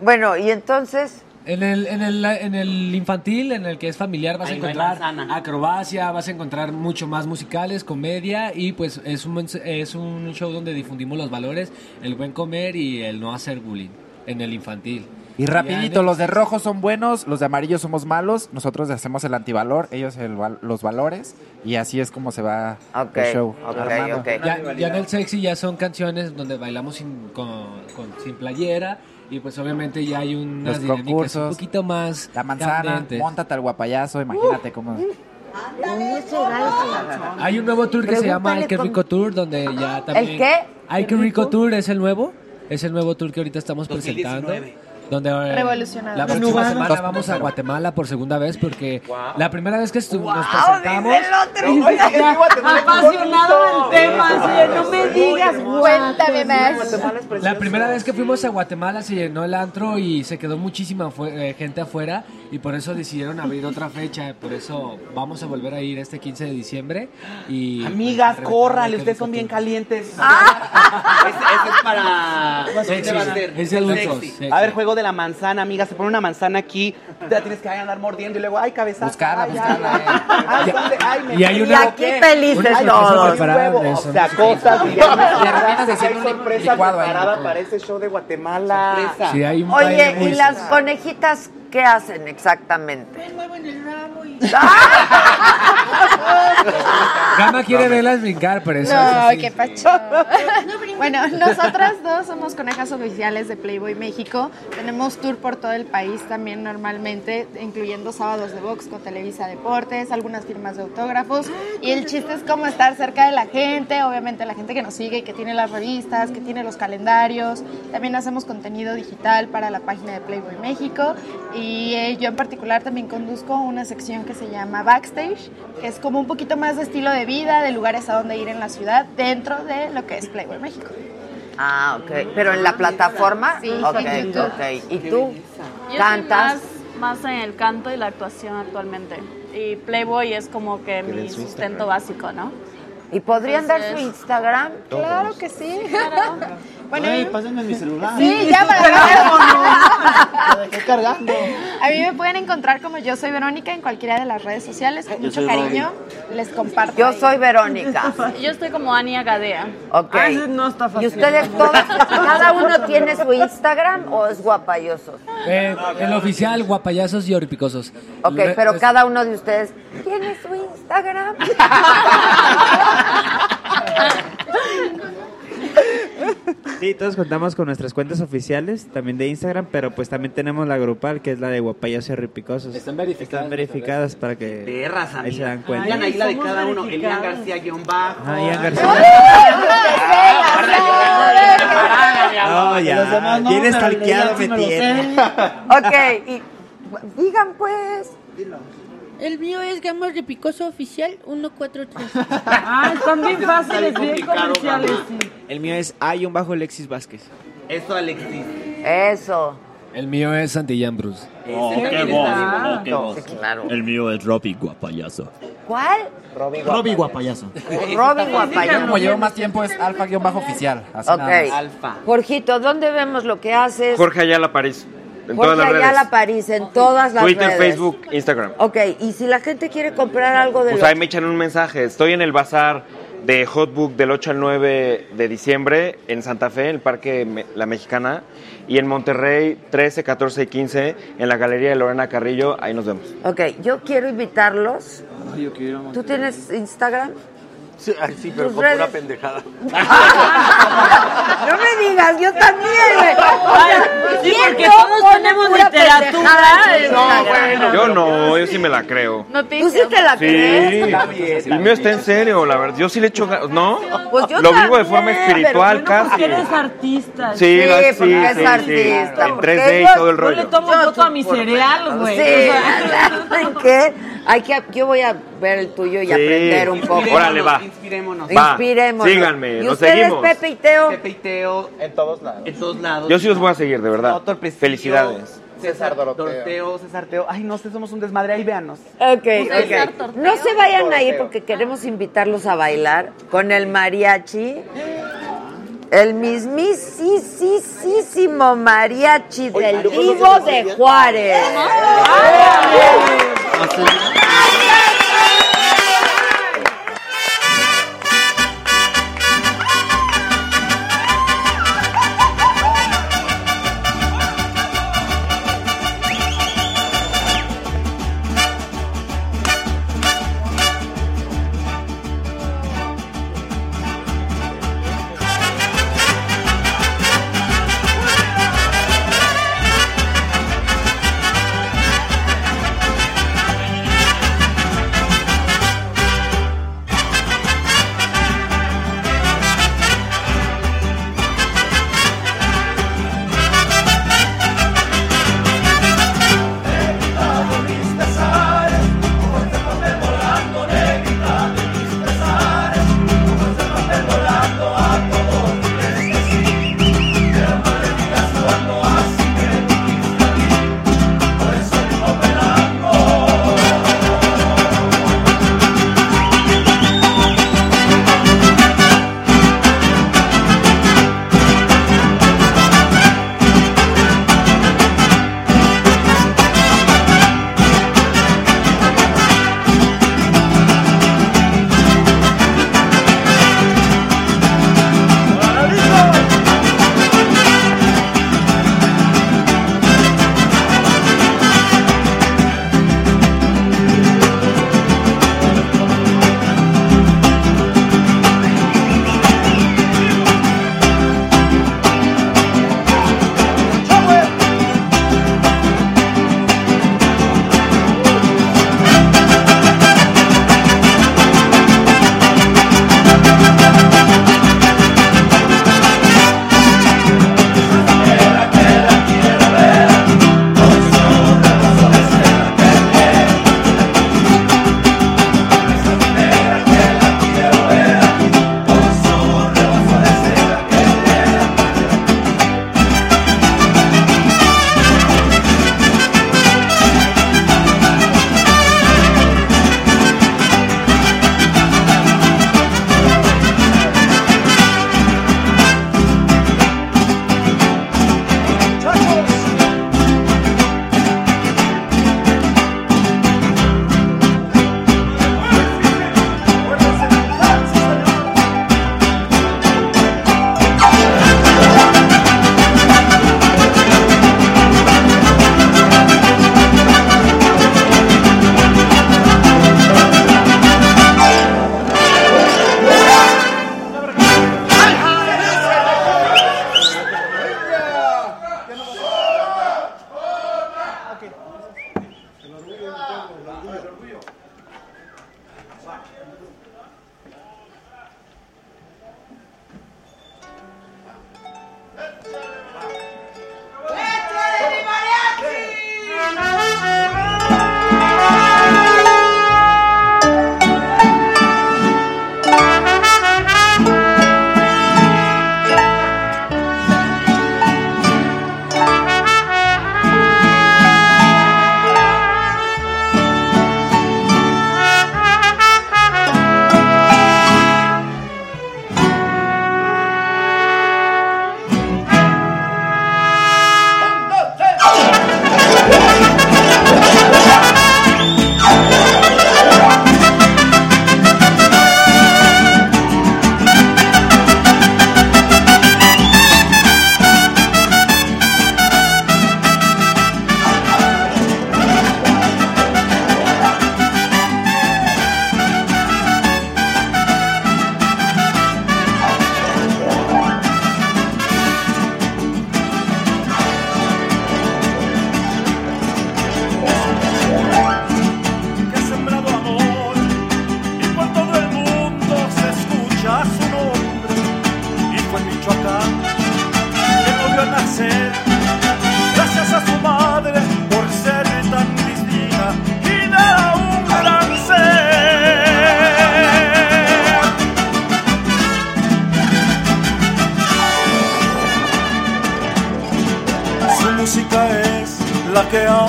Bueno, y entonces,
En el, en, el, en el infantil, en el que es familiar, vas
Ahí
a
no hay
encontrar
manzana.
acrobacia, vas a encontrar mucho más musicales, comedia y pues es un, mens- es un show donde difundimos los valores, el buen comer y el no hacer bullying en el infantil.
Y rapidito, los de rojo son buenos, los de amarillo somos malos, nosotros hacemos el antivalor, ellos el val- los valores, y así es como se va el show. armando.
Ya, ya en el sexy ya son canciones donde bailamos sin, con, con- sin playera y pues obviamente ya hay unas
Los
dinámicas un
concursos.
poquito más
La manzana,
candentes.
montate al guapayazo, imagínate cómo...
Hay un nuevo tour que se llama
Pregúntale
El Que
cómo-
Rico Tour, donde ya también...
¿El qué?
Hay Que Rico Tour es el nuevo, es el nuevo tour que ahorita estamos
2019.
presentando. Donde eh,
Revolucionado.
la próxima
Innovado.
semana vamos a Guatemala por segunda vez porque la primera vez que estu- nos
¡au,
presentamos
dice el otro!
No, oye, es Guatemala, Apasionado del tema, sí, no me digas,
Cuéntame más.
La primera vez que fuimos a Guatemala se llenó el antro y se quedó muchísima fue- eh, gente afuera y por eso decidieron abrir otra fecha. Por eso vamos a volver a ir este 15 de diciembre. Y
Amigas,
pues,
córrale,
reventarle
ustedes son bien calientes.
Ese es para.
Bastante
Sexy,
bastante.
es el
Sexy.
uso, sexy.
A ver, juego de la manzana, amiga. Se pone una manzana aquí. Te la tienes que andar mordiendo y luego, ay, cabeza. Buscarla, buscarla. Ay, ¿dónde? Ay, me
Y hay una-
equivoqué.
Y aquí felices
Ay,
todos.
me equivoqué,
Preparada
huevo.
de
O
eso,
sea,
¿no?
cosas.
Sí.
y
Y terminas haciendo
Hay
un
sorpresa
licuado ahí,
preparada
¿no?
para
este
ese show de Guatemala.
Sí, hay un baile
Oye,
muy
¿y las conejitas qué hacen exactamente?
Me muevo en el ramo y...
Gama quiere verlas brincar, pero eso es
No,
así.
qué pacho. bueno, nosotras dos somos conejas oficiales de Playboy México. Tenemos tour por todo el país también normalmente, incluyendo sábados de box con Televisa Deportes, algunas firmas de autógrafos. Y el chiste es cómo estar cerca de la gente, obviamente la gente que nos sigue, que tiene las revistas, que tiene los calendarios. También hacemos contenido digital para la página de Playboy México. Y eh, yo en particular también conduzco una sección que se llama Backstage, que es como un poquito más de estilo de vida, de lugares a donde ir en la ciudad, dentro de lo que es Playboy México.
Ah, ok. ¿Pero en la plataforma?
Sí,
ok,
en YouTube.
ok. ¿Y tú?
Yo
¿Cantas?
Soy más, más en el canto y la actuación actualmente. Y Playboy es como que
den
mi
su
sustento
Instagram.
básico, ¿no?
¿Y podrían dar su
Entonces-
Instagram?
Claro que sí. Bueno,
Ay, pásenme mi celular.
Sí, ya para
Lo dejé cargando.
A mí me pueden encontrar como yo soy Verónica en cualquiera de las redes sociales. Con
Yo
mucho
soy
cariño les comparto.
Yo
ahí.
soy Verónica.
Yo estoy como Ania Gadea.
Ok.
Ah, ese
no está
¿Y ustedes todas, cada uno tiene su Instagram o es guapayosos?
Eh, el oficial, guapayazos y oripicosos.
Ok,
Re-
pero cada uno de ustedes tiene su Instagram.
Sí, todos contamos con nuestras cuentas oficiales, también de Instagram, pero pues también tenemos la grupal, que es la de Guapayas y Ripicosos. Están verificadas. Están verificadas para que
Perras,
ahí se
amiga.
dan cuenta.
Oigan, ahí la de
somos
cada uno. Elian
verificados.
García, guión bajo.
Ah, Ian García.
No,
No, ya.
Los demás no,
Bien
pero
stalkeado
Elian sí
me
lo
tiene.
ok, y digan pues.
El mío es Gama Repicoso Oficial 143.
Ah, están bien fáciles, bien
complicado,
comerciales.
El mío es Ay, un bajo Alexis Vázquez.
Eso, Alexis.
Eso.
El mío es Santillán Bruce.
Oh,
Sí,
qué
sí,
voz,
claro.
Ah,
oh, qué voz.
Sí, claro.
El mío es Robbie Guapayazo.
¿Cuál?
Robbie Guapayazo.
Robin Guapayán.
Como llevo más tiempo es alfa-oficial. así nada más.
Ok. Jorgito, ¿dónde vemos lo que haces?
Jorge Ayala París. En
Jorge
todas las redes.
Ayala París, en todas las
Twitter,
redes.
Facebook, Instagram.
Ok, y si la gente quiere comprar algo de
Pues
los-
ahí me echan un mensaje. Estoy en el bazar de Hotbook del 8 al 9 de diciembre en Santa Fe, en el Parque Me- La Mexicana. Y en Monterrey, 13, 14 y 15, en la Galería de Lorena Carrillo. Ahí nos vemos.
Ok, yo quiero invitarlos.
Yo quiero
¿Tú tienes Instagram?
Sí, ay, sí, pero
Tus
con pura
redes.
pendejada.
No me digas, yo también, güey. O
Ay,
sea,
sí,
¿quién
porque
no
todos
pone
tenemos
pura
literatura
pendejada en
en
su
No,
Instagram?
Yo no, yo sí me la creo.
¿Tú sí te la
Sí,
crees?
el mío está en serio, la verdad. Yo sí le echo ganas, ¿no?
Pues yo
Lo vivo de
también,
forma
pero
espiritual
bueno,
casi.
Porque eres pues, artista.
Sí, Sí, la- sí, porque es sí, sí.
artista,
En
porque
3D y
yo-
todo el
Yo le
rollo.
tomo foto a mi cereal, güey.
Sí, ¿saben qué? Hay que, yo voy a ver el tuyo y
Sí.
aprender un poco.
Órale, va.
Inspirémonos.
Va,
Inspirémonos.
síganme,
¿Y
nos
ustedes,
seguimos.
Pepe y Teo?
Pepe y Teo. En todos lados. En todos lados.
Yo sí los voy a seguir, de verdad. Felicidades.
César Doroteo. César Teo. Ay, no sé, somos un desmadre. Ahí véanos.
Ok,
César
ok. No se vayan a ir porque queremos invitarlos a bailar con el mariachi. El mismisísimo mariachi del
¿luego no
Divo
se
de
desmayan?
Juárez.
Thank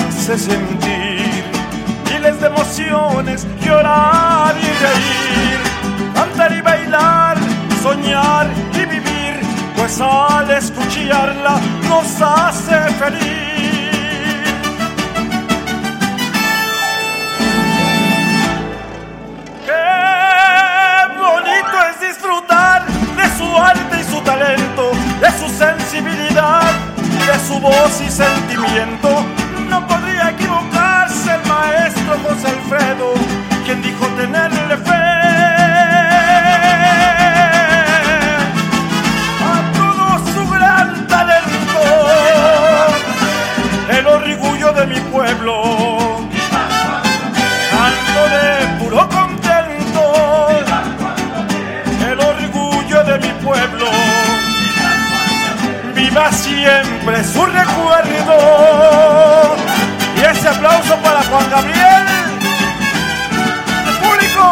hice sentir miles de emociones, llorar y reír, cantar y bailar, soñar y vivir, pues al escucharla nos hace feliz. Qué bonito es disfrutar de su arte y su talento, de su sensibilidad, de su voz y sentimiento. No podría equivocarse el maestro José Alfredo, quien dijo tenerle fe. A todo su gran talento, el orgullo de mi pueblo canto de puro contento, el orgullo de mi pueblo. Viva siempre su recuerdo. Y ese aplauso para Juan Gabriel. Público.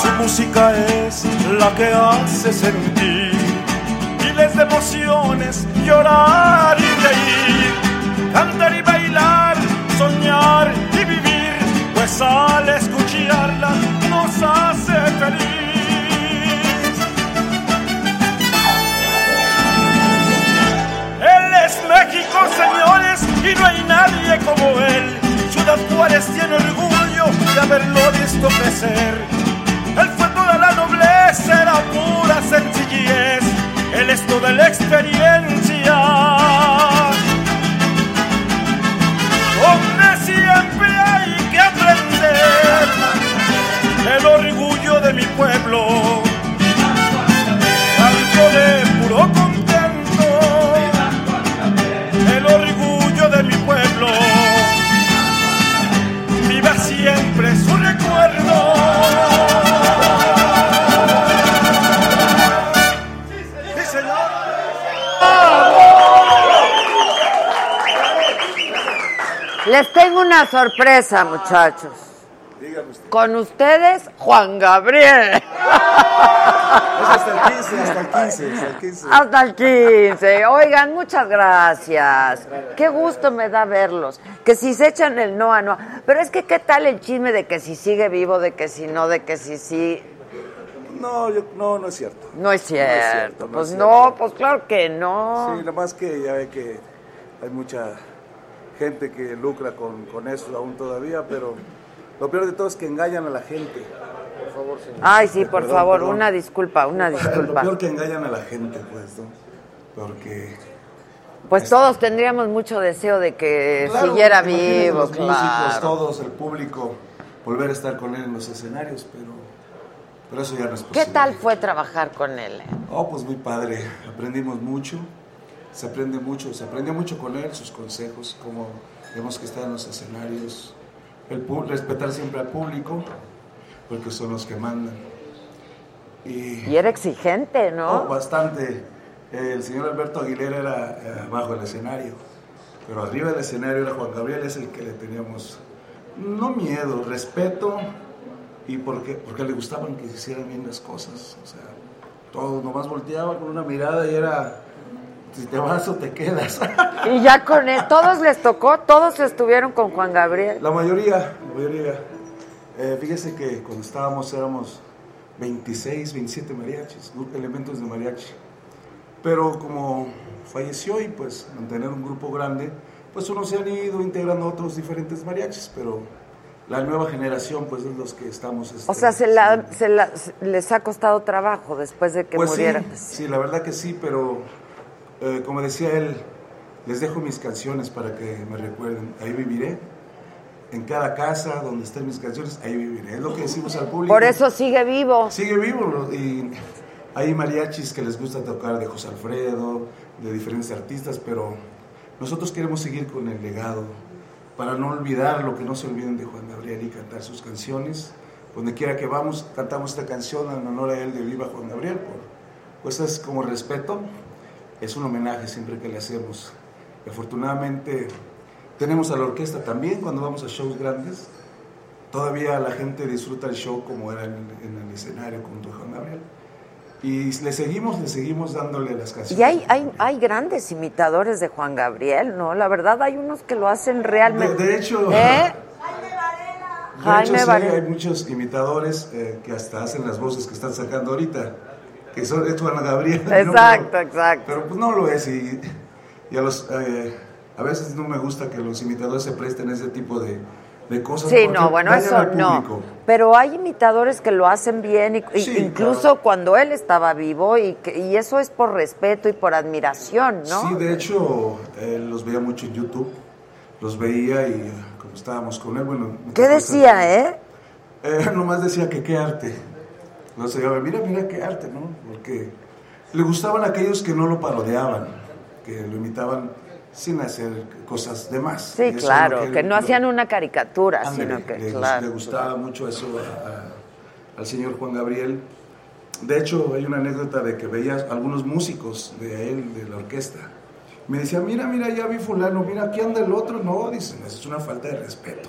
Su música es la que hace sentir miles de emociones, llorar y reír, cantar y bailar, soñar y vivir, pues al escucharla nos hace feliz. Él es México, señores, y no hay nadie como él. Ciudad Juárez tiene orgullo de haberlo visto crecer. Él fue toda la nobleza, era pura sencillez. Él es toda la experiencia. Donde siempre hay que aprender el orgullo de mi pueblo. Canto de puro contento. El orgullo de mi pueblo. Viva siempre su recuerdo. ¡Sí, señor!
Les tengo una sorpresa, muchachos. Con ustedes, Juan Gabriel.
hasta el 15, hasta el 15, hasta el 15.
Hasta el 15. Oigan, muchas gracias. Qué gusto me da verlos. Que si se echan el no a no. Pero es que, ¿qué tal el chisme de que si sigue vivo, de que si no, de que si sí?
No, yo, no, no es cierto.
No es cierto.
cierto, no
pues
es
no,
cierto.
pues claro que no.
Sí, nomás que ya ve que hay mucha gente que lucra con, con eso aún todavía, pero lo peor de todo es que engañan a la gente. Por favor, señor.
Ay, sí, por
Perdón,
favor,
perdón.
una disculpa, una
Lo
disculpa.
peor que engañan a la gente, pues, ¿no? Porque
Pues todos tendríamos mucho deseo de que
Claro,
siguiera
imagínense
vivo,
los músicos,
claro.
todos, el público, volver a estar con él en los escenarios, pero, pero eso ya no es
¿Qué
posible.
tal fue trabajar con él? eh?
Oh, pues muy padre, aprendimos mucho, se aprende mucho, se aprendió mucho con él, sus consejos, cómo tenemos que estar en los escenarios, el pu- respetar siempre al público, porque son los que mandan. Y,
Y era exigente,
Oh,
¿no?
bastante. Eh, El señor Alberto Aguilera era eh, abajo del escenario, pero arriba del escenario era Juan Gabriel, es el que le teníamos, no miedo, respeto, y porque, porque le gustaban que se hicieran bien las cosas. O sea, todo nomás volteaba con una mirada y era, si te vas o te quedas.
Y ya con él, todos les tocó, todos estuvieron con Juan Gabriel.
La mayoría, la mayoría. Eh, fíjese que cuando estábamos éramos 26, 27 mariachis, gru- elementos de mariachi. Pero como falleció y pues mantener un grupo grande, pues unos se han ido integrando otros diferentes mariachis, pero la nueva generación pues es los que estamos...
O
este,
sea, se, la, se la- se- les ha costado trabajo después de que
pues
murieran.
Sí, sí, la verdad que sí, pero eh, como decía él, les dejo mis canciones para que me recuerden. Ahí viviré. En cada casa donde estén mis canciones, ahí viviré. Es lo que decimos al público.
Por eso sigue vivo.
Sigue vivo. ¿no? Y hay mariachis que les gusta tocar de José Alfredo, de diferentes artistas, pero nosotros queremos seguir con el legado para no olvidar lo que no se olviden de Juan Gabriel y cantar sus canciones. Donde quiera que vamos, cantamos esta canción en honor a él de Viva Juan Gabriel. por- Pues es como respeto, es un homenaje siempre que le hacemos Afortunadamente tenemos a la orquesta también cuando vamos a shows grandes. Todavía la gente disfruta el show como era en, en el escenario junto a Juan Gabriel. Y le seguimos, le seguimos dándole las canciones.
Y hay, hay, hay grandes imitadores de Juan Gabriel, ¿no? La verdad, hay unos que lo hacen
de,
realmente.
de hecho,
¿Eh?
de hecho,
Jaime
sí,
Varela.
hay muchos imitadores eh, que hasta hacen las voces que están sacando ahorita, que son es Juan Gabriel. ¿no?
Exacto, exacto.
Pero pues no lo es y, y a, los, eh, a veces no me gusta que los imitadores se presten a ese tipo de, de cosas.
Sí,
porque
no, bueno,
dañan
eso
al
no.
público.
Pero hay imitadores que lo hacen bien, y- y- incluso cuando él estaba vivo, y, que- y eso es por respeto y por admiración, ¿no?
Sí, de hecho, eh, los veía mucho en YouTube, los veía y eh, como estábamos con él, bueno...
¿Qué decía, eh?
Eh, nomás decía que qué arte. No sé, mira, mira qué arte, ¿no? Porque le gustaban aquellos que no lo parodiaban, que lo imitaban sin hacer cosas de más. Y
Sí,
eso es
claro,
lo
que,
él-
no hacían una caricatura,
Ándale,
sino que,
le, gus-
claro.
le gustaba mucho eso a- a- al señor Juan Gabriel. De hecho, hay una anécdota de que veía algunos músicos de él, de la orquesta. Me decía, mira, mira, ya vi fulano, mira, aquí anda el otro. No, dicen, eso es una falta de respeto.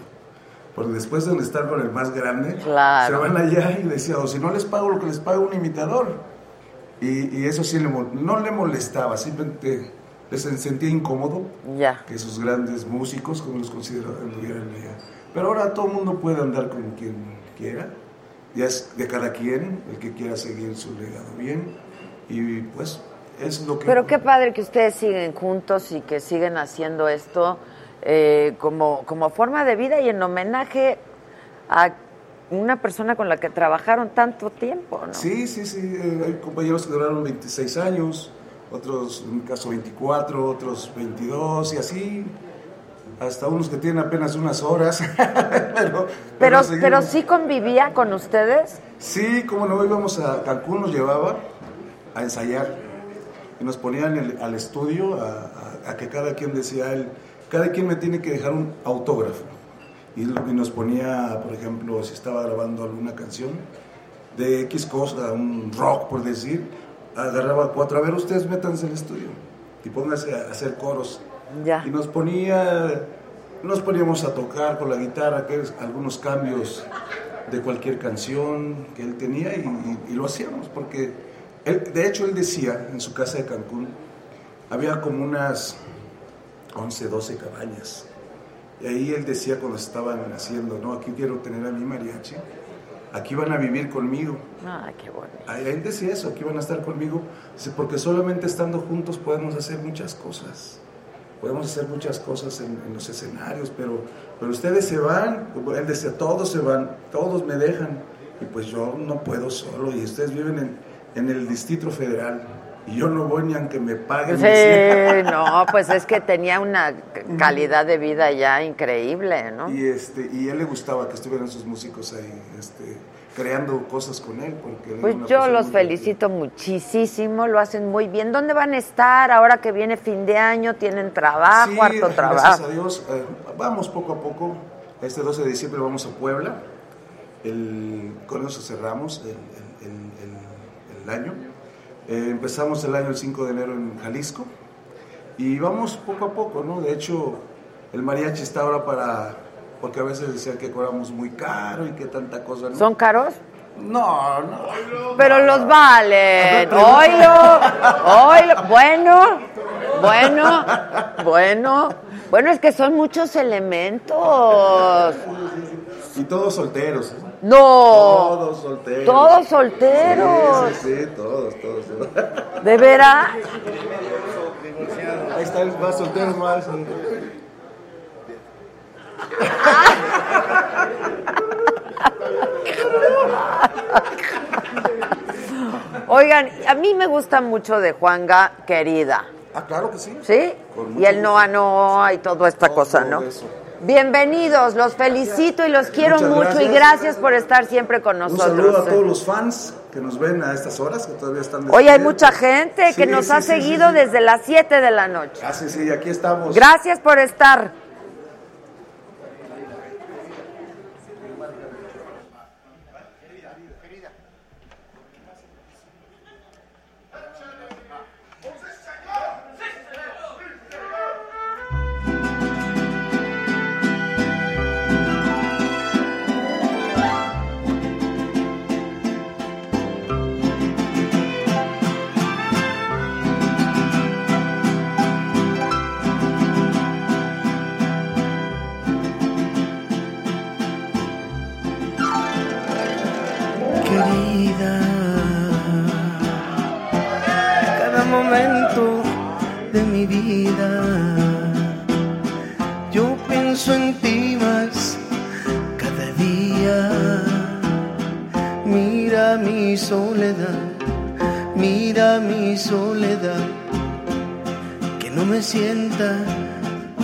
Porque después de estar con el más grande,
Claro.
se van allá y decía, o si no les pago lo que les paga un imitador. Y, y eso sí le mol- no le molestaba, simplemente les sentía incómodo
Ya.
que esos grandes músicos, como los consideraban, anduvieran allá. Pero ahora todo el mundo puede andar con quien quiera, ya es de cada quien, el que quiera seguir su legado bien, y pues es lo que...
Pero qué padre que ustedes siguen juntos y que siguen haciendo esto eh, como, como forma de vida y en homenaje a una persona con la que trabajaron tanto tiempo, ¿no?
Sí, sí, sí, eh, hay compañeros que duraron 26 años, otros, en mi caso, 24, otros 22, y así, hasta unos que tienen apenas unas horas, pero...
Pero, pero
seguimos.
sí convivía con ustedes.
Sí, como no íbamos a Cancún, nos llevaba a ensayar. Y nos ponían en el- al estudio a, a- a que cada quien decía, él, cada quien me tiene que dejar un autógrafo. Y, lo- y nos ponía, por ejemplo, si estaba grabando alguna canción de X cosa, un rock por decir, agarraba cuatro, a ver, ustedes métanse al estudio y pónganse a hacer coros.
Ya.
Y nos ponía, nos poníamos a tocar con la guitarra, que es- algunos cambios de cualquier canción que él tenía y, y- y lo hacíamos porque él- de hecho él decía en su casa de Cancún había como unas 11, 12 cabañas y ahí él decía cuando estaban haciendo no aquí quiero tener a mi mariachi aquí van a vivir conmigo
Ah, qué bueno.
Ahí él decía eso aquí van a estar conmigo Dice, porque solamente estando juntos podemos hacer muchas cosas podemos hacer muchas cosas en, en los escenarios, pero, pero ustedes se van, como él decía, todos se van, todos me dejan, y pues yo no puedo solo, y ustedes viven en, en el Distrito Federal, y yo no voy ni aunque me paguen.
Sí,
decía.
no, pues es que tenía una c- calidad de vida ya increíble, ¿no?
Y, este, y a él le gustaba que estuvieran sus músicos ahí, este, creando cosas con él, porque él era
Pues
una
yo
persona
los
muy-
felicito muchísimo, lo hacen muy bien. ¿Dónde van a estar ahora que viene fin de año? ¿Tienen trabajo,
Sí,
harto
Gracias a
trabajo?
Dios. eh, vamos poco a poco. Este 12 de diciembre vamos a Puebla. El, con eso cerramos el, el- el- el- el año. Eh, empezamos el año el 5 de enero en Jalisco. Y vamos poco a poco, ¿no? De hecho, el mariachi está ahora para. Porque a veces decían que cobramos muy caro y que tanta cosa. ¿no?
¿Son caros?
No, no.
Pero los valen. Oilo, oilo. Bueno, bueno, bueno. Bueno, es que son muchos elementos.
Y todos solteros. ¿eh?
No,
Todos solteros.
todos solteros.
Sí, sí, sí, todos, todos. todos.
¿De veras?
Ahí está el más soltero más.
Oigan, a mí me gusta mucho de Juanga, querida.
Ah, claro que sí.
¿Sí?
Con
Y
mucho
el Noa Noa y toda esta cosa, ¿no?
eso.
Bienvenidos, los felicito y los quiero
Muchas
mucho y
gracias.
gracias por estar siempre con
Un saludo a
nosotros.
todos los fans que nos ven a estas horas, que todavía están
Hoy hay
despiertos.
mucha gente que
Sí,
nos
sí,
ha
sí,
seguido
sí, sí.
desde las 7 de la noche.
Ah, sí, sí, aquí estamos.
Gracias por estar.
pienso en ti más cada día. Mira mi soledad, mira mi soledad, que no me sienta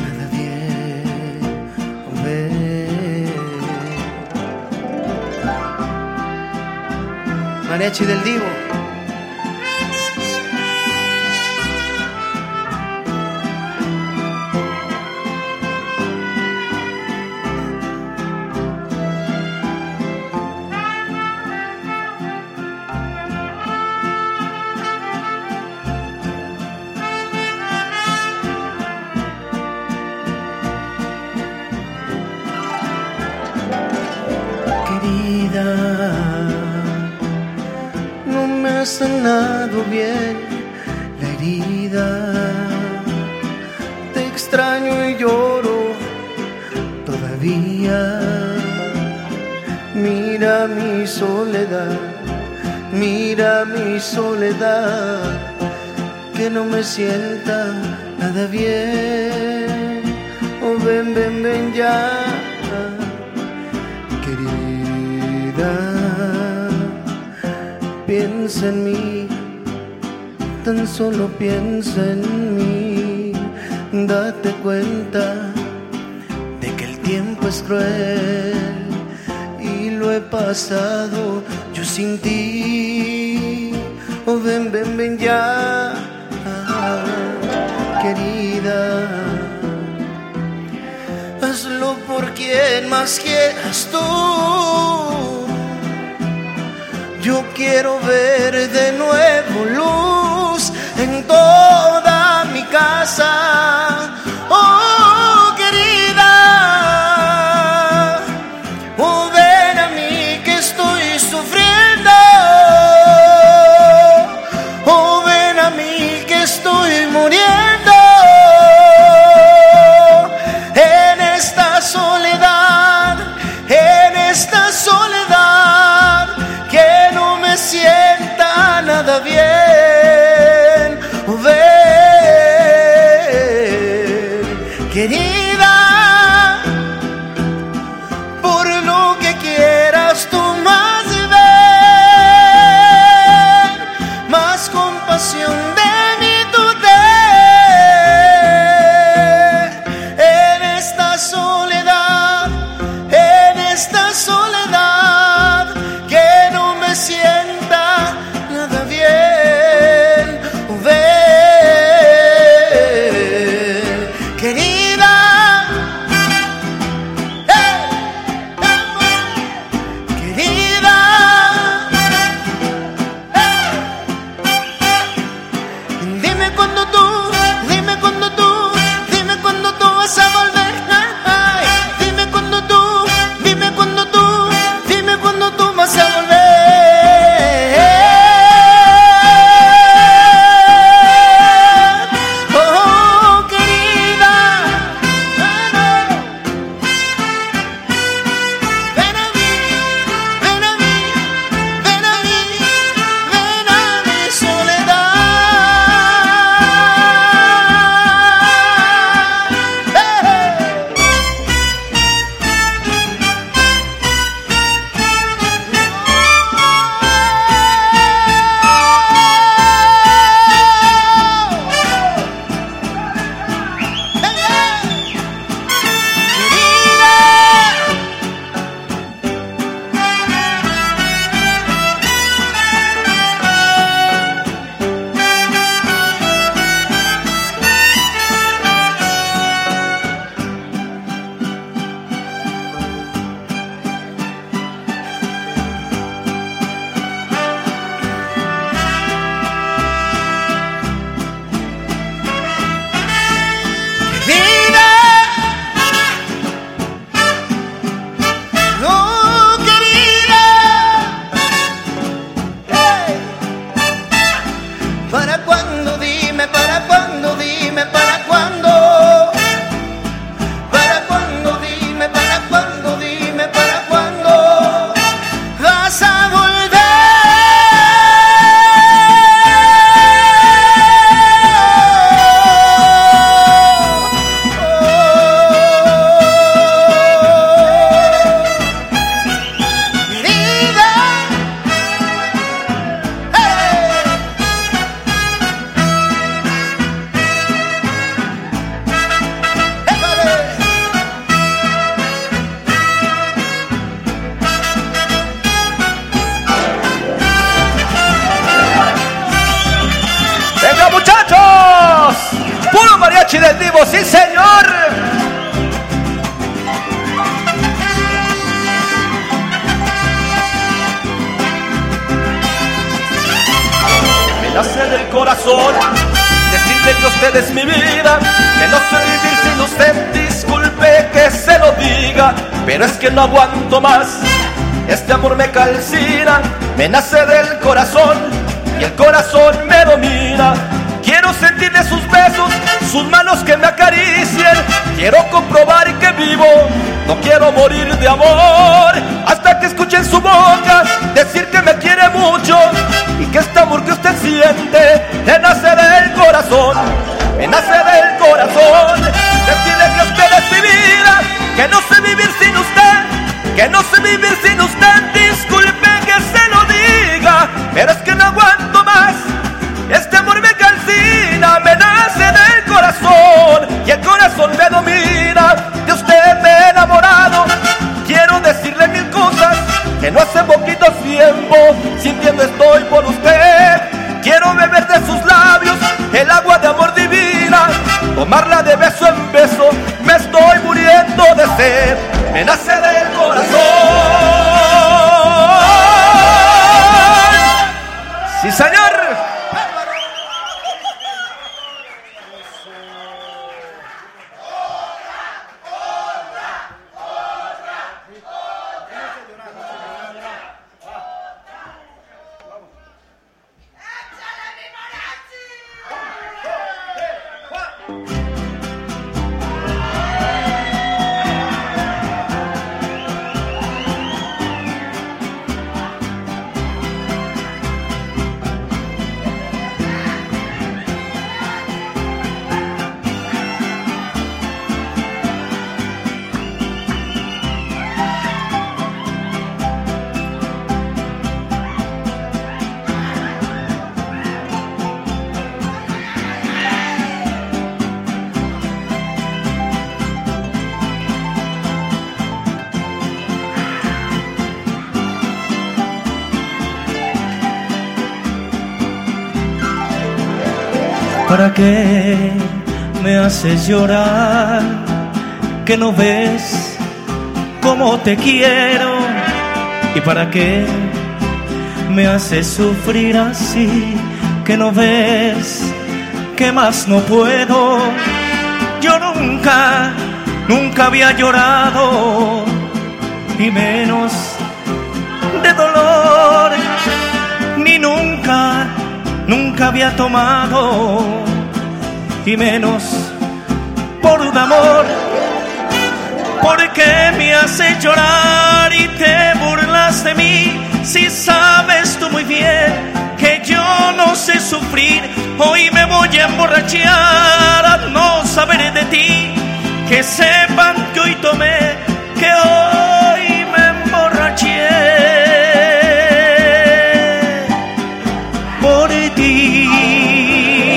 nada bien. Ve. Mariachi del Divo. querida, no me has sanado bien la herida. Te extraño y lloro todavía. Mira mi soledad, mira mi soledad, que no me sienta nada bien. Oh, ven, ven, ven ya, querida. Piensa en mí, tan solo piensa en mí. Date cuenta de que el tiempo es cruel y lo he pasado yo sin ti. Oh, ven, ven, ven ya, querida. Hazlo por quien más quieras tú. Yo quiero ver de nuevo luz en toda mi casa. Oh, querida, oh, ven a mí que estoy sufriendo. Oh, ven a mí que estoy muriendo en esta soledad, en esta soledad, que no me sienta nada bien. Ven, querida, por lo que quieras tú más ven, más compasión de mí tú ten en esta soledad, en esta soledad, que no me sienta nada bien. Ven, querida,
Oh, eh.
usted es mi vida. Que no sé vivir sin usted, disculpe que se lo diga. Pero es que no aguanto más. Este amor me calcina, me nace del corazón y el corazón me domina. Quiero sentir de sus besos, sus manos que me acaricien. Quiero comprobar que vivo, no quiero morir de amor. Hasta que escuchen su boca decir que me quiere mucho y que este amor que usted siente me nace del corazón. Me nace del corazón. Decirle que usted es mi vida, que no sé vivir sin usted, que no sé vivir sin usted. Disculpe que se lo diga, pero es que no aguanto más. Este amor me calcina, me nace del corazón y el corazón me domina. De usted me he enamorado. Quiero decirle mil cosas que no hace poquito tiempo sintiendo estoy por usted. Quiero beber de sus labios el agua de amor divina, tomarla de beso en beso. Me estoy muriendo de sed, me nace del corazón. Sí, señor.
¿Para qué me haces llorar? Que no ves cómo te quiero. ¿Y para qué me haces sufrir así? Que no ves que más no puedo. Yo nunca, nunca había llorado. Y menos de dolor. Ni nunca nunca había tomado y menos por un amor. Porque me haces llorar y te burlas de mí? Si sabes tú muy bien que yo no sé sufrir, hoy me voy a emborrachar a no saber de ti. Que sepan que hoy tomé, que hoy me emborraché por ti.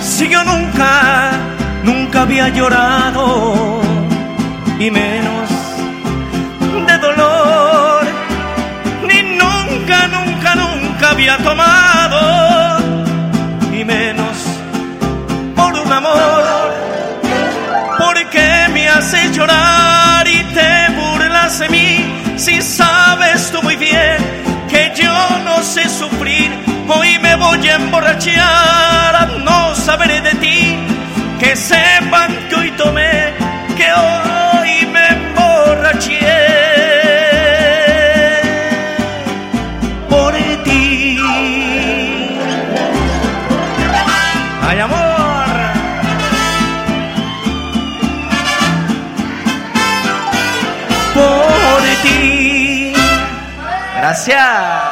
Si yo nunca, nunca había llorado y menos de dolor, ni nunca, nunca, nunca había tomado y menos por un amor. Porque me haces llorar y te burlas de mí? Si sabes tú muy bien que yo no sé sufrir, hoy me voy a emborrachar a no saber de ti. Que sepan que hoy tomé, que hoy me emborraché por ti. ¡Ay, amor! por ti. Gracias.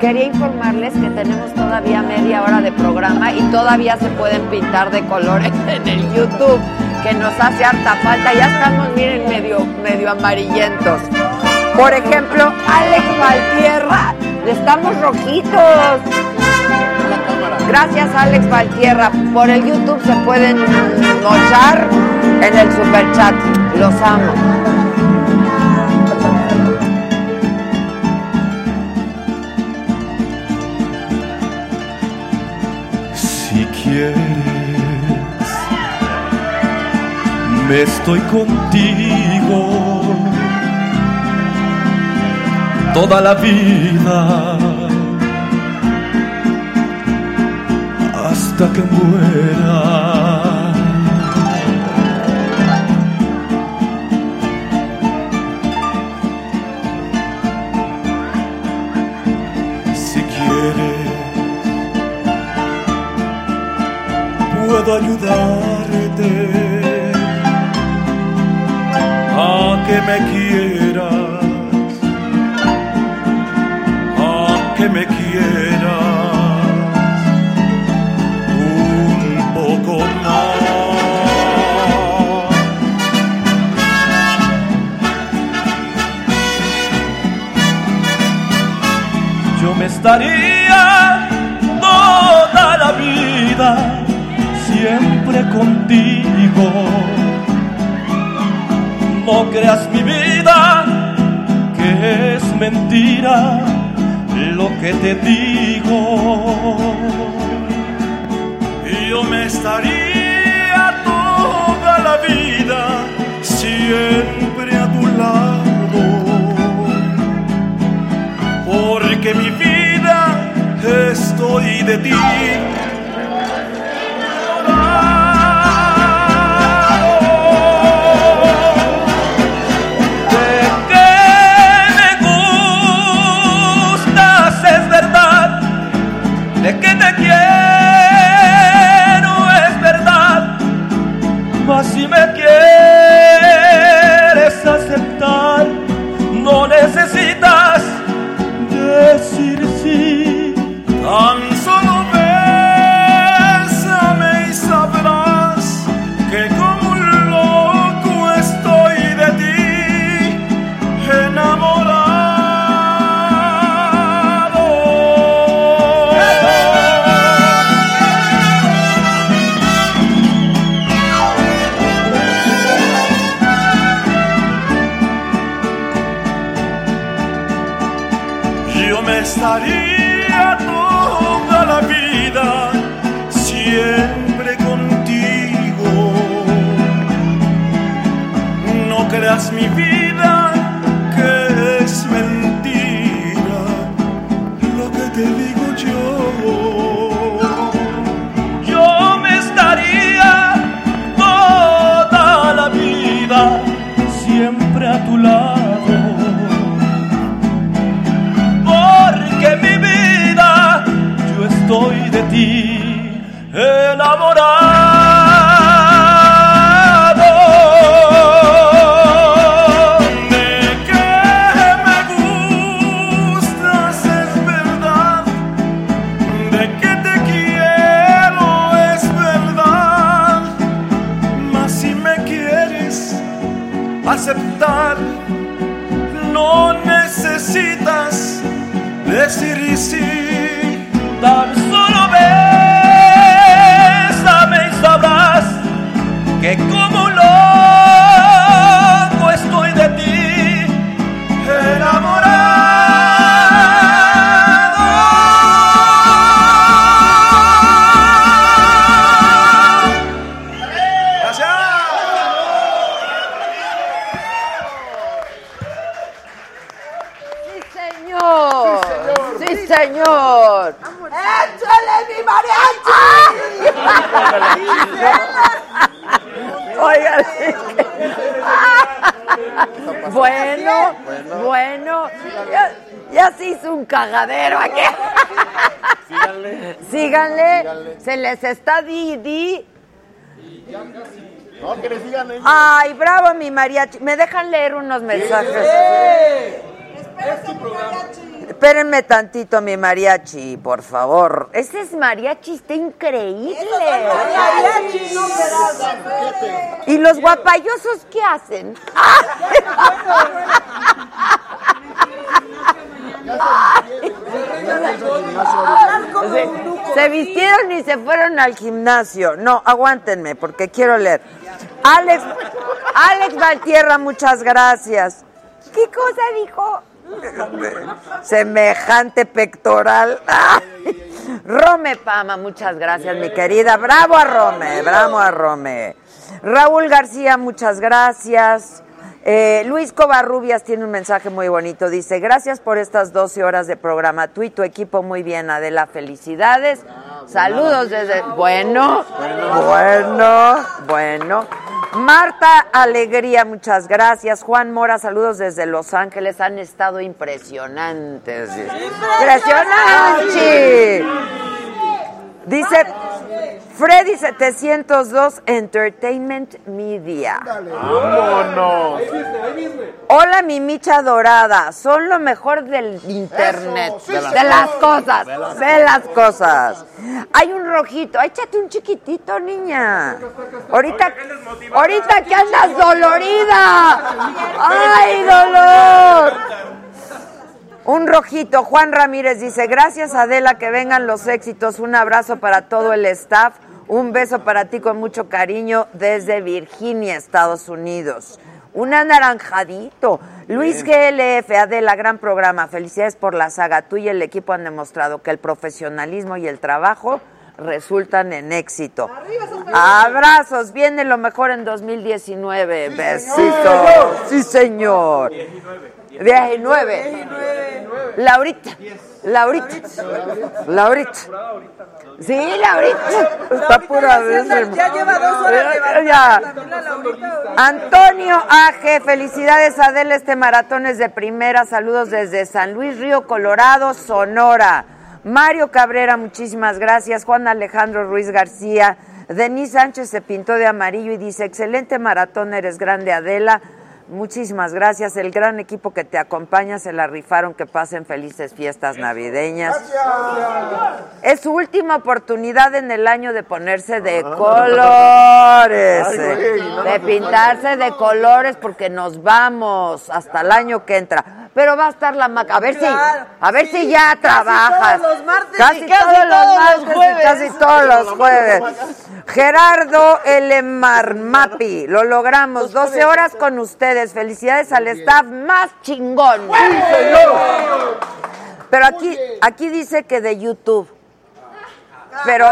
Quería informarles que tenemos todavía media hora de programa y todavía se pueden pintar de colores en el YouTube, que nos hace harta falta. Ya estamos, miren, medio, medio amarillentos. Por ejemplo, Alex Valtierra, estamos rojitos. Gracias, Alex Valtierra. Por el YouTube se pueden mochar en el superchat. Los amo.
Si quieres, me estoy contigo toda la vida hasta que muera. Si quieres, puedo ayudarte a que me quieras, a que me quieras un poco más. Yo me estaría toda la vida siempre contigo. No creas mi vida que es mentira lo que te digo. Yo me estaría toda la vida siempre a tu lado porque mi vida estoy de ti. De que me gustas es verdad, de que te quiero es verdad, mas si me quieres aceptar, no necesitas decir sí. Tan solo bésame y sabrás que como un loco estoy de ti enamorado. Yo me estaría toda la vida siempre contigo. No creas mi vida que es mentira lo que te digo yo. Yo me estaría toda la vida siempre a tu lado porque mi vida yo estoy de ti enamorado. De que me gustas es verdad, de que te quiero es verdad, mas si me quieres aceptar no necesitas decir sí. Tan solo bésame y sabrás que como un loco estoy de ti enamorado.
Sí, señor. Sí, señor.
¡Échale mi mariachi!
Oigan, Bueno, bueno. Ya, ya se hizo un cagadero aquí. Síganle. Se les está di, di.
No, que le sigan ellos.
Ay, bravo, mi mariachi. ¿Me dejan leer unos mensajes?
Es tu programa.
Espérenme tantito mi mariachi, por favor. Este es mariachi, está increíble.
mariachi, no
¿Y los guapayosos qué hacen? Se vistieron y se fueron al gimnasio. No, aguántenme porque quiero leer. Alex, Alex Valtierra, muchas gracias. ¿Qué cosa dijo? Semejante pectoral. Rome Pama, muchas gracias, mi querida. Bravo a Rome, bravo a Rome. Raúl García, muchas gracias. Eh, Luis Covarrubias tiene un mensaje muy bonito. Dice, gracias por estas 12 horas de programa. Tú y tu equipo muy bien, Adela. Felicidades. Saludos desde... Bueno, bueno, bueno. Marta Alegría, muchas gracias. Juan Mora, saludos desde Los Ángeles. Han estado impresionantes. dice. ¡Impresionante! Dice Freddy 702 Entertainment Media.
¡Vámonos!
Hola, mi micha dorada. Son lo mejor del internet.
Eso, sí,
de, las,
señor.
cosas.
De las
De las cosas. Hay un rojito. Échate un chiquitito, niña. Ahorita, ahorita que andas dolorida. ¡Ay, dolor! Un rojito. Juan Ramírez dice, gracias Adela, que vengan los éxitos. Un abrazo para todo el staff. Un beso para ti con mucho cariño desde Virginia, Estados Unidos. Un anaranjadito. Luis GLF, Adela, gran programa. Felicidades por la saga. Tú y el equipo han demostrado que el profesionalismo y el trabajo resultan en éxito. Abrazos, viene lo mejor en 2019. Besitos. Sí, señor. 19. Laurita. Laurita. Laurita. Sí, Laurita. Está pura vez.
Ya lleva dos horas
Ya,
de
ya. Antonio AG, felicidades Adela, este maratón es de primera, saludos desde San Luis Río Colorado, Sonora. Mario Cabrera, muchísimas gracias. Juan Alejandro Ruiz García, Denis Sánchez se pintó de amarillo y dice, excelente maratón, eres grande Adela. Muchísimas gracias, el gran equipo que te acompaña, se la rifaron, que pasen felices fiestas navideñas. Es su última oportunidad en el año de ponerse de colores.
Ah. Ay,
eh,
güey, no,
de
no,
pintarse de colores porque nos vamos hasta el año que entra. Pero va a estar la maca. A ver si,
Claro,
a ver
sí,
si ya
casi
trabajas.
todos los martes y
Casi
casi
todos los
todos los
martes y
jueves.
casi todos los jueves. Gerardo L. Marmapi, lo logramos. 12 horas con ustedes. Felicidades al staff más chingón. Pero aquí, aquí dice que de YouTube. Pero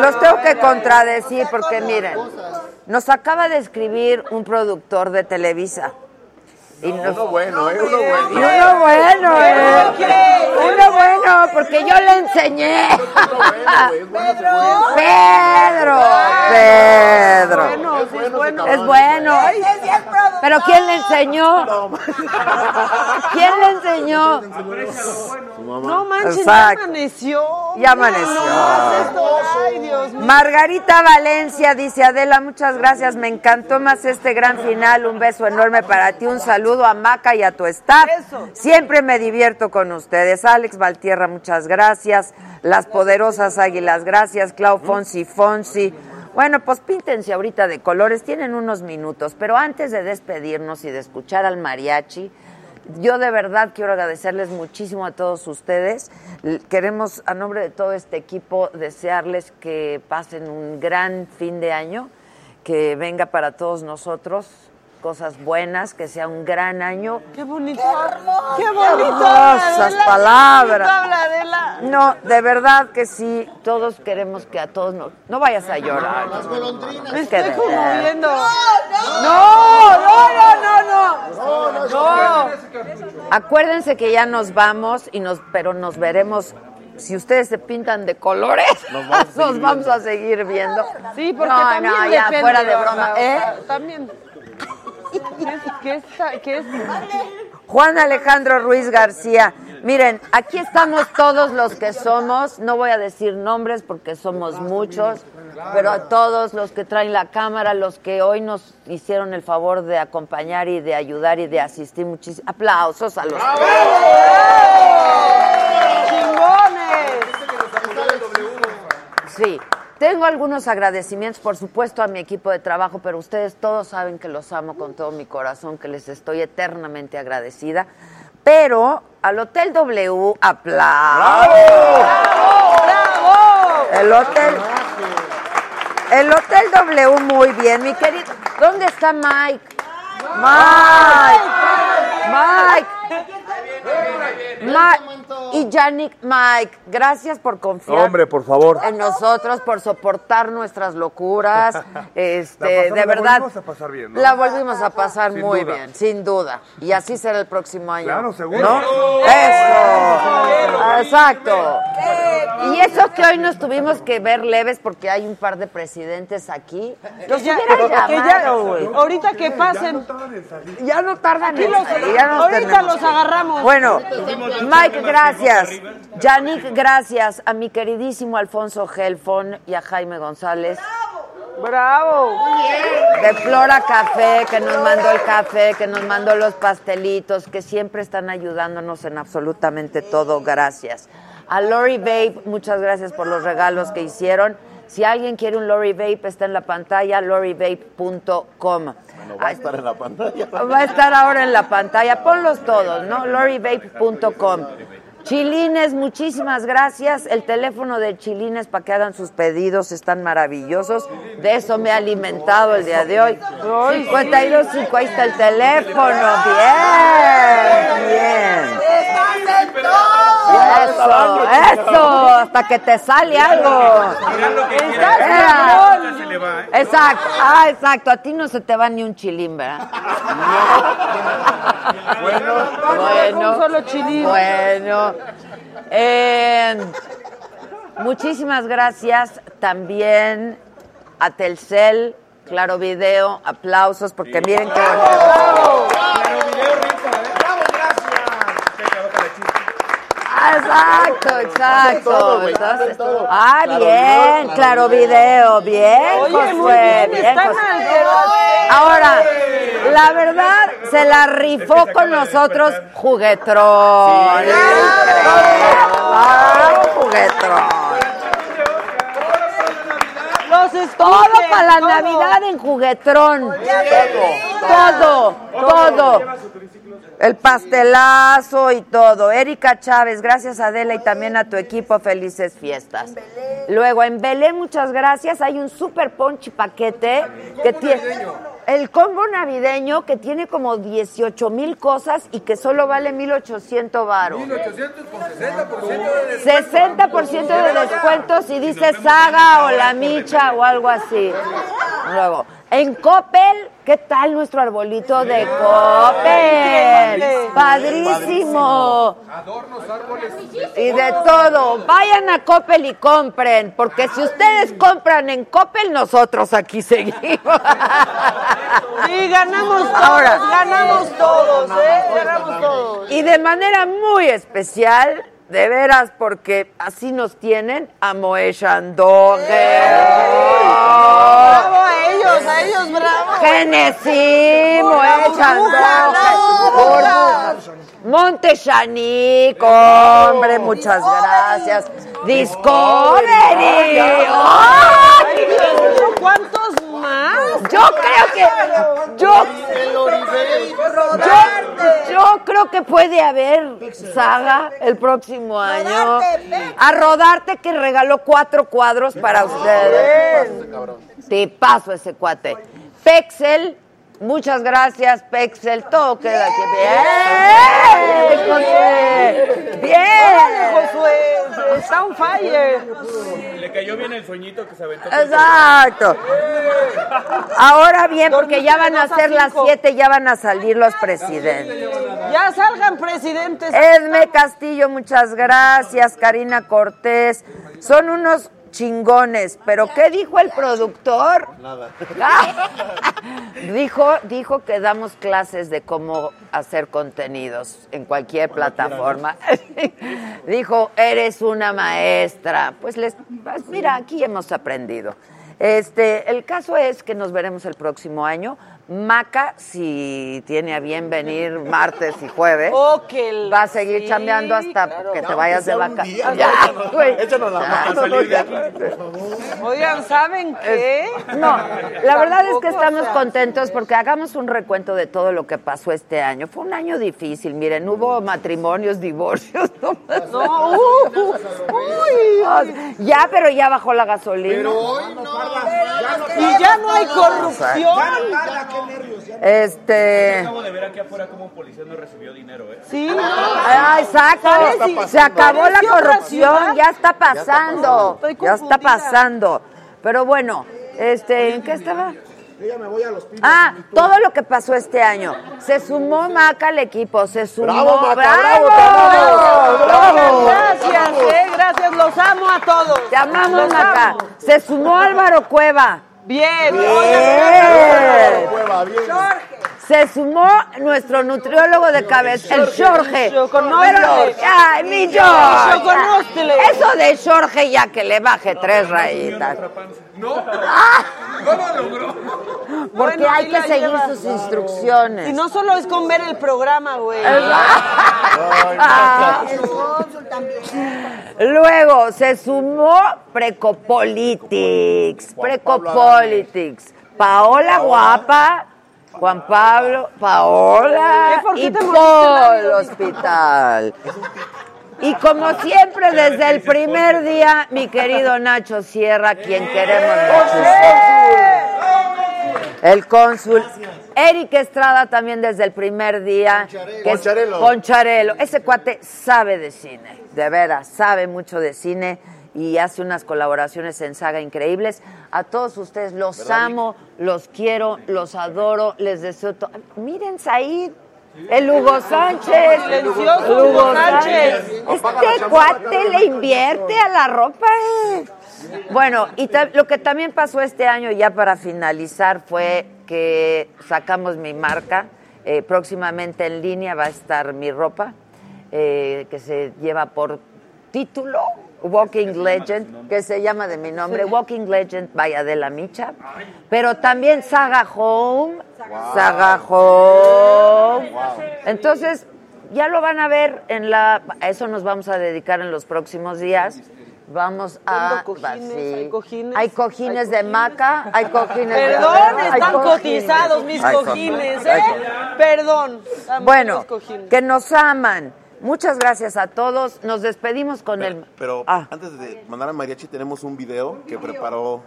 los tengo que contradecir porque miren, nos acaba de escribir un productor de Televisa. Y nos-
Uno bueno, ¿eh? Uno bueno.
y uno bueno, ¿eh? Uno bueno, porque yo le enseñé. Pedro, Pedro. Es bueno. Pero ¿quién le enseñó? ¿Quién le enseñó?
No manches, ya
Exacto.
amaneció.
Ya amaneció.
Ay, Dios mío.
Margarita Valencia dice, Adela, muchas gracias, me encantó más este gran final, un beso enorme para ti, un saludo a Maca y a tu staff. Siempre me divierto con ustedes. Alex Valtierra, muchas gracias. Las poderosas águilas, gracias. Clau Fonsi Fonsi. Bueno, pues píntense ahorita de colores, tienen unos minutos, pero antes de despedirnos y de escuchar al mariachi, yo de verdad quiero agradecerles muchísimo a todos ustedes. L- Queremos, a nombre de todo este equipo, desearles que pasen un gran fin de año, que venga para todos nosotros cosas buenas, que sea un gran año.
Qué bonito. Qué
Qué
bonito.
hermosas
Adela,
palabras.
qué bonito habla Adela.
No, de verdad que sí, todos queremos que a todos nos... No vayas a llorar.
Las
golondrinas.
Me estoy conmoviendo.
No, no,
no, no.
No, no, no. Acuérdense que ya nos vamos y nos, pero nos veremos. Si ustedes se pintan de colores, nos vamos a, seguir viendo.
Sí, porque
no,
también
no, ya
depende,
fuera de
o sea,
broma,
o
¿eh?
sea, También. ¿Qué es? ¿Qué es?
Juan Alejandro Ruiz García, Miren, aquí estamos todos los que somos, no voy a decir nombres porque somos muchos, pero a todos los que traen la cámara, los que hoy nos hicieron el favor de acompañar y de ayudar y de asistir, muchísimos aplausos a los Sí, tengo algunos agradecimientos, por supuesto, a mi equipo de trabajo, pero ustedes todos saben que los amo con todo mi corazón, que les estoy eternamente agradecida. Pero al Hotel W, aplausos. El Hotel, el Hotel W, muy bien, mi querido. ¿Dónde está Mike? Mike, Mike. Ma- y Yannick Mike, gracias por confiar.
Hombre, por favor.
En nosotros, por soportar nuestras locuras.
La
Este,
pasamos-
de
la
verdad.
volvimos a pasar bien, ¿no?
La volvimos a pasar
Sin
muy
duda.
bien, sin duda. Y así será el próximo año.
Claro, seguro.
¿No?
¡Eso!
¡Eso! Exacto. Y eso que hoy nos tuvimos que ver leves porque hay un par de presidentes aquí. Los
ya-
hubiera
que ya-
llamado, güey.
ahorita que pasen.
Ya no tardan
Aquí
en
los-
salir, ya nos
ahorita
tenemos
los
que ir.
agarramos.
Bueno,
Tuvimos-
Mike,
tuvimos-
gracias. Yannick, gracias. A mi queridísimo Alfonso Gelfon y a Jaime González.
Bravo.
De Flora Café, que nos mandó el café, que nos mandó los pastelitos, que siempre están ayudándonos en absolutamente todo. Gracias. A Lori Vape, muchas gracias por los regalos que hicieron. Si alguien quiere un Lori Vape, está en la pantalla, lorivape.com.
No va a estar en la pantalla.
Va a estar ahora en la pantalla. Ponlos todos, ¿no? LoriVape.com. Chilines, muchísimas gracias. El teléfono de Chilines para que hagan sus pedidos están maravillosos. De eso me ha alimentado el día de hoy. 525, ahí está el teléfono. Bien, bien. Eso, eso, hasta que te sale algo.
Se le va, ¿eh?
Exacto, ah, exacto. A ti no se te va ni un chilín, ¿verdad? Bueno, solo chilín. Bueno. Eh, muchísimas gracias también a Telcel, Claro Video, aplausos, porque miren que Exacto, exacto.
todo, güey,
Entonces-
hacen todo.
ah,
Claro
bien,
Video,
claro
Claro Video.
video, bien,
Oye,
Josué,
muy bien,
bien,
están
Josué.
al debate.
Ahora, la verdad, se la rifó con nosotros Juguetrón. Ah, Juguetrón. todo para la Navidad en Juguetrón. Todo, todo. El pastelazo y todo. Erika Chávez, gracias Adela y también a tu equipo. Felices fiestas. Luego, en Belén, muchas gracias. Hay un super ponchi paquete que tiene. El combo navideño que tiene como 18 mil cosas y que solo vale 1,800 varos.
1800 con 60% de
60% de descuentos si dice Saga o La Micha o algo así. Luego, en Coppel, ¿qué tal nuestro arbolito de Coppel? Padrísimo.
adornos, árboles.
Y de todo. Vayan a Coppel y compren, porque si ustedes compran en Coppel, nosotros aquí seguimos.
Sí, ganamos todos,
Ahora.
ganamos todos, ¿eh? Ganamos todos.
Y de manera muy especial, de veras, porque así nos tienen a Moe Shandong.
Bravo a ellos, a ellos, bravo.
Genesis,
Por la
Moe
burbuja,
Shandong.
la
Burbu- Monte Chanico, hombre, Eh, muchas gracias. Discovery.
Ay, Dios mío, ¿Cuántos más?
Yo creo que- yo- Yo, yo creo que puede haber saga el próximo año. A rodarte que regaló cuatro cuadros para ustedes. Te paso ese cuate. Pexel, muchas gracias, Pexel. Todo queda aquí. Bien, José. Bien.
Órale, Josué, está on fire.
Le cayó bien el sueñito que se aventó.
Exacto. Ahora bien, porque ya van a ser las siete, ya van a salir los presidentes.
Ya salgan presidentes.
Edme Castillo, muchas gracias. Karina Cortés. Son unos Chingones. ¿Pero qué dijo el productor?
Nada.
dijo, dijo que damos clases de cómo hacer contenidos en cualquier plataforma. dijo, eres una maestra. Pues les, pues mira, aquí hemos aprendido. Este, el caso es que nos veremos el próximo año. Maca, si tiene a bien venir martes y jueves, va a seguir chambeando hasta que te vayas de vacaciones. Ya, güey.
Échanos la
Ya,
mano para
no, no,
salir de
ya.
aquí, por favor.
Oigan, ¿saben qué?
No, la verdad es que
Tampoco,
estamos
o sea,
contentos porque hagamos un recuento de todo lo que pasó este año. Fue un año difícil, miren, hubo matrimonios, divorcios. No,
No,
uh, uh, uy, ya, pero ya bajó la gasolina.
Y ya no hay corrupción.
Este,
Acabo de ver aquí afuera cómo un policía no recibió dinero, ¿eh?
Sí,
ah, exacto, se acabó la corrupción, ya está pasando, ya está pasando. Pero bueno, este, ¿en qué estaba?
Yo ya me voy a los pibes.
Ah, todo lo que pasó este año. Se sumó Maca al equipo, se sumó.
Bravo, Maca,
¡Bravo!
bravo, bravo, bravo.
Gracias, eh, gracias, los amo a todos.
Te amamos,
Los
Maca.
amo.
Se sumó Álvaro Cueva.
Bien,
Bien.
oigan,
Se sumó nuestro nutriólogo de cabeza, el Jorge.
Yo con
Pero,
Jorge.
ay, mi
Yo
Jorge.
con Jorge.
Eso de Jorge ya que le baje tres rayitas.
No,
Porque
Bueno,
hay
sí
que
la
seguir
lleva.
sus instrucciones.
Y no solo es con ver el programa, güey.
Ah. Luego se sumó Precopolitics. Precopolitics. Paola Guapa, Juan Pablo, Paola
¿Eh, por qué
y
te molesta el
Paul Hospital. Y como siempre, desde el primer día, mi querido Nacho Sierra, quien queremos muchísimo. El cónsul. Eric Estrada también desde el primer día. que es-
Concharelo.
Concharelo. Ese cuate sabe de cine, de veras, sabe mucho de cine y hace unas colaboraciones en saga increíbles. A todos ustedes los
¿Verdad,
amo, los quiero, los adoro, les deseo todo. Miren, Said. El Hugo Sánchez,
Silencioso Hugo Sánchez.
Este
Apaga la chamarra,
cuate
apaga la
le invierte a la ropa. eh. Bueno, y ta- lo que también pasó este año, ya para finalizar, fue que sacamos mi marca. Eh, próximamente en línea va a estar mi ropa, eh, que se lleva por título Walking Legend, que se llama de mi nombre, Walking Legend by Adela Micha. Pero también Saga Home, Saga Home. Entonces, ya lo van a ver en la. A eso nos vamos a dedicar en los próximos días. Vamos a. sí. Hay cojines, de maca, hay cojines de.
Perdón,
hay
están
cojines.
cotizados mis
Hay
cojines,
hay
¿eh?
cojines.
Perdón. están
Bueno,
mis cojines.
que nos aman. Muchas gracias a todos. Nos despedimos con el.
Pero
Ah.
antes de mandar a Mariachi tenemos un video que preparó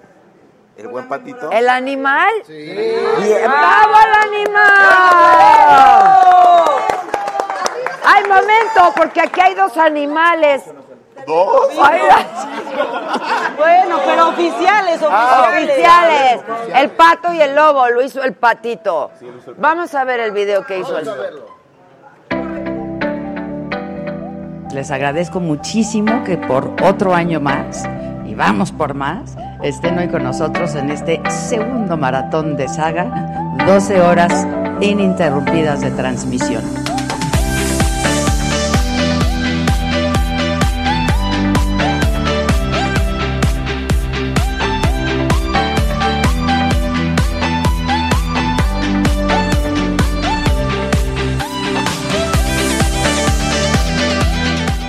el buen patito.
¿El animal? Bien,
Ah.
¡Bravo al animal! ¡Ay, momento! Porque aquí hay dos animales.
¿Dos?
Ay,
Bueno, pero oficiales,
Ah,
oficiales.
oficiales. El pato y el lobo lo hizo el patito. Vamos a ver el video que hizo el
Les agradezco muchísimo que por otro año más, y vamos por más, estén hoy con nosotros en este segundo maratón de saga, 12 horas ininterrumpidas de transmisión.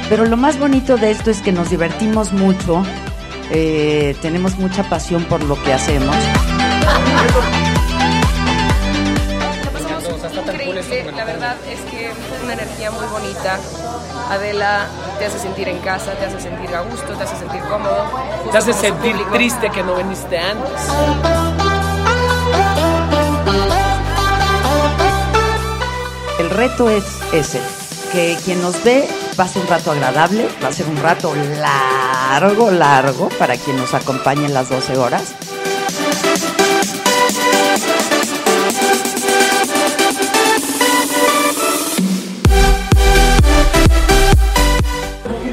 Pero lo más bonito de esto es que nos divertimos mucho, eh, tenemos mucha pasión por lo que hacemos.
increíble, la verdad es que es una energía muy bonita. Adela te hace sentir en casa, te hace sentir a gusto, te hace sentir cómodo. justo
Te hace
como su
sentir
público.
triste que no viniste antes.
El reto es ese, que quien nos ve va a ser un rato agradable, va a ser un rato largo, largo para quien nos acompañe en las 12 horas.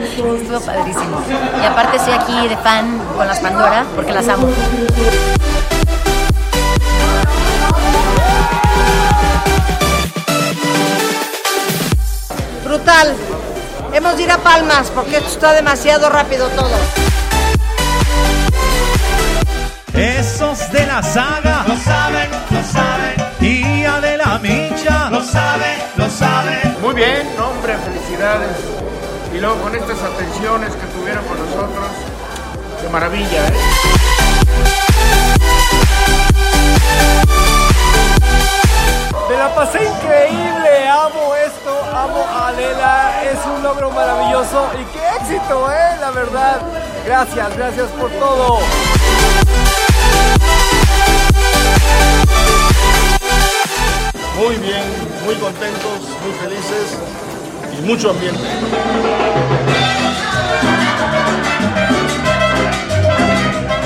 Estuvo padrísimo. Y aparte se
estoy aquí de fan con las Pandora porque las amo.
Brutal. Hemos de ir a Palmas porque esto está demasiado rápido todo.
Esos de la saga lo saben, lo saben. Tía de la micha lo saben, lo saben.
Muy bien, no, hombre, felicidades. Y luego con estas atenciones que tuvieron con nosotros, qué maravilla, ¿eh?
Me la pasé increíble, amo esto, amo a Adela, es un logro maravilloso y qué éxito, eh, la verdad. Gracias, gracias por todo.
Muy bien, muy contentos, muy felices y mucho ambiente.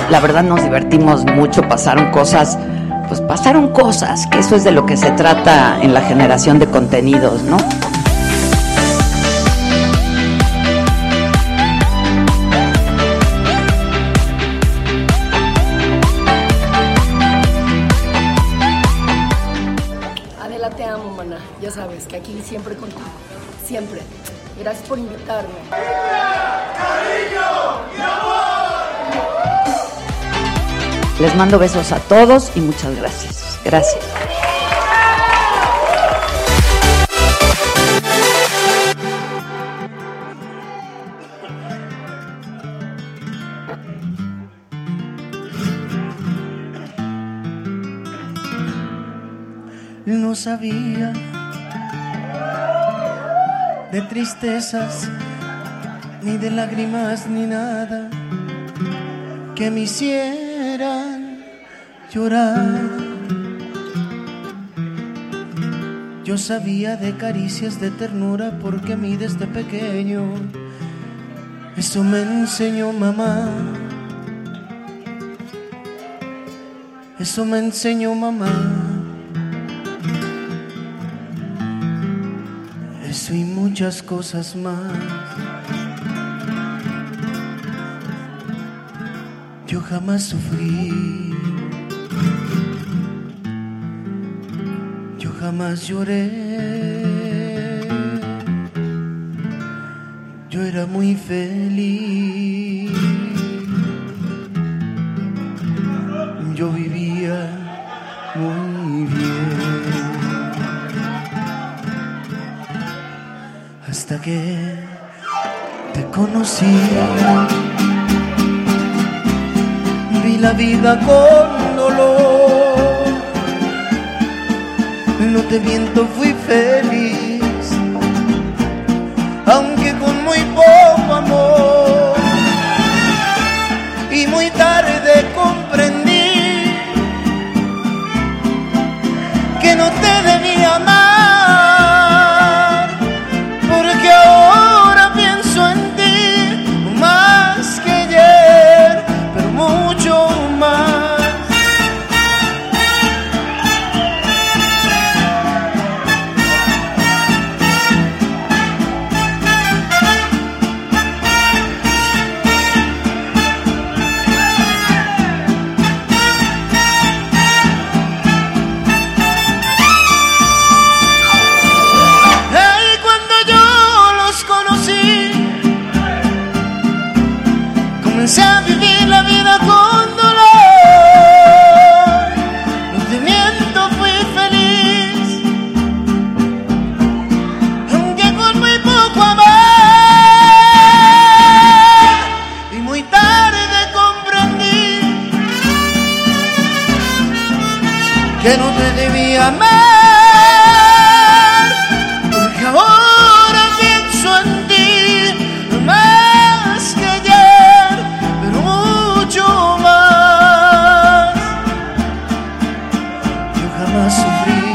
La verdad nos divertimos mucho, pasaron cosas, pues pasaron cosas, que eso es de lo que se trata en la generación de contenidos, ¿no?
Adela, te amo, maná. Ya sabes que aquí siempre contigo. Siempre. Gracias por invitarme.
Les mando besos a todos y muchas gracias. Gracias.
No sabía de tristezas, ni de lágrimas, ni nada que me hicieran llorar. Yo sabía de caricias, de ternura, porque a mí desde pequeño eso me enseñó mamá. Eso me enseñó mamá. Eso y muchas cosas más. Yo jamás sufrí. Yo jamás lloré. Yo era muy feliz. Yo vivía muy bien. hasta que te conocí. Vi la vida con dolor, no te miento, fui feliz, aunque con muy poco amor. Y muy tarde comprendí que no te debía amar porque ahora pienso en ti más que ayer, pero mucho más. Ay, cuando yo los conocí, comencé a vivir la vida con dolor. No te miento, fui feliz, aunque con muy poco amor. Y muy tarde comprendí que no te debía amar porque ahora pienso en ti más que ayer, pero mucho más. Yo jamás sufrí,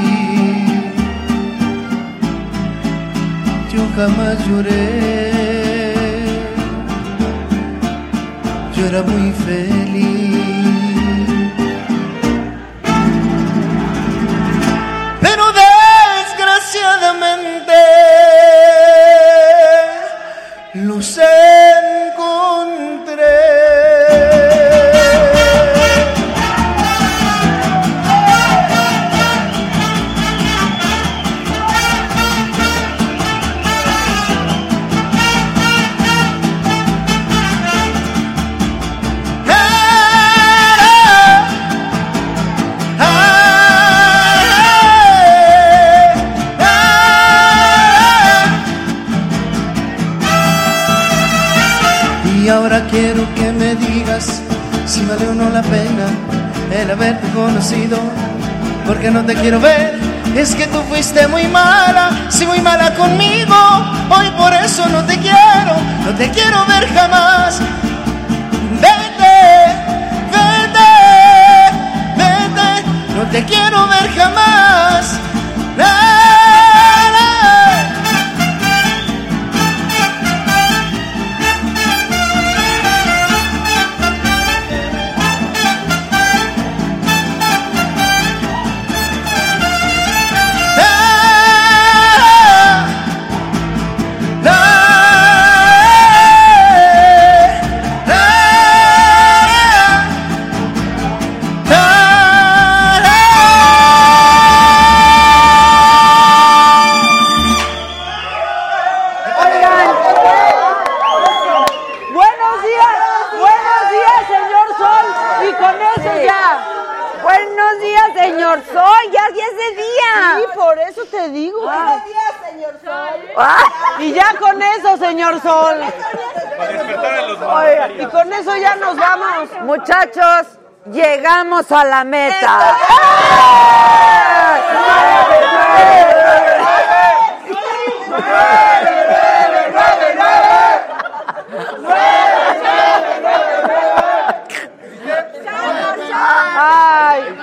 yo jamás lloré, yo era muy feliz. pero desgraciadamente los encontré. conocido, porque no te quiero ver. Es que tú fuiste muy mala, sí muy mala conmigo. Hoy por eso no te quiero, no te quiero ver jamás. Vete, vete, vete, no te quiero ver jamás. La, la.
Oigan. Buenos días, buenos días, señor Sol. Y con eso
Sí.
ya.
Buenos días, señor Sol. Ya es 10 de día.
Sí, por eso te digo.
Ah.
señor Sol. Y ya con eso, señor Sol. Oiga, y con eso ya nos vamos.
Muchachos, llegamos a la meta.
Ay.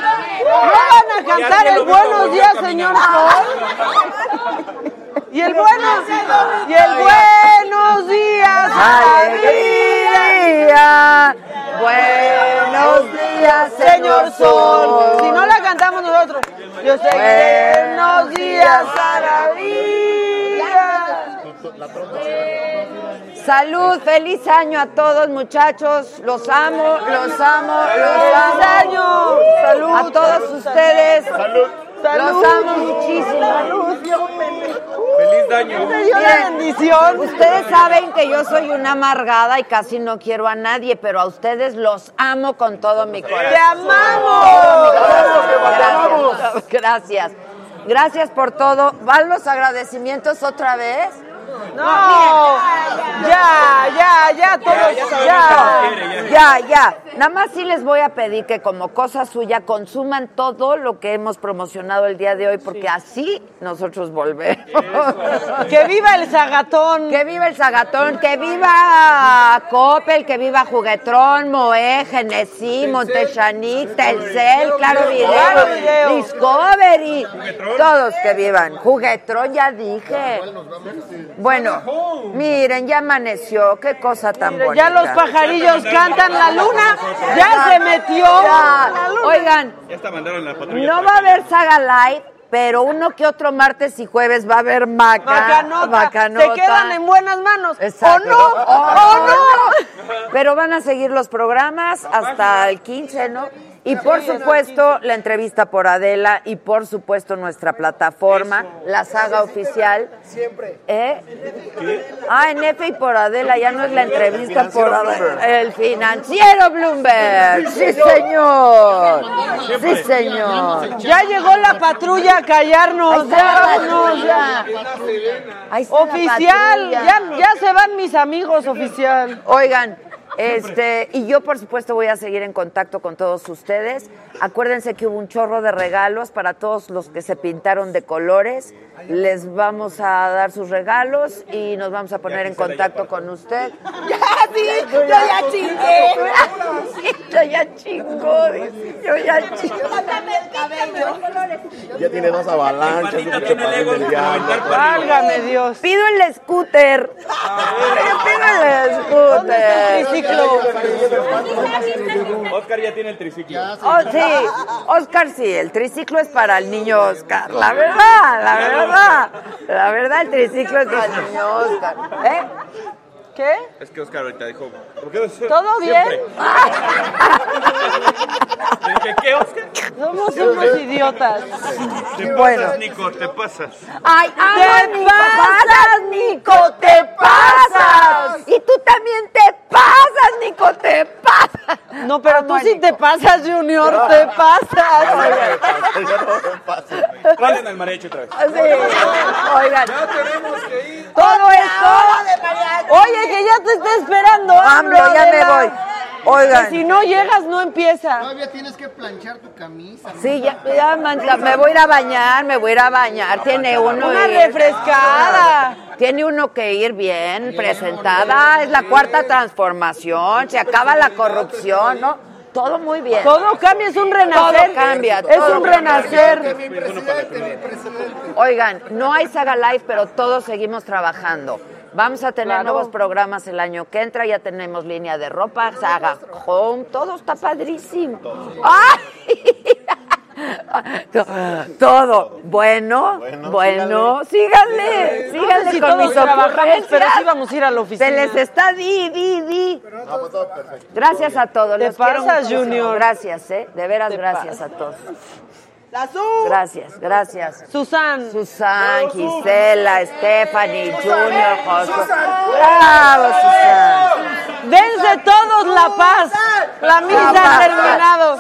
¿No van a cantar el buenos días, señor Sol? Y el bueno, y el buenos días,
Alegría.
Buenos días, señor Sol. Si no la cantamos nosotros, yo sé que buenos días a la vida.
Salud, feliz año a todos, muchachos. Los amo, los amo, los amo.
¡Feliz año! Salud,
a todos
salud,
ustedes.
salud.
Los
Salud.
amo muchísimo.
Salud,
Feliz año.
Te dio la
Miren,
bendición.
Ustedes saben que yo soy una amargada y casi no quiero a nadie, pero a ustedes los amo con todo mi corazón.
¡Te amamos!
Gracias. Gracias. Gracias por todo. ¿Van los agradecimientos otra vez?
No.
Miren.
Ya, ya, ya, todos, Ya, ya sabemos ya. que nos quiere,
ya,
ya.
ya. Nada más sí les voy a pedir que como cosa suya consuman todo lo que hemos promocionado el día de hoy, porque así nosotros volvemos.
¡Que viva el Zagatón!
Que viva el Zagatón, que viva Coppel, que viva Juguetrón, Moe, Genesí, Montechanix, Telcel, Claro Video,
Claro Video.
Discovery, todos que vivan. Juguetrón, ya dije. Bueno, miren, ya amaneció, qué cosa tan
Miren,
bonita.
ya los pajarillos cantan, la luna ya se metió.
Ya.
La luna.
Oigan,
Ya está mandaron la patrulla.
no va a haber Saga Live, pero uno que otro martes y jueves va a haber Maca,
Macanota,
Macanota.
Se quedan en buenas manos.
Exacto. Oh,
¿O no? ¿O no?
Pero van a seguir los programas hasta el 15, ¿no? Y por supuesto, la entrevista por Adela y por supuesto nuestra plataforma, la saga oficial. Siempre. ¿Eh? Ah, en F y por Adela, ya no es la entrevista por Adela. El financiero Bloomberg. Sí, señor. Sí, señor.
Ya llegó la patrulla a
Ahí
callarnos.
está la
Ya, vámonos, ya.
patrulla. Ahí está la
Oficial,
patrulla.
ya, ya se van mis amigos, oficial.
Oigan, este, y yo por supuesto voy a seguir en contacto con todos ustedes. Acuérdense que hubo un chorro de regalos para todos los que se pintaron de colores. Les vamos a dar sus regalos y nos vamos a poner en contacto con usted. Ya, sí, yo ya chingué. Yo ya chingo, dice, yo ya chingo.
Ya tiene dos avalanchas, un pinche patín del diablo.
Válgame Dios. Ah.
Pido el scooter. Yo pido el
¿Dónde
scooter.
está el triciclo?
Oscar ya tiene el triciclo.
Oh, sí, Oscar sí, el triciclo es para el niño Oscar, la verdad, la verdad, la verdad el triciclo es para el niño Oscar, ¿eh?
¿Qué?
Es que Oscar ahorita dijo. ¿por qué no se-
¿Todo bien?
siempre? Le dije, ¿qué, Oscar?
Somos unos idiotas.
Te
Bueno.
pasas, Nico, te pasas.
Ay,
¡Te
amo, Nico,
pasas,
Nico, te pasas. Y tú también te pasas, Nico, te pasas.
No, pero tú sí te pasas, Junior, te pasas.
Vayan al marecho otra vez.
Sí, oigan,
Todo esto. Oye, que ya te está esperando.
AMLO, ya me
Adela.
voy. Oigan.
Si no llegas, no empieza.
Todavía tienes que planchar tu camisa.
Sí, ya, ya, manta, me voy a ir a bañar, me voy a ir a bañar. Tiene uno
Una
ir-
refrescada.
Tiene uno que ir bien presentada. Es la cuarta transformación. Se acaba la corrupción, ¿no? Todo muy bien.
Todo cambia, es un renacer.
Todo cambia.
Es
todo
un
cambia.
renacer.
Oigan, no hay Saga Live, pero todos seguimos trabajando. Vamos a tener
Claro.
nuevos programas el año que entra, ya tenemos línea de ropa, Saga Home, todo está padrísimo. ¡Ay! To- Todo. Bueno, bueno, síganle,
síganle.
síganle
No sé si
con
todos
mis
trabajamos,
ocurrencias.
pero sí vamos a ir a la oficina.
Se les está di, di, di. Gracias a todos.
Te
los quiero
pasas,
muchísimo.
Junior.
Gracias, ¿eh? De veras,
Te
gracias
pasas.
a todos.
La Su.
Gracias, gracias.
Susan.
Susan, Gisela, Stephanie, Junior, José.
Bravo,
¡Bravo, Susan!
Susan. Dense todos la paz. La misa ha
Susan.
terminado.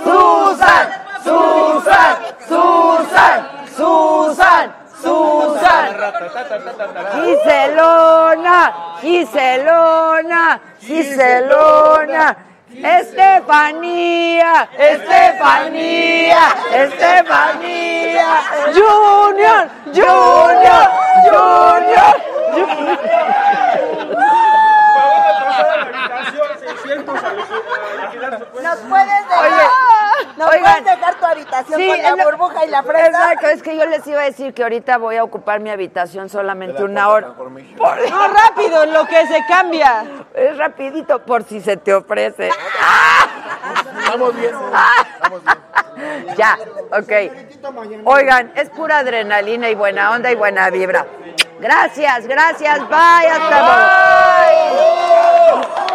Susan, Susan, Susan, Susan, Susan. Giselona, Giselona, Giselona. Estefanía, Estefanía, Estefanía.
Junior, Junior, Junior.
Nos puedes dejar, nos
oigan.
puedes dejar tu habitación con la
es lo-
burbuja y la fresa.
Exacto, es que yo les iba a decir que ahorita voy a ocupar mi habitación solamente una hora. Por-
No, rápido, en lo que se cambia.
Es rapidito, por si se te ofrece. Ah.
Estamos bien.
Ya, ok. Oigan, es pura adrenalina y buena onda y buena vibra. Gracias, gracias, bye, hasta luego.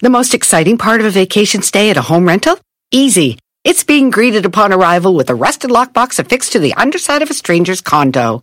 The most exciting part of a vacation stay at a home rental? Easy. It's being greeted upon arrival with a rusted lockbox affixed to the underside of a stranger's condo.